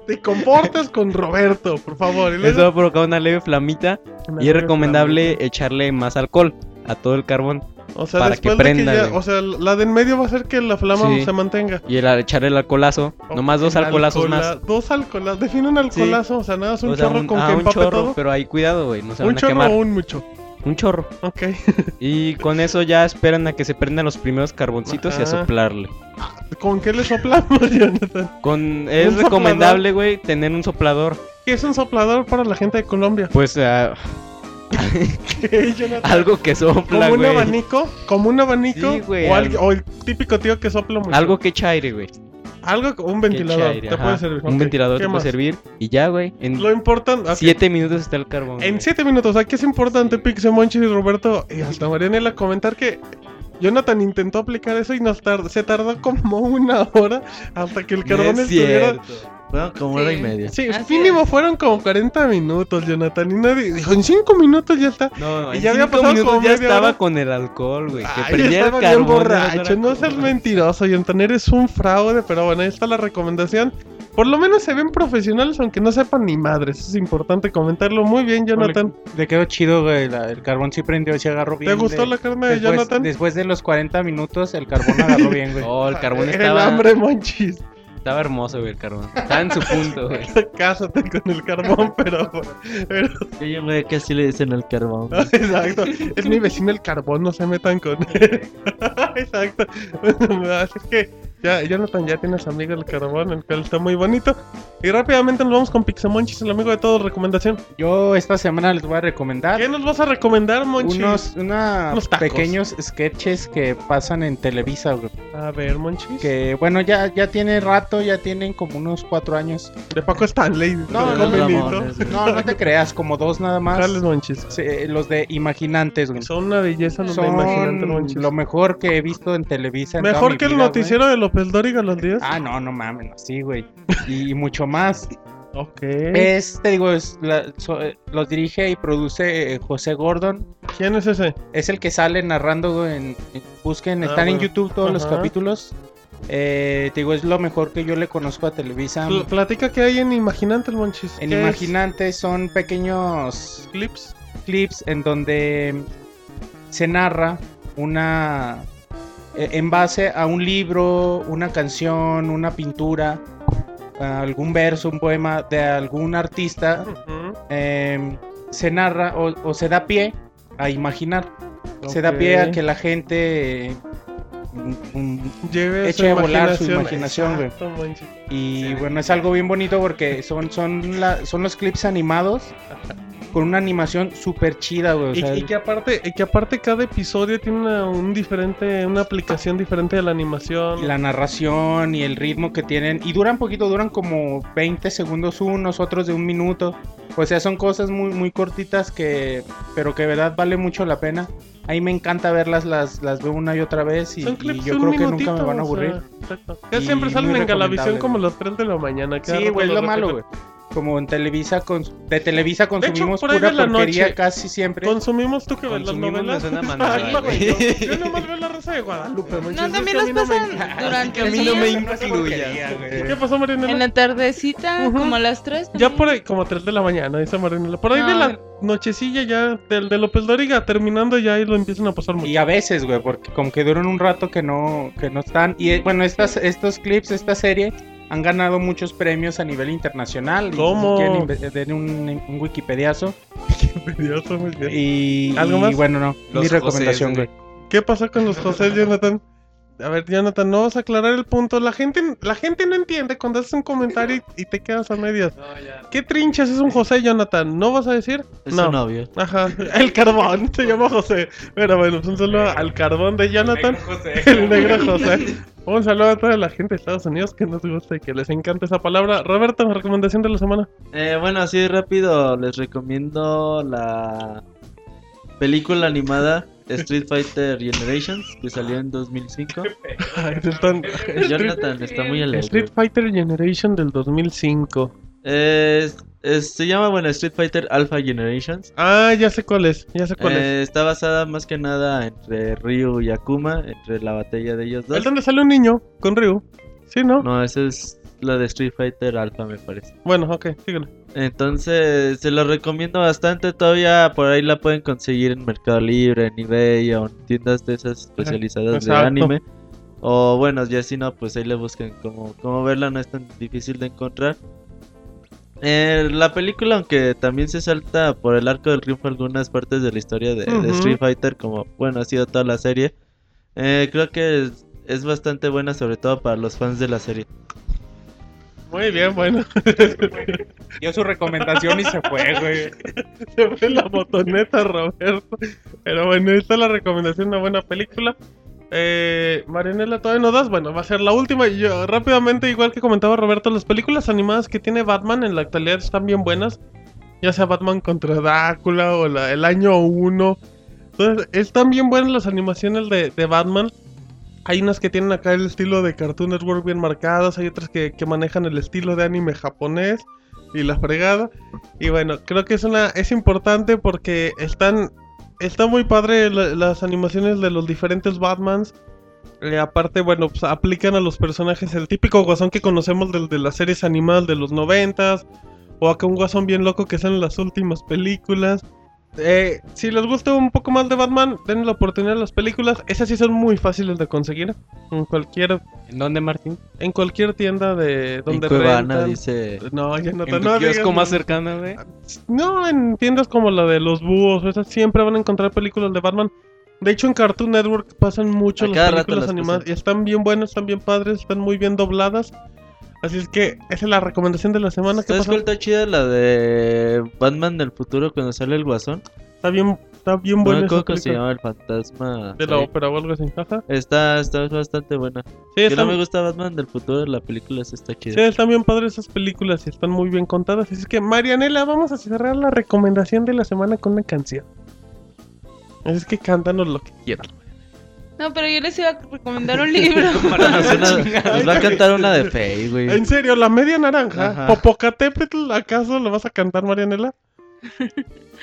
Te comportas con Roberto, por favor. Y eso va luego- a provocar una leve flamita Una y es leve recomendable echarle más alcohol a todo el carbón flamita. O sea, para que después prenda, de que ya, güey. o sea, la de en medio va a hacer que la flama Sí. se mantenga. y el, echarle el alcolazo, nomás dos El alcolazos alcohola- más. Dos alcolazos, define un alcolazo, o sea, nada es un O sea, chorro un- con ah, que un empape chorro, todo. pero ahí cuidado, güey, no se Un van a chorro quemar. o un mucho. Un chorro. Ok. Y con eso ya esperan a que se prendan los primeros carboncitos y a Ajá. soplarle. ¿Con qué le soplamos, Jonathan? Con, es soplador? recomendable, güey, tener un soplador. ¿Qué es un soplador para la gente de Colombia? Pues ah, ¿Qué, Jonathan? algo que sopla, Como un güey. abanico, como un abanico, Sí, güey, o, al- alguien- o el típico tío que sopla mucho. Algo que echa aire, güey. Algo, un Que echa ventilador, aire, te ajá. puede servir. Un Ok, ventilador ¿qué te puede más? servir. Y ya, güey. En Lo importante, ok, siete minutos está el carbón. En güey. 7 minutos, aquí es importante, Pixe Monchis y Roberto y hasta Marianela comentar que Jonathan intentó aplicar eso y nos tar- se tardó como una hora hasta que el No carbón es estuviera. cierto. Fueron como hora y Sí. media. Sí, Así mínimo es. fueron como 40 minutos, Jonathan. Y nadie dijo, en 5 minutos ya está. No, Y en ya había cinco pasado minutos como ya media estaba hora. con el alcohol, güey. Que Ay, prendía el estaba bien carbón. borracho. No seas mentiroso, Jonathan. Eres un fraude, pero bueno, ahí está la recomendación. Por lo menos se ven profesionales, aunque no sepan ni madres. Eso es importante comentarlo muy bien, Jonathan. Le, le quedó chido, güey. la- el carbón sí prendió, se agarró bien. ¿Te gustó de- la carne de después, Jonathan? Después de los 40 minutos, el carbón agarró bien, güey. Oh, el carbón El estaba, hambre, Monchis. estaba hermoso, güey, el carbón. Estaba en su punto, güey. Cásate con el carbón, pero, pero- Oye, güey, que así le dicen al carbón. exacto. Es mi vecino el carbón, no se metan con él. exacto. Bueno, así es que ya, Jonathan ya tienes amigo el carbón, el cual está muy bonito. Y rápidamente nos vamos con Pixamonchis, el amigo de todos, recomendación. Yo esta semana les voy a recomendar ¿Qué nos vas a recomendar, Monchis? unos, una- Unos tacos. pequeños sketches que pasan en Televisa, güey. A ver, Monchis. Que bueno, ya, ya tiene rato, ya tienen como unos cuatro años. De Paco Stanley. No, de no, no, Comelito. mamones, güey. No, no te creas, como dos nada más. Jales, Monchis. Se- los de Imaginantes, güey. Son una belleza los de Imaginante, Son Monchis. lo mejor que he visto en Televisa. en toda Mejor mi que el vida, güey. noticiero de López Dóriga a los 10. Ah, no, no mames, no, sí, güey. Y, mucho más. Ok. Es, te digo, es la- so- eh, los dirige y produce eh, José Gordon. ¿Quién es ese? Es el que sale narrando güey, en, en- busquen, Ah, están en bueno. YouTube todos los Ajá. capítulos. Eh, te digo, es lo mejor que yo le conozco a Televisa. Pl- platica que hay en Imaginante el Monchis. En ¿Qué es? Imaginantes son pequeños clips. clips en donde se narra una eh, en base a un libro, una canción, una pintura, algún verso, un poema de algún artista, eh, se narra o, o se da pie a imaginar, se da pie a que la gente eh, mm, mm, Lleve eche a volar su imaginación, güey. Exacto, Monchis. y bueno, es algo bien bonito porque son son la- son los clips animados con una animación súper chida, güey. o Y, sea, y que aparte, y que aparte cada episodio tiene una, un diferente, una aplicación diferente de la y animación. la narración y el ritmo que tienen. Y duran poquito, duran como 20 segundos unos, otros de un minuto. O sea, son cosas muy, muy cortitas que, pero que de verdad vale mucho la pena. A mí me encanta verlas, las, las veo una y otra vez y, Son y clips de yo un creo que nunca minutito, me van a o sea, aburrir. exacto. Que Y siempre salen muy en Galavisión recomendable, como a las 3 de la mañana. cada Sí, rato güey, es los lo malo, güey. repiten. como en Televisa, cons- de Televisa consumimos por ahí pura de la porquería noche. casi siempre. Consumimos tú que ves las Consumimos novelas. de una Ay, manera, güey, güey. Yo, yo nomás veo la raza de Guadalupe, manches, No, es también que a los mí no me pasan encanta. durante el mí no día. me No es porquería, güey. ¿Qué pasó, Marianela? En la tardecita, Ujú. como a las 3. Ya por ahí, como 3 de la mañana, dice Marianela. Por ahí de No. la nochecilla ya, del de López Dóriga, terminando ya ahí lo empiezan a pasar mucho. Y a veces, güey, porque como que duran un rato que no, que no están. Y eh, bueno, estas, estos clips, esta serie, han ganado muchos premios a nivel internacional. Y ¿Cómo? si quieren, inve- eh, den un, un wikipediazo. Curioso, muy bien. Y, ¿Algo y más? bueno, no. Los mi recomendación, Josés, güey. ¿Qué pasó con los José, Jonathan? A ver, Jonathan, no vas a aclarar el punto. La gente, la gente no entiende cuando haces un comentario y, y te quedas a medias. ¿Qué trinchas es un José, Jonathan? ¿No vas a decir? Es no. un novio. Ajá. El carbón, se llama José. Pero bueno, pues un saludo al carbón de Jonathan. El negro José. Un saludo a toda la gente de Estados Unidos que nos gusta y que les encanta esa palabra. Roberto, recomendación de la semana. Eh, bueno, así rápido les recomiendo la película animada Street Fighter Generations que salió en 2005. Ay, están- Jonathan está muy alegre. Street Fighter Generation del 2005. Eh, es- es- se llama, bueno, Street Fighter Alpha Generations. Ah, ya sé cuál es. Ya sé cuál es. Eh, está basada más que nada entre Ryu y Akuma, entre la batalla de ellos Es dos. donde sale un niño con Ryu. Sí, ¿no? No, esa es la de Street Fighter Alpha, me parece. Bueno, ok, síguelo. Entonces, se lo recomiendo bastante. Todavía por ahí la pueden conseguir en Mercado Libre, en eBay o en tiendas de esas especializadas exacto. de anime. O bueno, ya si no, pues ahí le busquen cómo, cómo verla, no es tan difícil de encontrar. Eh, la película, aunque también se salta por el arco del triunfo algunas partes de la historia de, de Ujú. Street Fighter, como bueno, ha sido toda la serie, eh, creo que es, es bastante buena, sobre todo para los fans de la serie. Muy bien, bueno. Dio su recomendación y se fue, güey. Se fue la botoneta, Roberto. Pero bueno, esta es la recomendación, una buena película. Eh, Marianela, ¿todavía no das? Bueno, va a ser la última. Y Yo rápidamente, igual que comentaba Roberto, las películas animadas que tiene Batman en la actualidad están bien buenas. Ya sea Batman contra Drácula o la- el año 1. Entonces, están bien buenas las animaciones de, de Batman. Hay unas que tienen acá el estilo de Cartoon Network bien marcadas, hay otras que, que manejan el estilo de anime japonés y la fregada. Y bueno, creo que es una es importante porque están está muy padre la- las animaciones de los diferentes Batmans. Eh, aparte, bueno, pues aplican a los personajes el típico guasón que conocemos del- de, las series animadas de los noventas. O acá un guasón bien loco que sale en las últimas películas. Eh, si les gusta un poco más de Batman, den la oportunidad a las películas. Esas sí son muy fáciles de conseguir. En cualquier, ¿En dónde, Martín? en cualquier tienda de En donde Cuevana rentan. dice... No, ya no, En no tu kiosco digas- más cercano, güey. no, en tiendas como la de los búhos, o esas siempre van a encontrar películas de Batman. De hecho, en Cartoon Network pasan mucho A las cada rato películas las animadas. pasan. Y están bien buenas, están bien padres, están muy bien dobladas. Así es que esa es la recomendación de la semana. ¿Qué ¿Sabes pasó? cuál está chida? La de Batman del futuro cuando sale el guasón. Está bien, está bien No me buena. esa acuerdo cómo se película. llama el fantasma. de la Ay, ópera o algo así. Ajá. Está, está bastante buena. Sí, Que no están, me gusta Batman del futuro, la película sí está sí, chida. están bien padres esas películas y están muy bien contadas. Así es que, Marianela, vamos a cerrar la recomendación de la semana con una canción. Así es que cántanos lo que quieras. No, pero yo les iba a recomendar un libro. Nos va a cantar una de Faye, güey. En serio, la media naranja. Ajá. Popocatépetl, ¿acaso lo vas a cantar, Marianela?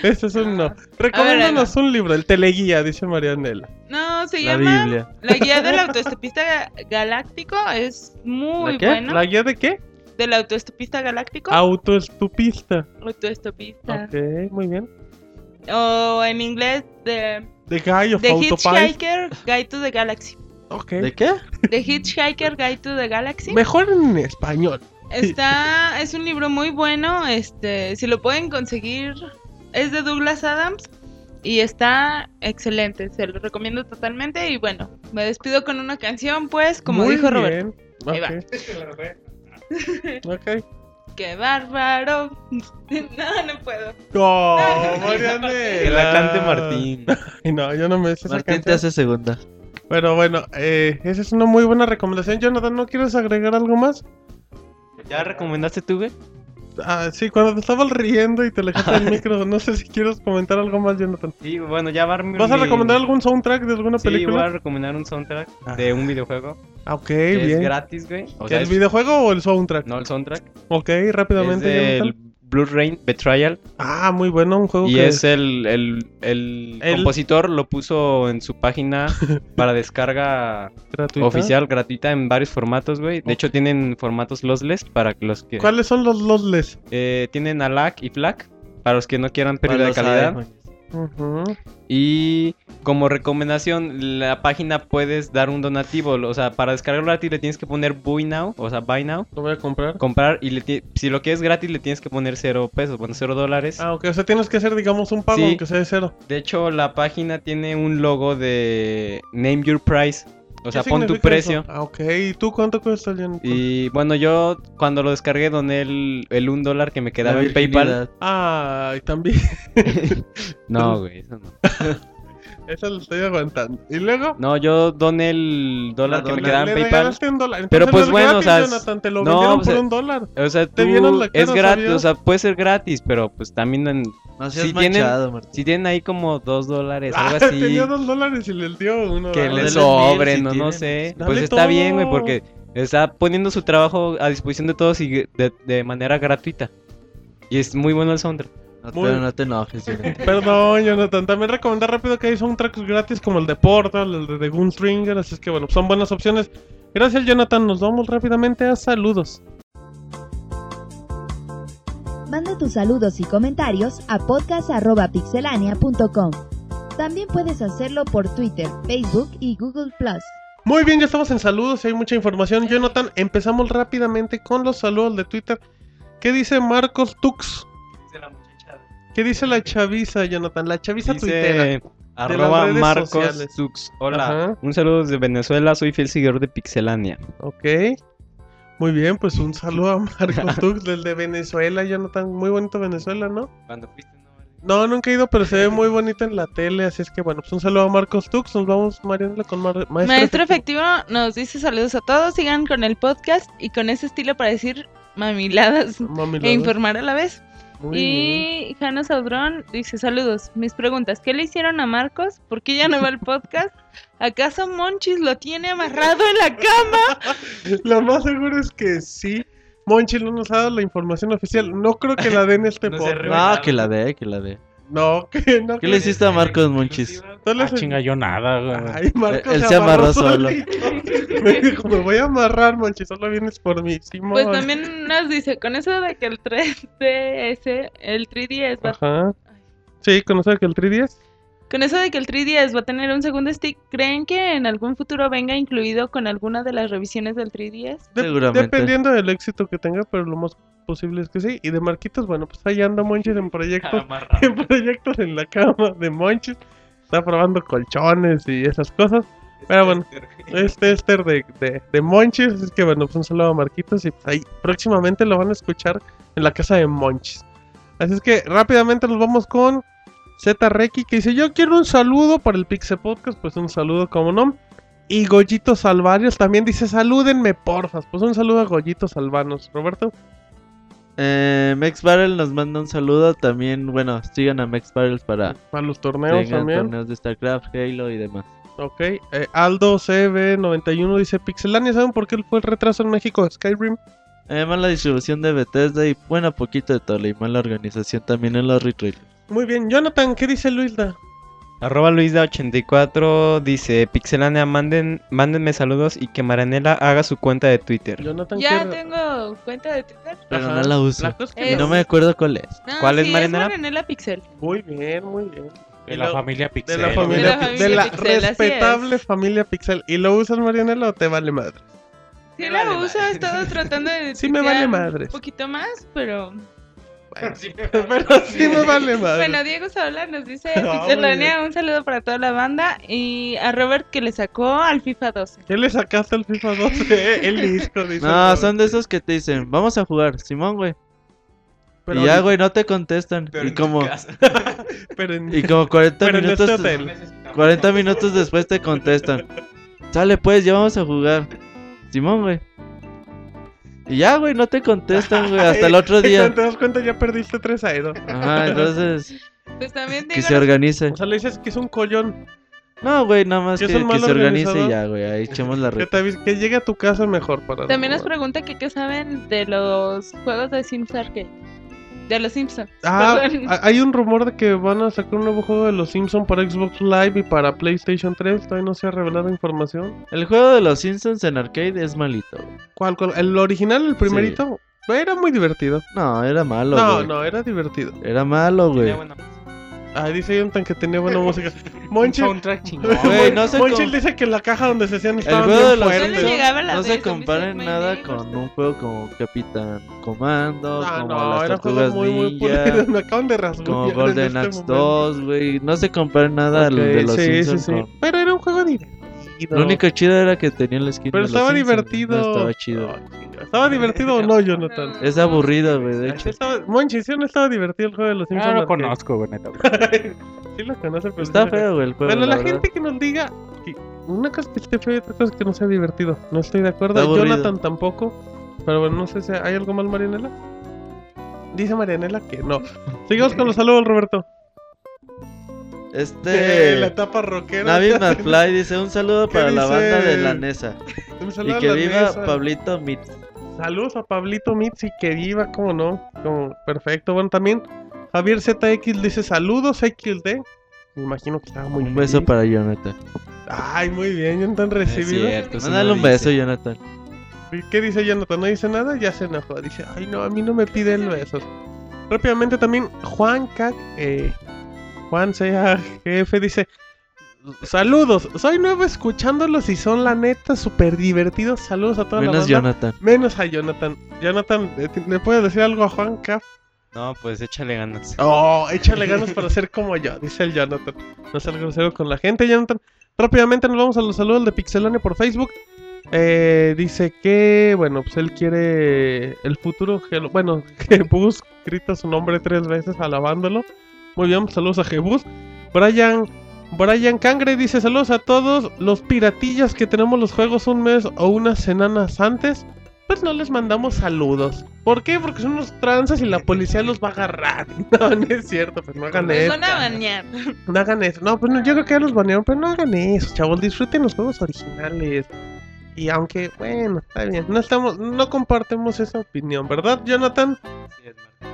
Este es un Ah. no. Recomiéndanos un libro, el teleguía, dice Marianela. No, se La llama Biblia. La guía del autoestopista ga- galáctico. Es muy ¿La qué? bueno. ¿La guía de qué? Del autoestopista galáctico. Autoestupista. Autoestopista. Ok, muy bien. O en inglés, The, The Guy of the Autopies. Hitchhiker Guide to the Galaxy. ¿Eh? Ok. ¿De qué? The Hitchhiker Guide to the Galaxy. Mejor en español. Está, es un libro muy bueno, este, si lo pueden conseguir, es de Douglas Adams y está excelente, se lo recomiendo totalmente y bueno, me despido con una canción, pues, como Muy dijo Robert. bien. Ahí va. Ok. Ok. ¡Qué bárbaro! no, no puedo. No, Que Marianela. la cante Martín. Ay, No, yo no me sé esa Martín te canción. hace segunda. Pero bueno, eh, esa es una muy buena recomendación. Jonathan, ¿no quieres agregar algo más? ¿Ya recomendaste tú, güey? Ah, sí, cuando te estabas riendo y te alejaste del micro, no sé si quieres comentar algo más, Jonathan. Sí, bueno, ya va mi- ¿Vas a recomendar algún soundtrack de alguna Sí, voy a película? recomendar un soundtrack de un videojuego. Ah, ok, que es bien. gratis, güey. O ¿Que sea, ¿El es- videojuego o el soundtrack? No, el soundtrack. Ok, Es rápidamente. del Jonathan. Blue Rain Betrayal. Ah, muy bueno, un juego Y que es el, el, el El- compositor lo puso en su página para descarga gratuito. oficial, gratuita, en varios formatos, güey. De hecho, tienen formatos lossless para que los que... ¿Cuáles son los losles? Eh, tienen ALAC y FLAC para los que no quieran Para pérdida de los calidad. iPhones. Ujú. Y como recomendación, la página puedes dar un donativo. O sea, para descargarlo gratis le tienes que poner Buy Now, o sea, Buy Now. Lo voy a comprar. Comprar y le ti- si lo quieres gratis le tienes que poner cero pesos, bueno, cero dólares. Ah, ok, o sea, tienes que hacer, digamos, un pago, Sí. aunque sea de cero. De hecho, la página tiene un logo de Name Your Price. O sea, ¿Qué pon tu significa precio. eso? Ah, ok, ¿y tú cuánto cuesta, Jonathan? Y bueno, yo cuando lo descargué doné el, el un dólar que me La quedaba en PayPal. virginidad. Ah, y también. No, güey, eso no. Eso lo estoy aguantando. ¿Y luego? No, yo doné el dólar La que me dona- quedaba Le en PayPal. regalaste un dólar. Pero, Entonces, pues, no es bueno, o gratis, sea, es- Jonathan, te lo no, vendieron o sea, por un dólar. O sea, Te tú- vieron la cara, es gratis, ¿sabías? o sea, puede ser gratis, pero pues también en- No seas Si tienen- manchado, Martín. si tienen ahí como dos dólares, Ah, algo así, tenía dos dólares y les dio uno. que dale. dale les los mil sobren si o no tienen. sé, Dale pues está bien, güey, todo. porque está poniendo su trabajo a disposición de todos y de, de manera gratuita. Y es muy bueno el soundtrack. No te, Muy- no te enojes, Jonathan. Perdón, Jonathan. También recomendar rápido que hay soundtracks gratis como el de Portal, el de The Gunstringer. Así es que bueno, son buenas opciones. Gracias, Jonathan. Nos vamos rápidamente a saludos. Manda tus saludos y comentarios a podcast.pixelania.com. También puedes hacerlo por Twitter, Facebook y Google Plus. Muy bien, ya estamos en saludos y hay mucha información. Jonathan, empezamos rápidamente con los saludos de Twitter. ¿Qué dice Marcos Tux? ¿Qué dice la chaviza, Jonathan? La chaviza tuitera. Dice arroba redes Marcos sociales. Sux. Hola. Ajá. Un saludo desde Venezuela, soy fiel seguidor de Pixelania. Ok. Muy bien, pues un saludo a Marcos Tux, del de Venezuela, Jonathan. Muy bonito Venezuela, ¿no? Cuando fuiste no vale. No, nunca he ido, pero se ve muy bonito en la tele, así es que bueno, pues un saludo a Marcos Tux, nos vamos Mariana con Mar- Maestro, Maestro Efectivo. efectivo nos dice saludos a todos, sigan con el podcast y con ese estilo para decir mamiladas Ah, Mami, la e verdad, informar a la vez. muy bien. Y Jana Saudrón dice saludos, mis preguntas, ¿qué le hicieron a Marcos? ¿Por qué ya no va el podcast? ¿Acaso Monchis lo tiene amarrado en la cama? Lo más seguro es que sí. Monchi no nos ha dado la información oficial. No creo que la den este No se podcast. No, que la dé, que la dé. No, que no. ¿Qué le hiciste a Marcos Monchis? No le Ah, hace- chinga, yo nada, güey. Ay, Marcos Él se amarró solo. solito. Me dijo, me voy a amarrar, Monchi, solo vienes por mí. Simón. Pues también nos dice, con eso de que el 3DS, el 3DS va Ajá. Sí, conocer que el 310. Con eso de que el 3DS va a tener un segundo stick, ¿creen que en algún futuro venga incluido con alguna de las revisiones del 3DS? De- Seguramente. Dependiendo del éxito que tenga, pero lo más posible es que sí. Y de Marquitos, bueno, pues ahí anda Monchis en proyectos, en proyectos en la cama de Monchis. Está probando colchones y esas cosas. Pero bueno, es tester de, de, de Monchis. así Es que bueno, pues un saludo a Marquitos. Y pues ahí próximamente lo van a escuchar en la casa de Monchis. Así es que rápidamente nos vamos con Z Reiki que dice: Yo quiero un saludo para el Pixe Podcast. Pues un saludo, como no. Y Goyito Salvarios también dice: Salúdenme, porfas. Pues un saludo a Goyito Salvanos. Roberto, Eh, Max Barrel nos manda un saludo. También, bueno, sigan a Max Barrel para para los que torneos tengan también. torneos de StarCraft, Halo y demás. Ok. eh, Aldo CB91 dice: Pixelania, ¿saben por qué fue el retraso en México de Skyrim? Eh, mala distribución de Bethesda y buena poquito de Tole y mala organización también en los retweets. Muy bien, Jonathan, ¿qué dice Luisda? Arroba Luisda84 dice, Pixelania, manden, mándenme saludos y que Maranela haga su cuenta de Twitter. Jonathan, Ya ¿qué- tengo cuenta de Twitter. Pero Ajá. no la uso. La cosa es que Es- Y no no- me acuerdo cuál es. No, ¿Cuál es sí, Marianela? Es Marianela Pixel. Muy bien, muy bien. De la familia De Pixel. la De familia, la Pi- familia de la Pixel, así es. respetable familia Pixel. ¿Y lo usas, Marianela, o te vale madre? Sí la uso, he estado tratando de... Sí me tuitear vale madres. Un poquito más, pero... Pero sí me vale madre. Bueno, Diego Saola nos dice, Ah, muy Pixelania, un saludo para toda la banda y a Robert que le sacó al FIFA 12. ¿Qué le sacaste al FIFA 12? eh? El disco, dice. No, son de esos que te dicen, vamos a jugar, Simón, güey. Pero y ya, ahorita- güey, no te contestan. Y como, Pero en- y como 40 Pero en minutos. este hotel. 40 minutos después te contestan. Sale pues, ya vamos a jugar. Simón, güey. Y ya, güey, no te contestan, güey, hasta el otro día. Te das cuenta, ya perdiste 3-0. Ajá, entonces, Pues también que digo, se organice. O sea, le dices que es un collón. No, güey, nada más ¿Que que, es un que mal se organice y organizador? ya, güey, ahí echemos la Que, red. te avis- que llegue a tu casa mejor para. también no- nos pregunta que qué saben de los juegos de Sims Arcade. De los Simpsons. Ah, Perdón. ha- hay un rumor de que van a sacar un nuevo juego de los Simpsons para Xbox Live y para PlayStation 3. Todavía no se ha revelado información. El juego de los Simpsons en arcade es malito, güey. ¿Cuál, cuál? ¿El original, el primerito? Era muy divertido. No, era malo, no, güey. no, era divertido. Era malo, güey. Tenía buena- Ah, dice Jonathan que tenía buena música. Un Monchil, soundtrack chingón. Güey, no sé Monchil cómo- dice que la caja donde se hacían El estaba juego de bien los Yo fuerte. le llegaba a Simpsons las no de se Zombies Ate comparen My nada Neighbor. con un juego como Capitán Comando, Ah, como no, las era juego Tortugas muy, muy Ninja, pulido. Me acaban de rasgar. como este Golden Axe 2, güey. No se compara nada al de los Simpsons con- Pero era un juego divertido. Lo único chido era que tenía el skin Pero de los estaba Simpsons, no divertido. estaba chido. Ay, chinga, ¿Estaba divertido o no, Jonathan? Es aburrido, güey, de hecho. Estaba- Monchi, ¿sí o no estaba divertido el juego de los Simpsons? No Ah, lo Arcade? conozco, güey, neta. sí lo conoce, pero... Está feo, güey, el juego. Pues Bueno, la, verdad. gente que nos diga... que Una cosa es que esté feo y otra cosa es que no sea divertido. No estoy de Está acuerdo. aburrido. Jonathan tampoco. Pero bueno, no sé si hay algo mal, Marianela. Dice Marianela que no. Sigamos con los saludos, Roberto. Eh, la Este. etapa rockera. Navi McFly dice un saludo ¿Qué para la dice? banda de la NESA. Un saludo Y a que la viva mesa. Pablito Mitz. Saludos a Pablito Mitzi, que viva, cómo no. Como, perfecto. Bueno, también Javier ZX dice saludos, XD. Me imagino que estaba muy Un beso feliz. para Jonathan. Ay, muy bien, Jonathan Es recibido. cierto, eso Mándale no un dice. beso, Jonathan. ¿Y ¿Qué dice Jonathan? ¿No dice nada? Ya se enojó. Dice, ay no, a mí no me pide el beso. Rápidamente también Juan K. eh, Juan sea jefe dice, saludos, soy nuevo escuchándolos y son la neta súper divertidos. Saludos a toda la Menos banda. Jonathan. Menos a Jonathan. Jonathan, eh, ¿le puedes decir algo a Juan K? No, pues échale ganas. Oh, échale ganas para ser como yo, dice el Jonathan. No seas grosero con la gente, Jonathan. Rápidamente nos vamos a los saludos de Pixelania por Facebook. Eh, dice que, bueno, pues él quiere el futuro. Gelo- Bueno, Jebus grita su nombre tres veces alabándolo. Muy bien, saludos a Jebus. Brian, Brian Cangre dice: Saludos a todos los piratillas que tenemos los juegos un mes o unas semanas antes. Pues no les mandamos saludos. ¿Por qué? Porque son unos tranzas y la policía los va a agarrar. No, no es cierto, pues no hagan Nos eso. van a bañar. No hagan eso. No, pues no, yo creo que ya los banearon, pero no hagan eso, chavos. Disfruten los juegos originales. Y aunque, bueno, está bien. No estamos, no compartimos esa opinión, ¿verdad, Jonathan?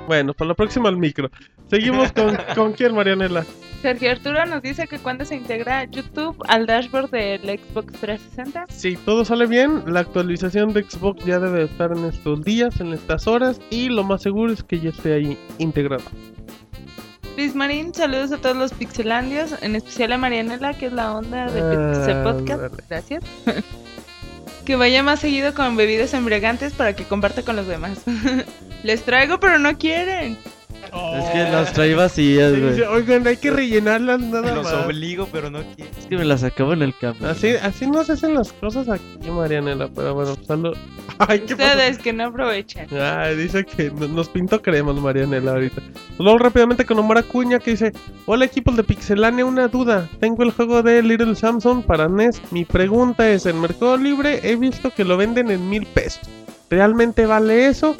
Bueno, para la próxima al micro. Seguimos con, ¿con quién, Marianela. Sergio Arturo nos dice que cuando se integra YouTube al dashboard del Xbox 360. Si todo sale bien, la actualización de Xbox ya debe estar en estos días, en estas horas, y lo más seguro es que ya esté ahí integrado. Luis Marín, saludos a todos los pixelandios, en especial a Marianela, que es la onda de Ah, Pixel Podcast. dale. Gracias. que vaya más seguido con bebidas embriagantes para que comparta con los demás. Les traigo, pero no quieren. Es que las traí vacías, Oh. Sí, güey. sí, Oigan, hay que rellenarlas nada Los más. obligo, pero no quiero. Es que me las acabo en el campo. Así, así no se hacen las cosas aquí, Marianela, pero bueno, salud. Ay, ¿qué pasó? Ustedes que no aprovechan. Ay, dice que no- nos pintó cremas Marianela ahorita. Nos vamos rápidamente con Omar Acuña que dice: Hola equipos de Pixelania, una duda. Tengo el juego de Little Samson para NES. Mi pregunta es: en Mercado Libre he visto que lo venden en mil pesos. ¿Realmente vale eso?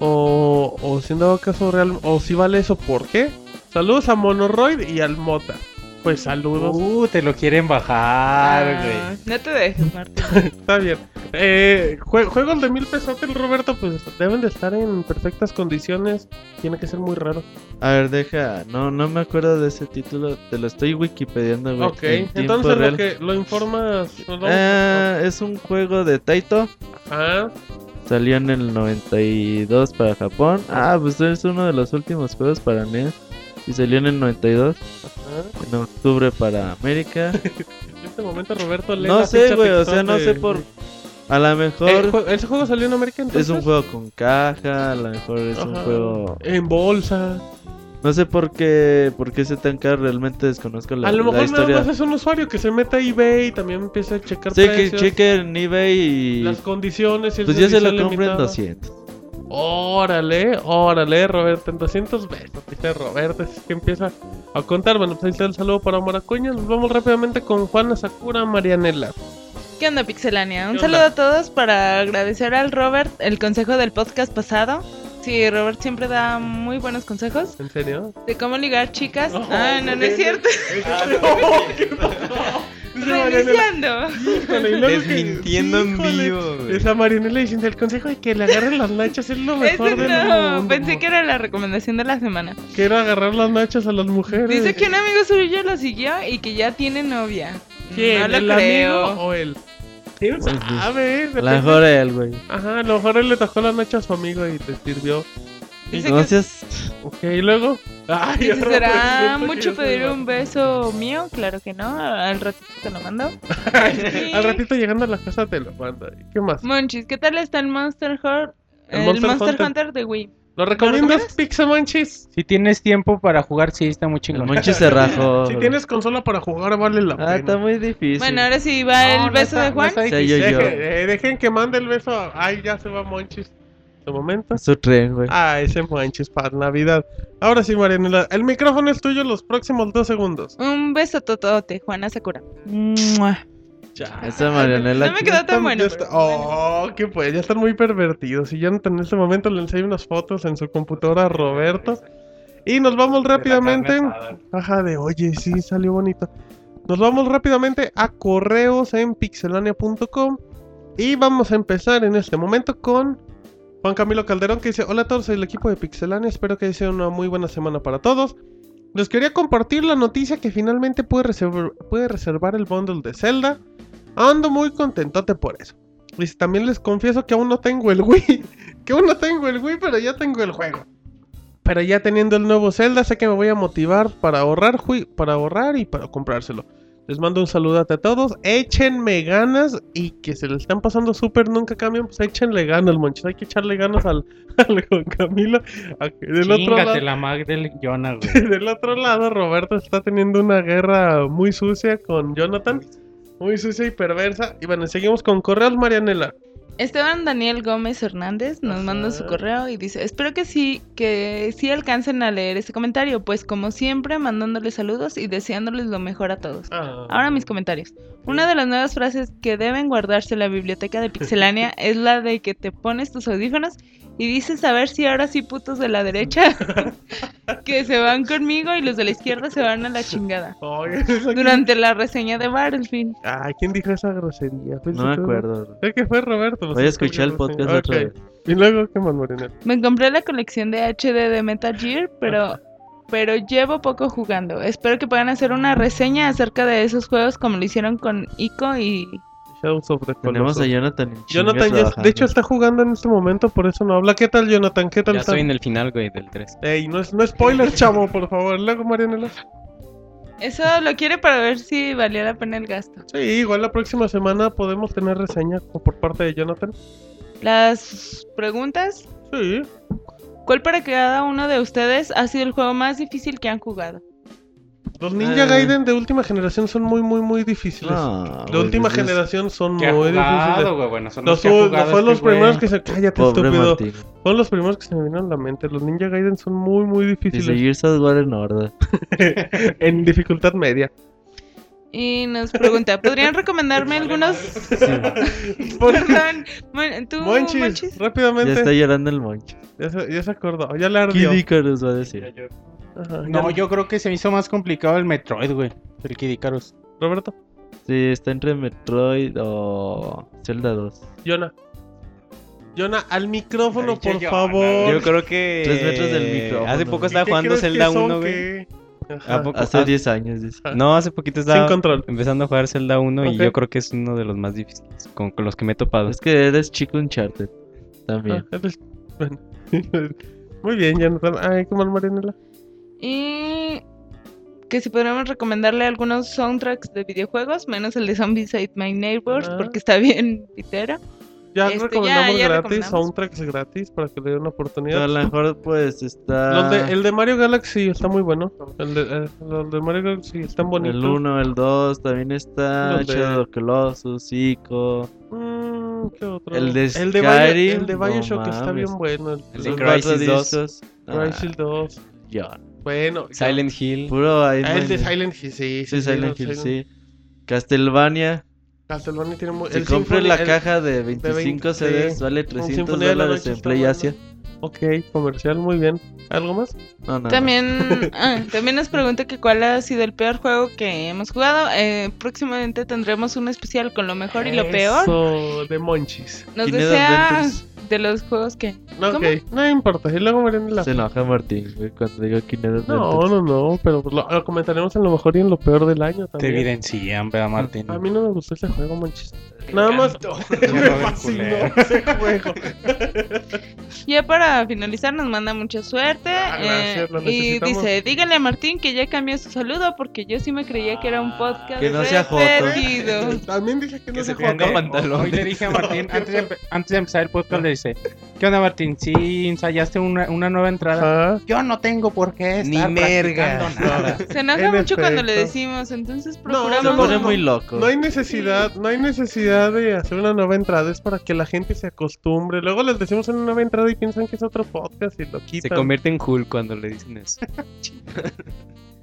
O, o si en dado caso real, o si vale eso, ¿por qué? Saludos a Monoroid y al Mota. Pues saludos. Uh, te lo quieren bajar, güey. Ah, no te dejes, Martín. Está bien. Eh, jue- juegos de mil pesos, el Roberto, pues deben de estar en perfectas condiciones. Tiene que ser muy raro. A ver, deja. No, no me acuerdo de ese título. Te lo estoy wikipediando, güey. Ok, en tiempo entonces lo real. que lo informas. nos vamos a- Ah, es un juego de Taito. Ah, Salió en el 92 para Japón. Ah, pues es uno de los últimos juegos para NES. Y salió en el 92. ah. En octubre para América. En este momento Roberto lee No la sé, ficha güey. O textual sea, no de- sé por. A lo Eh, mejor jue- ¿Ese juego salió en América entonces? es un juego con caja. A lo mejor es un Ajá. juego. En bolsa. No sé por qué, por qué se tan caro, realmente desconozco la, a lo la mejor nada historia. más es un usuario que se meta a eBay y también empieza a checar Sí, que precios, cheque en eBay y... las condiciones. si es Pues yo se lo edición compré en limitada. 200. Órale, órale, Roberto, en 200 besos, dice Roberto, así que empieza a contar. Bueno, pues ahí está el saludo para Maracuña. Nos vamos rápidamente con Juana Sakura Marianela. ¿Qué ¿Qué onda, Pixelania? Un ¿Qué saludo onda? a todos para agradecer al Robert el consejo del podcast pasado. Sí, Robert siempre da muy buenos consejos ¿En serio? de cómo ligar chicas. No, ah, no, no es cierto. Reiniciando. Híjole, y luego que- Desmintiendo en híjole, vivo, güey. Esa Marianela diciendo el consejo de que le agarren las nachas es lo Eso mejor del no, mundo. pensé que era la recomendación de la semana. Quiero agarrar las nachas a las mujeres. Dice que un amigo suyo lo siguió y que ya tiene novia. ¿Quién? No ¿El lo creo. amigo o él? ¿Quién Pues, sabe? A lo mejor él, güey. Ajá, a lo mejor él le tocó las nachas a su amigo y te sirvió. Dice No que seas- Ok, ¿y luego? Ay, Dice, ahora ¿será resulta que mucho yo soy pedir vato. un beso mío? Claro que no, al ratito te lo mando. Sí. Al ratito llegando a la casa te lo mando. ¿Y ¿Qué más? Monchis, ¿qué tal está el Monster Hunter? El El, Monster Monster, Hunter. Hunter. de Wii. ¿Lo recomiendas, Pixamonchis? Si tienes tiempo para jugar, sí, está muy El chingón. Monchi se rajó. Si güey. tienes consola para jugar, vale la pena. Ah, está muy difícil. Bueno, ahora sí va No, el no beso está- de no Juan. está Sí, difícil. yo- yo. Dejen, eh, dejen que mande el beso. a- Ay, ya se va Monchis. De momento. Es Su tren, güey. Ah, ese Monchis para Navidad. Ahora sí, Marianela. El micrófono es tuyo los próximos dos segundos. Un beso totote, Juana Sakura. Mua. Esa Marianela. Ah. No me aquí- quedó tan Están- bueno. ya pero está- Oh, qué pues, ya están muy pervertidos. Y Jonathan en este momento le enseña unas fotos en su computadora a Roberto. Y nos vamos rápidamente. Ajá, de oye, sí, salió bonito. Nos vamos rápidamente a correos en pixelania.com. Y vamos a empezar en este momento con Juan Camilo Calderón que dice: Hola a todos, soy el equipo de Pixelania. Espero que sea una muy buena semana para todos. Les quería compartir la noticia que finalmente pude, reserv- pude reservar el bundle de Zelda. Ando muy contentote por eso. Dice, también les confieso que aún no tengo el Wii. Que aún no tengo el Wii, pero ya tengo el juego. Pero ya teniendo el nuevo Zelda, sé que me voy a motivar para ahorrar, ju- para ahorrar y para comprárselo. Les mando un saludote a todos. Échenme ganas y que se le están pasando súper, nunca cambian. Pues échenle ganas, monchis. Hay que echarle ganas al, al Juan Camilo. a que del otro lado Chíngate la madre del Jonah, güey. del otro lado, Roberto está teniendo una guerra muy sucia con Jonathan. Muy sucia y perversa. Y bueno, seguimos con correos, Marianela. Esteban Daniel Gómez Hernández nos Ajá. manda su correo y dice, espero que sí, que sí alcancen a leer este comentario, pues como siempre, mandándoles saludos y deseándoles lo mejor a todos. Ah. Ahora mis comentarios. Una de las nuevas frases que deben guardarse en la biblioteca de Pixelania es la de que te pones tus audífonos y dices a ver si ahora sí putos de la derecha que se van conmigo y los de la izquierda se van a la chingada. Ay, esa- Durante la reseña de Battlefield. Ay, ¿quién dijo esa grosería? Pensé No me que- acuerdo. güey. Sé que fue Roberto. no Voy sé a escuchar el por qué podcast grosería. otra Ok. Y luego, ¿qué más, Marianela? Me compré la colección de HD de Metal Gear, pero, pero llevo poco jugando. Espero que puedan hacer una reseña acerca de esos juegos como lo hicieron con Ico y... Shadows of the Tenemos Colossus. a Jonathan. en chinga Jonathan, ya- de trabajando. hecho, está jugando en este momento, por eso no habla. ¿Qué tal, Jonathan? ¿Qué tal? Ya está? estoy en el final, güey, del 3. Ey, no, es- no spoiler, chavo, por favor. Luego, Marianela. Eso lo quiere para ver si valió la pena el gasto. Sí, igual la próxima semana podemos tener reseña por parte de Jonathan. Las preguntas. Sí. ¿Cuál para cada uno de ustedes ha sido el juego más difícil que han jugado? Los Ninja Eh. Gaiden de última generación son muy, muy, muy difíciles. No, de güey, última pues es- generación son ¿Qué ha muy jugado, difíciles. güey? Bueno, son No, los que ha fue- jugado no fueron los este güey. primeros que se. Cállate, Pobre estúpido. Martín. Fueron los primeros que se me vinieron a la mente. Los Ninja Gaiden son muy, muy Dice difíciles. Gears of War en orden. en dificultad media. Y nos pregunta, ¿podrían recomendarme algunos? Perdón, Mon- tú, Monchis, Monchis? Ya rápidamente. está llorando el Monchi. Ya se, ya se acordó. Ya le ardió. Kid Icarus va a decir. Ajá, ya No, le- yo creo que se me hizo más complicado el Metroid, güey. El Kid Icarus. Roberto, Sí, está entre Metroid o Zelda 2. Yona. Yona, al micrófono, Ay, che, por Yona, favor. Yo creo que. Tres metros del micrófono, Hace güey. poco ¿Y estaba qué jugando crees que Zelda son, 1, güey. qué? Ajá. ¿A poco? Hace Ah, 10 años, dice. No, hace poquito Sin estaba control. empezando a jugar Zelda 1 y Ok. yo creo que es uno de los más difíciles con, con los que me he topado. Es que eres chico Uncharted. También. Ah, eres- bueno. Muy bien, Jonathan. Ay, qué mal, Marianela. Y que si podríamos recomendarle algunos soundtracks de videojuegos, menos el de Zombies Ate My Neighbors, Ah. porque está bien Ah, pitero. Ya Este, ya- recomendamos ya gratis, recomendamos. soundtracks gratis para que le den una Pero a oportunidad. lo mejor pues está Los de- el de Mario Galaxy está muy bueno. El de, eh, los de Mario Galaxy están bonitos. el 1, el 2, también está Los de- Shadow of the Colossus, Ico. Mm, ¿qué otro? El de el de, Bio- Skyrim, el de no Bioshock está mames. bien bueno. El, El de Son los cuatro Crysis 2. discos. Ah, Crysis 2. ya. Bueno. Silent Hill. Puro ahí Ah, el de maña. Silent Hill, sí. Sí, Silent los Hill, sí. Castlevania. Castlevania tiene muy. Si el compras Symphony- la el- caja de veinte- 25 sí. CDs, vale Con 300 Sinfonía de la dólares Noche en está Play bueno. Asia. Ok, comercial, muy bien. ¿Algo más? No, no, no. También, ah, también nos pregunta que cuál ha sido el peor juego que hemos jugado. Eh, próximamente tendremos un especial con lo mejor y lo peor. Eso, de Monchis. Nos Pineda desea Adventures. de los juegos que... No, ¿Cómo? ok, no importa. Y luego veremos la. Se enoja Martín güey, cuando digo que no es No, no, no, pero pues lo, lo comentaremos en lo mejor y en lo peor del año Te también. evidencian, ¿verdad, Martín? A mí no me gustó ese juego, Monchis. Nada más. me no, fascinó culero. ese juego. Ya para finalizar nos manda mucha suerte. Ah, gracias, eh, lo y necesitamos. dice, dígale a Martín que ya cambió su saludo porque yo sí me creía que era un podcast. Que no sea joto. repetido". También dije que no Que se se juega. ponga pantalones. Hoy le dije a Martín, antes de, empe- antes de empezar el podcast, le dice: ¿Qué onda, Martín? Sí, ensayaste una, una nueva entrada. Ajá. Yo no tengo por qué Ni estar practicando mergas. nada. Se enoja En mucho cuando le efecto. decimos, entonces Se procuramos... no, pone no. muy loco. No hay necesidad, no hay necesidad de hacer una nueva entrada, es para que la gente se acostumbre. Luego les decimos en una nueva entrada y piensan que es otro podcast y lo Se quitan. convierte en Hulk cuando le dicen eso.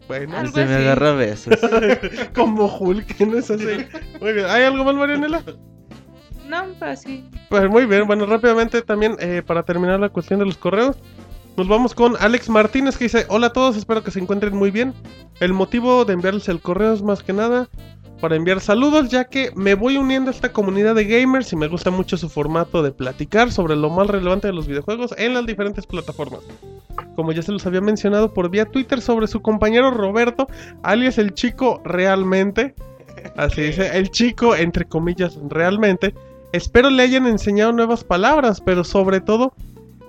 Bueno, Y Algo se me así. agarra a besos. como Hulk, ¿no es así? Muy bien. ¿Hay algo más, Marianela? No, pues sí. Pues muy bien, bueno, rápidamente también eh, para terminar la cuestión de los correos, nos vamos con Alex Martínez que dice, hola a todos, espero que se encuentren muy bien. El motivo de enviarles el correo es más que nada para enviar saludos ya que me voy uniendo a esta comunidad de gamers y me gusta mucho su formato de platicar sobre lo más relevante de los videojuegos en las diferentes plataformas. Como ya se los había mencionado por vía Twitter sobre su compañero Roberto, alias el chico realmente, así dice, el chico entre comillas realmente, Espero le hayan enseñado nuevas palabras, pero sobre todo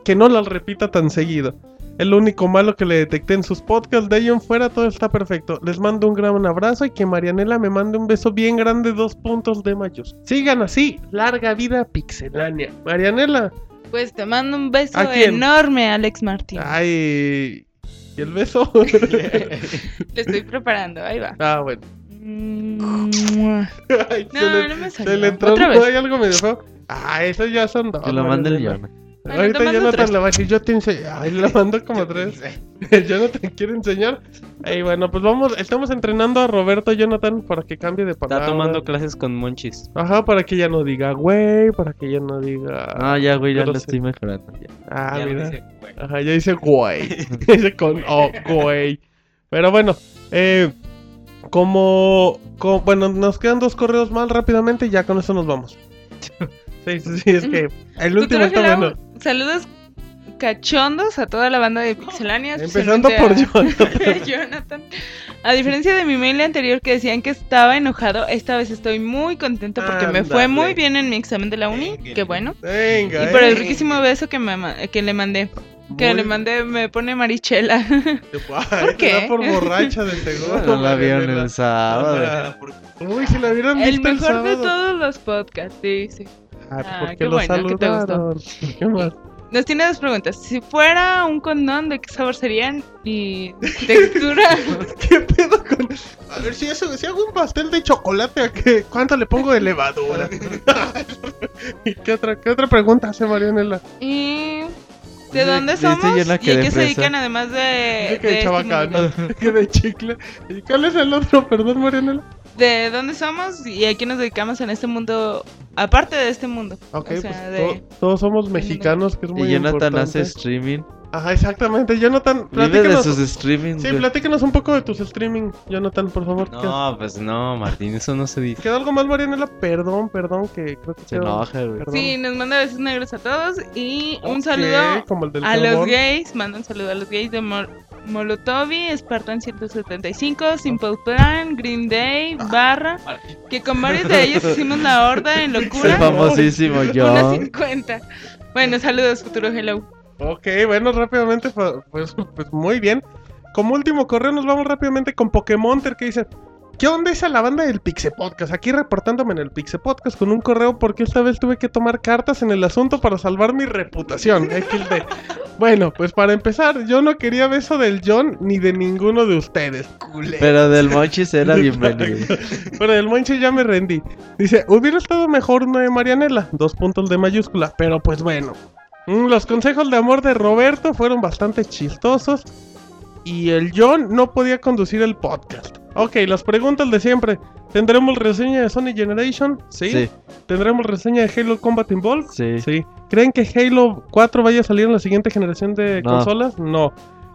que no las repita tan seguido. Es lo único malo que le detecté en sus podcasts. De ahí en fuera todo está perfecto. Les mando un gran abrazo y que Marianela me mande un beso bien grande, dos puntos de mayús. Sigan así. Larga vida pixelánea. Marianela. Pues te mando un beso ¿A quién? Ah. enorme, Alex Martín. Ay. ¿Y el beso? Te estoy preparando, ahí va. ah, bueno. Mua. Ay, No, se le, no me se salió. le entró- Otra no, vez. hay algo medio feo. Ah, eso ya son dos. Que lo mande el Marianela. Jonah. Bueno, Ahorita te mando Jonathan tres. le va a decir, yo te enseño. Ay, le mando como tres. El Jonathan quiere enseñar. Y bueno, pues vamos, estamos entrenando a Roberto Jonathan para que cambie de palabra. Ah, Está tomando clases con Monchis. Ajá, para que ya no diga güey, para que ya no diga. No, ya, güey, ya Pero lo sí. estoy mejorando. Ah, ya. ah, Ya lo mira. dice, güey. Ajá, ya dice güey. dice con oh, güey. Pero bueno, eh, como, co- Bueno, nos quedan dos correos más rápidamente y ya con eso nos vamos. Sí, sí, sí, es que el Tú último está traje la- bueno. Saludos cachondos a toda la banda de Pixelania. Empezando por especialmente Jonathan. a- Jonathan. A diferencia de mi mail anterior que decían que estaba enojado, esta vez estoy muy contento porque me fue Ándale. muy bien en mi examen de la uni. Venga. Qué bueno. Venga. Y por el eh. riquísimo beso que, me, ma- que le mandé. Que Muy- le mandé, me pone Marichela. Ay, ¿Por qué? será por borracha de seguro. No la vieron el Marianela. sábado. Ah, Uy, si la vieron el visto el mejor de sábado. todos los podcasts, dice. Ah, Ah, porque qué lo bueno, que te gustó. saludaron. ¿Qué más? Nos tiene dos preguntas. Si fuera un condón, ¿de qué sabor serían? Y textura. ¿Qué pedo con.? A ver, si, eso- si hago un pastel de chocolate, ¿a qué? ¿cuánto le pongo de levadura? ¿Y qué otra, qué otra pregunta hace Marianela? ¿Y de Dice- dónde dice somos? Yana ¿Y que a de qué se fresa. dedican además de, Dice que de este de chabacano, estímulo? que de chicle. ¿Y cuál es el otro? Perdón, Marianela. ¿De dónde somos y a qué nos dedicamos en este mundo? Aparte de este mundo. Ok, O sea, pues de- to- todos somos mexicanos, que es muy Y Jonathan importante. hace streaming. Ajá, exactamente. Jonathan, Vive de platícanos- sus streamings. Sí, güey. platícanos un poco de tus streaming, Jonathan, por favor. ¿Qué- No, pues no, Martín, eso no se dice. ¿Quedó algo mal, Marianela? Perdón, perdón, que creo que Se quedó- enoja, güey. Perdón. Sí, nos manda besos negros a todos y un Ok, saludo como el del a los carbón. gays. Manda un saludo a los gays de Mol Molotovi, Spartan 175, Simple Plan, Green Day, Ah. Barra, que con varios de ellos hicimos la horda en El locura. famosísimo Una John. 50. Bueno, saludos, futuro hello. Ok, bueno, rápidamente, fa- pues, pues muy bien. Como último correo nos vamos rápidamente con Pokémonter que dice, ¿qué onda esa la banda del Pixe Podcast? Aquí reportándome en el Pixe Podcast con un correo porque esta vez tuve que tomar cartas en el asunto para salvar mi reputación. XD. bueno, pues para empezar, yo no quería beso del John ni de ninguno de ustedes. Pero del Monchis era bienvenido. Bueno, del Monchi ya me rendí. Dice, hubiera estado mejor una de Marianela, dos puntos de mayúscula, pero pues bueno. Mm, Los consejos de amor de Roberto fueron bastante chistosos. y el John no podía conducir el podcast. Ok, las preguntas de siempre. ¿Tendremos reseña de Sonic Generation? Sí. Sí. ¿Tendremos reseña de Halo Combat Involved? Sí. Sí. ¿Creen que Halo 4 vaya a salir en la siguiente generación de No. consolas? No.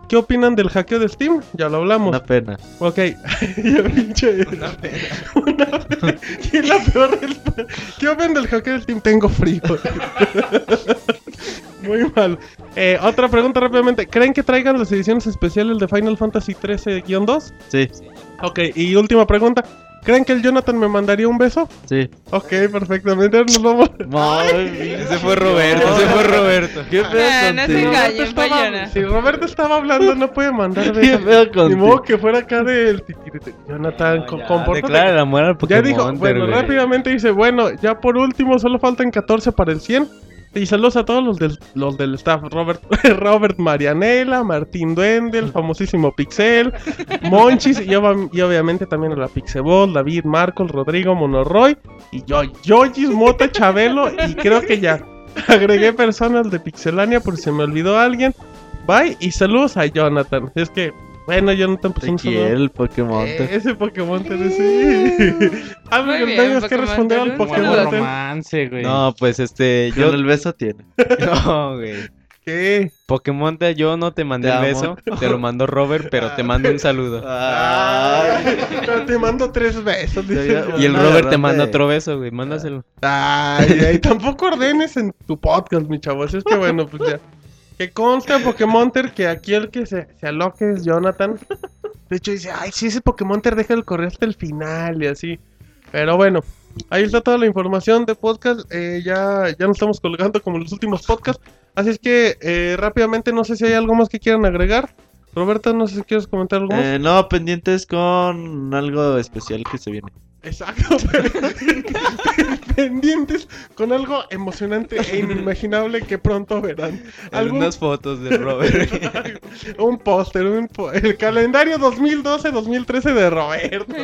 ¿Qué opinan del hackeo de Steam? Ya lo hablamos. Una pena. Ok. Ya pinche- Una pena. Una vez- ¿Qué es la peor respuesta? ¿Qué opinan del hackeo del team? Tengo frío. Muy mal. Eh, otra pregunta rápidamente. ¿Creen que traigan las ediciones especiales de Final Fantasy 13-2? Sí, Ok, y última pregunta. ¿Creen que el Jonathan me mandaría un beso? sí. Ok, perfectamente. Nos vamos. Muy bien. Ese fue Roberto, ese fue Roberto. ¿Qué pedo Ah, no se contigo? engañe. Roberto fue estaba- Jonah. Si Roberto estaba hablando, no puede mandar ¿Qué besos. pedo Ni modo contigo? Ah, que fuera acá del titirite. Jonathan, co- compórtate. Declara el amor al Ya Pokémon. dijo, bueno, Terry. rápidamente dice, bueno, ya por último, solo faltan 14 para el 100. Y saludos a todos los del, los del staff, Robert, Robert Marianela, Martín Duende, el famosísimo Pixel, Monchis y, ob- y obviamente también a la Pixebol, David, Marcos, Rodrigo, Monoroy y yo, Yoyis, Mota, Chabelo y creo que ya. Agregué personas de Pixelania por si se me olvidó alguien. Bye y saludos a Jonathan. Es que, bueno, Jonathan, pues Te un saludo. quiere el Pokémon. Eh, Ese Pokémon te sí. Algo Muy que bien, tengas que Pokémon responder al Tennis. Como Saludos. Pokémon Tennis. romance, güey. No, pues este, Yo yo el beso tiene. no, güey. ¿Qué? Pokémon te- yo no te mandé Te el amo. beso, te lo mandó Robert, pero te mando un saludo. Ay. Pero te mando tres besos. dice Te voy Y el No, Robert te agarrate. manda otro beso, güey, mándaselo. Ay, ay, tampoco ordenes en tu podcast, mi chavo. Así es que bueno, pues ya. Que consta Pokémonter que aquí el que se, se aloque es Jonathan. De hecho dice, ay, si ese Pokémonter deja el correo hasta el final y así. Pero bueno, ahí está toda la información de podcast. Eh, ya, ya nos estamos colgando como en los últimos podcasts. Así es que eh, rápidamente, no sé si hay algo más que quieran agregar. Roberta, no sé si quieres comentar algo más. Eh, no, pendientes con algo especial que se viene. Exacto, pero pendientes con algo emocionante e inimaginable que pronto verán. Algún, Algunas fotos de Robert. un póster, un po- el calendario 2012-2013 de Roberto.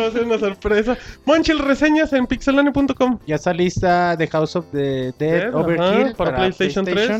Va a ser una sorpresa. Monchil, reseñas en pixelane.com. Ya está lista The House of the Dead Dead, Overkill ajá, para, PlayStation 3.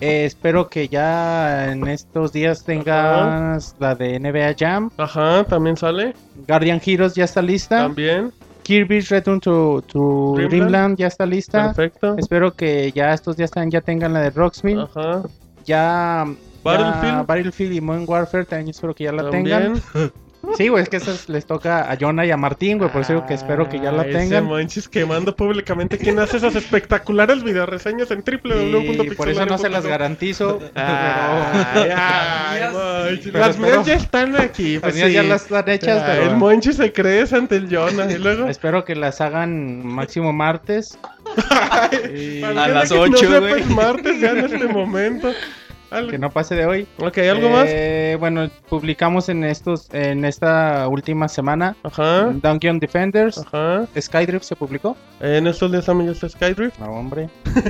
espero que ya en estos días tengas la de NBA Jam. Ajá, también sale. Guardian Heroes ya está lista. También. Kirby's Return to, to Dreamland. Dreamland. ya está lista. Perfecto. Espero que ya estos días también ya tengan la de Rocksmith. Ajá. Ya. Ah. Battlefield. ya Battlefield y Modern Warfare también espero que ya la También. tengan. Sí, güey, es que esas les toca a Jonah y a Martín, güey, por eso digo que espero que ya la Ah, Ese tengan. Monchis quemando públicamente quién hace esas espectaculares videoreseñas en Y www.pixelane.com. por eso no se las garantizo. Ah, Ay, ay, Dios. Monchis. Pero Las mías espero- ya están aquí. Las Pues mías sí. ya las están hechas, Ah, pero El Monchi se cree ante el Jonah. Y luego. espero que las hagan máximo martes. Y para a la las gente que no ocho, sepa, güey. es martes ya en este momento. Algo- que no pase de hoy. Ok, ¿algo más? Eh, Bueno, publicamos en estos, en esta última semana Ajá. Dungeon Defenders. Ajá. Eh, Skydrift se publicó. En estos días también ya está Skydrift. No, hombre. Sí,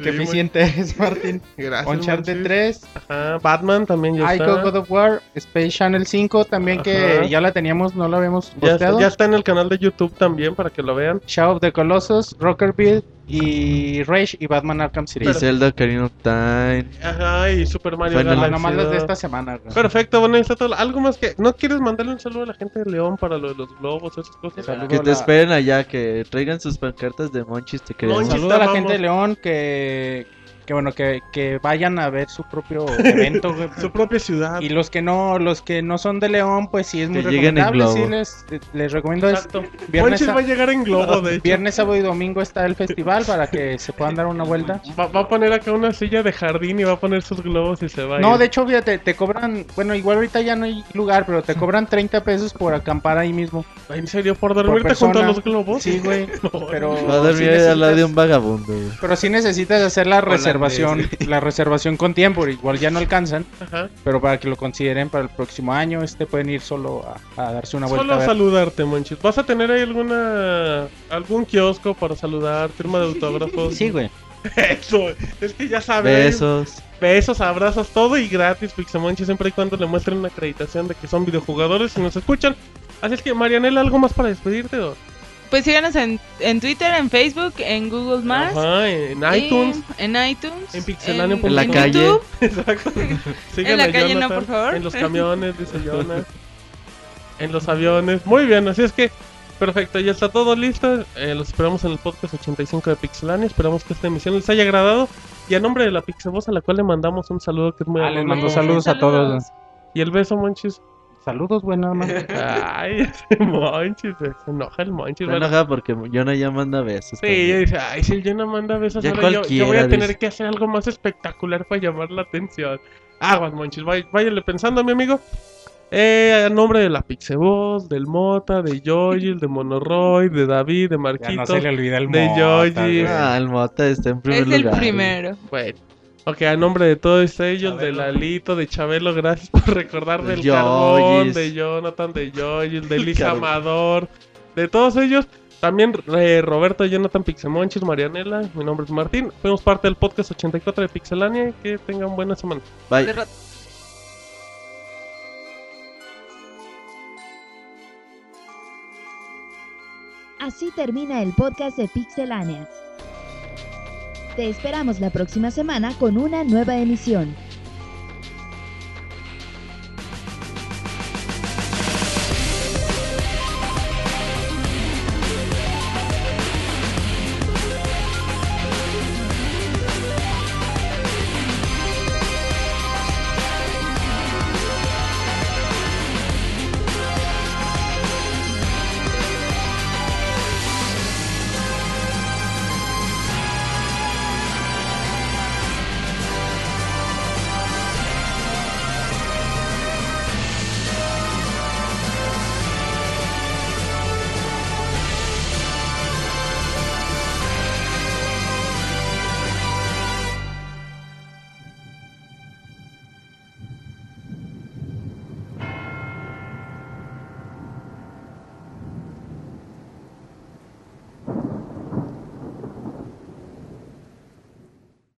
Qué eficiente eres, Martín. Monchis. Gracias. Uncharted Monchis. 3, Ajá. Ah, Batman también ya Ico está. God of War, Space Channel 5 también Ajá. que ya la teníamos, no la habíamos Ya está, posteado. ya está en el canal de YouTube también para que lo vean. Shadow of the Colossus, Rocker Build y Rage y Batman Arkham City. Y Zelda Ocarina of Time. Ajá, y Super Mario Bueno, Bueno, Galaxy. nomás las de este ¿no? esta semana. güey. Perfecto, bueno, ahí está todo. Algo más que. ¿No quieres mandarle un saludo a la gente de León para lo de los globos, esas cosas? Saludo Que a te la- esperen allá, que traigan sus pancartas de Monchis, te queremos. Monchis. Saludo a la Vamos. gente de León que, que bueno, que, que vayan a ver su propio evento, güey. Su propia ciudad. Y los que no, los que no son de León, pues sí es muy Que lleguen en recomendable, sí globo. les, eh, les recomiendo es Exacto. viernes, Monchis a- Pues, va a llegar en globo, de hecho. viernes, sábado y domingo está el festival para que se puedan dar una vuelta. Va, va a poner acá una silla de jardín y va a poner sus globos y se va. a No, ir. de hecho, fíjate, te cobran, bueno, igual ahorita ya no hay lugar, pero te cobran 30 pesos por acampar ahí mismo. ¿En serio? ¿Por dormirte persona. junto a los globos? Sí, güey, No, pero Va a sí dormir al lado de necesitas- un vagabundo, güey. Pero sí necesitas hacer la reservación, la reservación con tiempo, igual ya no alcanzan, Ajá. pero para que lo consideren para el próximo año, este pueden ir solo a, a darse una Solo vuelta. a a ver. saludarte, Monchis. ¿Vas a tener ahí alguna. algún kiosco para saludar, firma de autógrafos? Sí, güey. Eso. Es que ya sabes. Besos. Besos, abrazos, todo y gratis, Pixamonchi, siempre y cuando le muestren una acreditación de que son videojugadores y nos escuchan. Así es que, Marianela, ¿algo más para despedirte? o? Pues síganos en, en Twitter, en Facebook, en Google Maps. Ajá, en y iTunes. En iTunes. En Pixelania En la YouTube. calle. Exacto. Síganle a calle no, Jonathan. por favor. En los camiones, dice Jonas. en los aviones. Muy bien, así es que. Perfecto, ya está todo listo. Eh, los esperamos en el podcast 85 de Pixelania. Esperamos que esta emisión les haya agradado. Y a nombre de la Pixelvoz, a la cual le mandamos un saludo que es muy Ah, les amable. mando Eh, saludos a todos. saludos. Y el beso, Monchis. Saludos, bueno, Ay, ese Monchis, eh, se enoja el Monchis. Me bueno. enoja porque Yona ya manda besos. Sí, ella dice, ay, si el Jonah manda besos, Ya ahora yo, yo voy a cualquiera, tener dice. que hacer algo más espectacular para llamar la atención. Aguas, monchis, váy- váyale pensando, mi amigo. Eh, a nombre de la Pixeboss, del Mota, de Yoyil, de Monoroy, de David, de Ya no Marquito. se le olvida el de Mota, Yoyi. güey. Ah, el Mota está en primer Es lugar. el primero. Bueno. Ok, a nombre de todos ellos, Chabelo. de Lalito, de Chabelo, gracias por recordar De del carbón, Yoyis. de Jonathan, de Yoyil, de El Lisa carbón. Amador, de todos ellos. También eh, Roberto, Jonathan, Pixemonchis, Marianela, mi nombre es Martín. Fuimos parte del podcast 84 de Pixelania. Que tengan buena semana. Bye. De ro- Así termina el podcast de Pixelania. Te esperamos la próxima semana con una nueva emisión.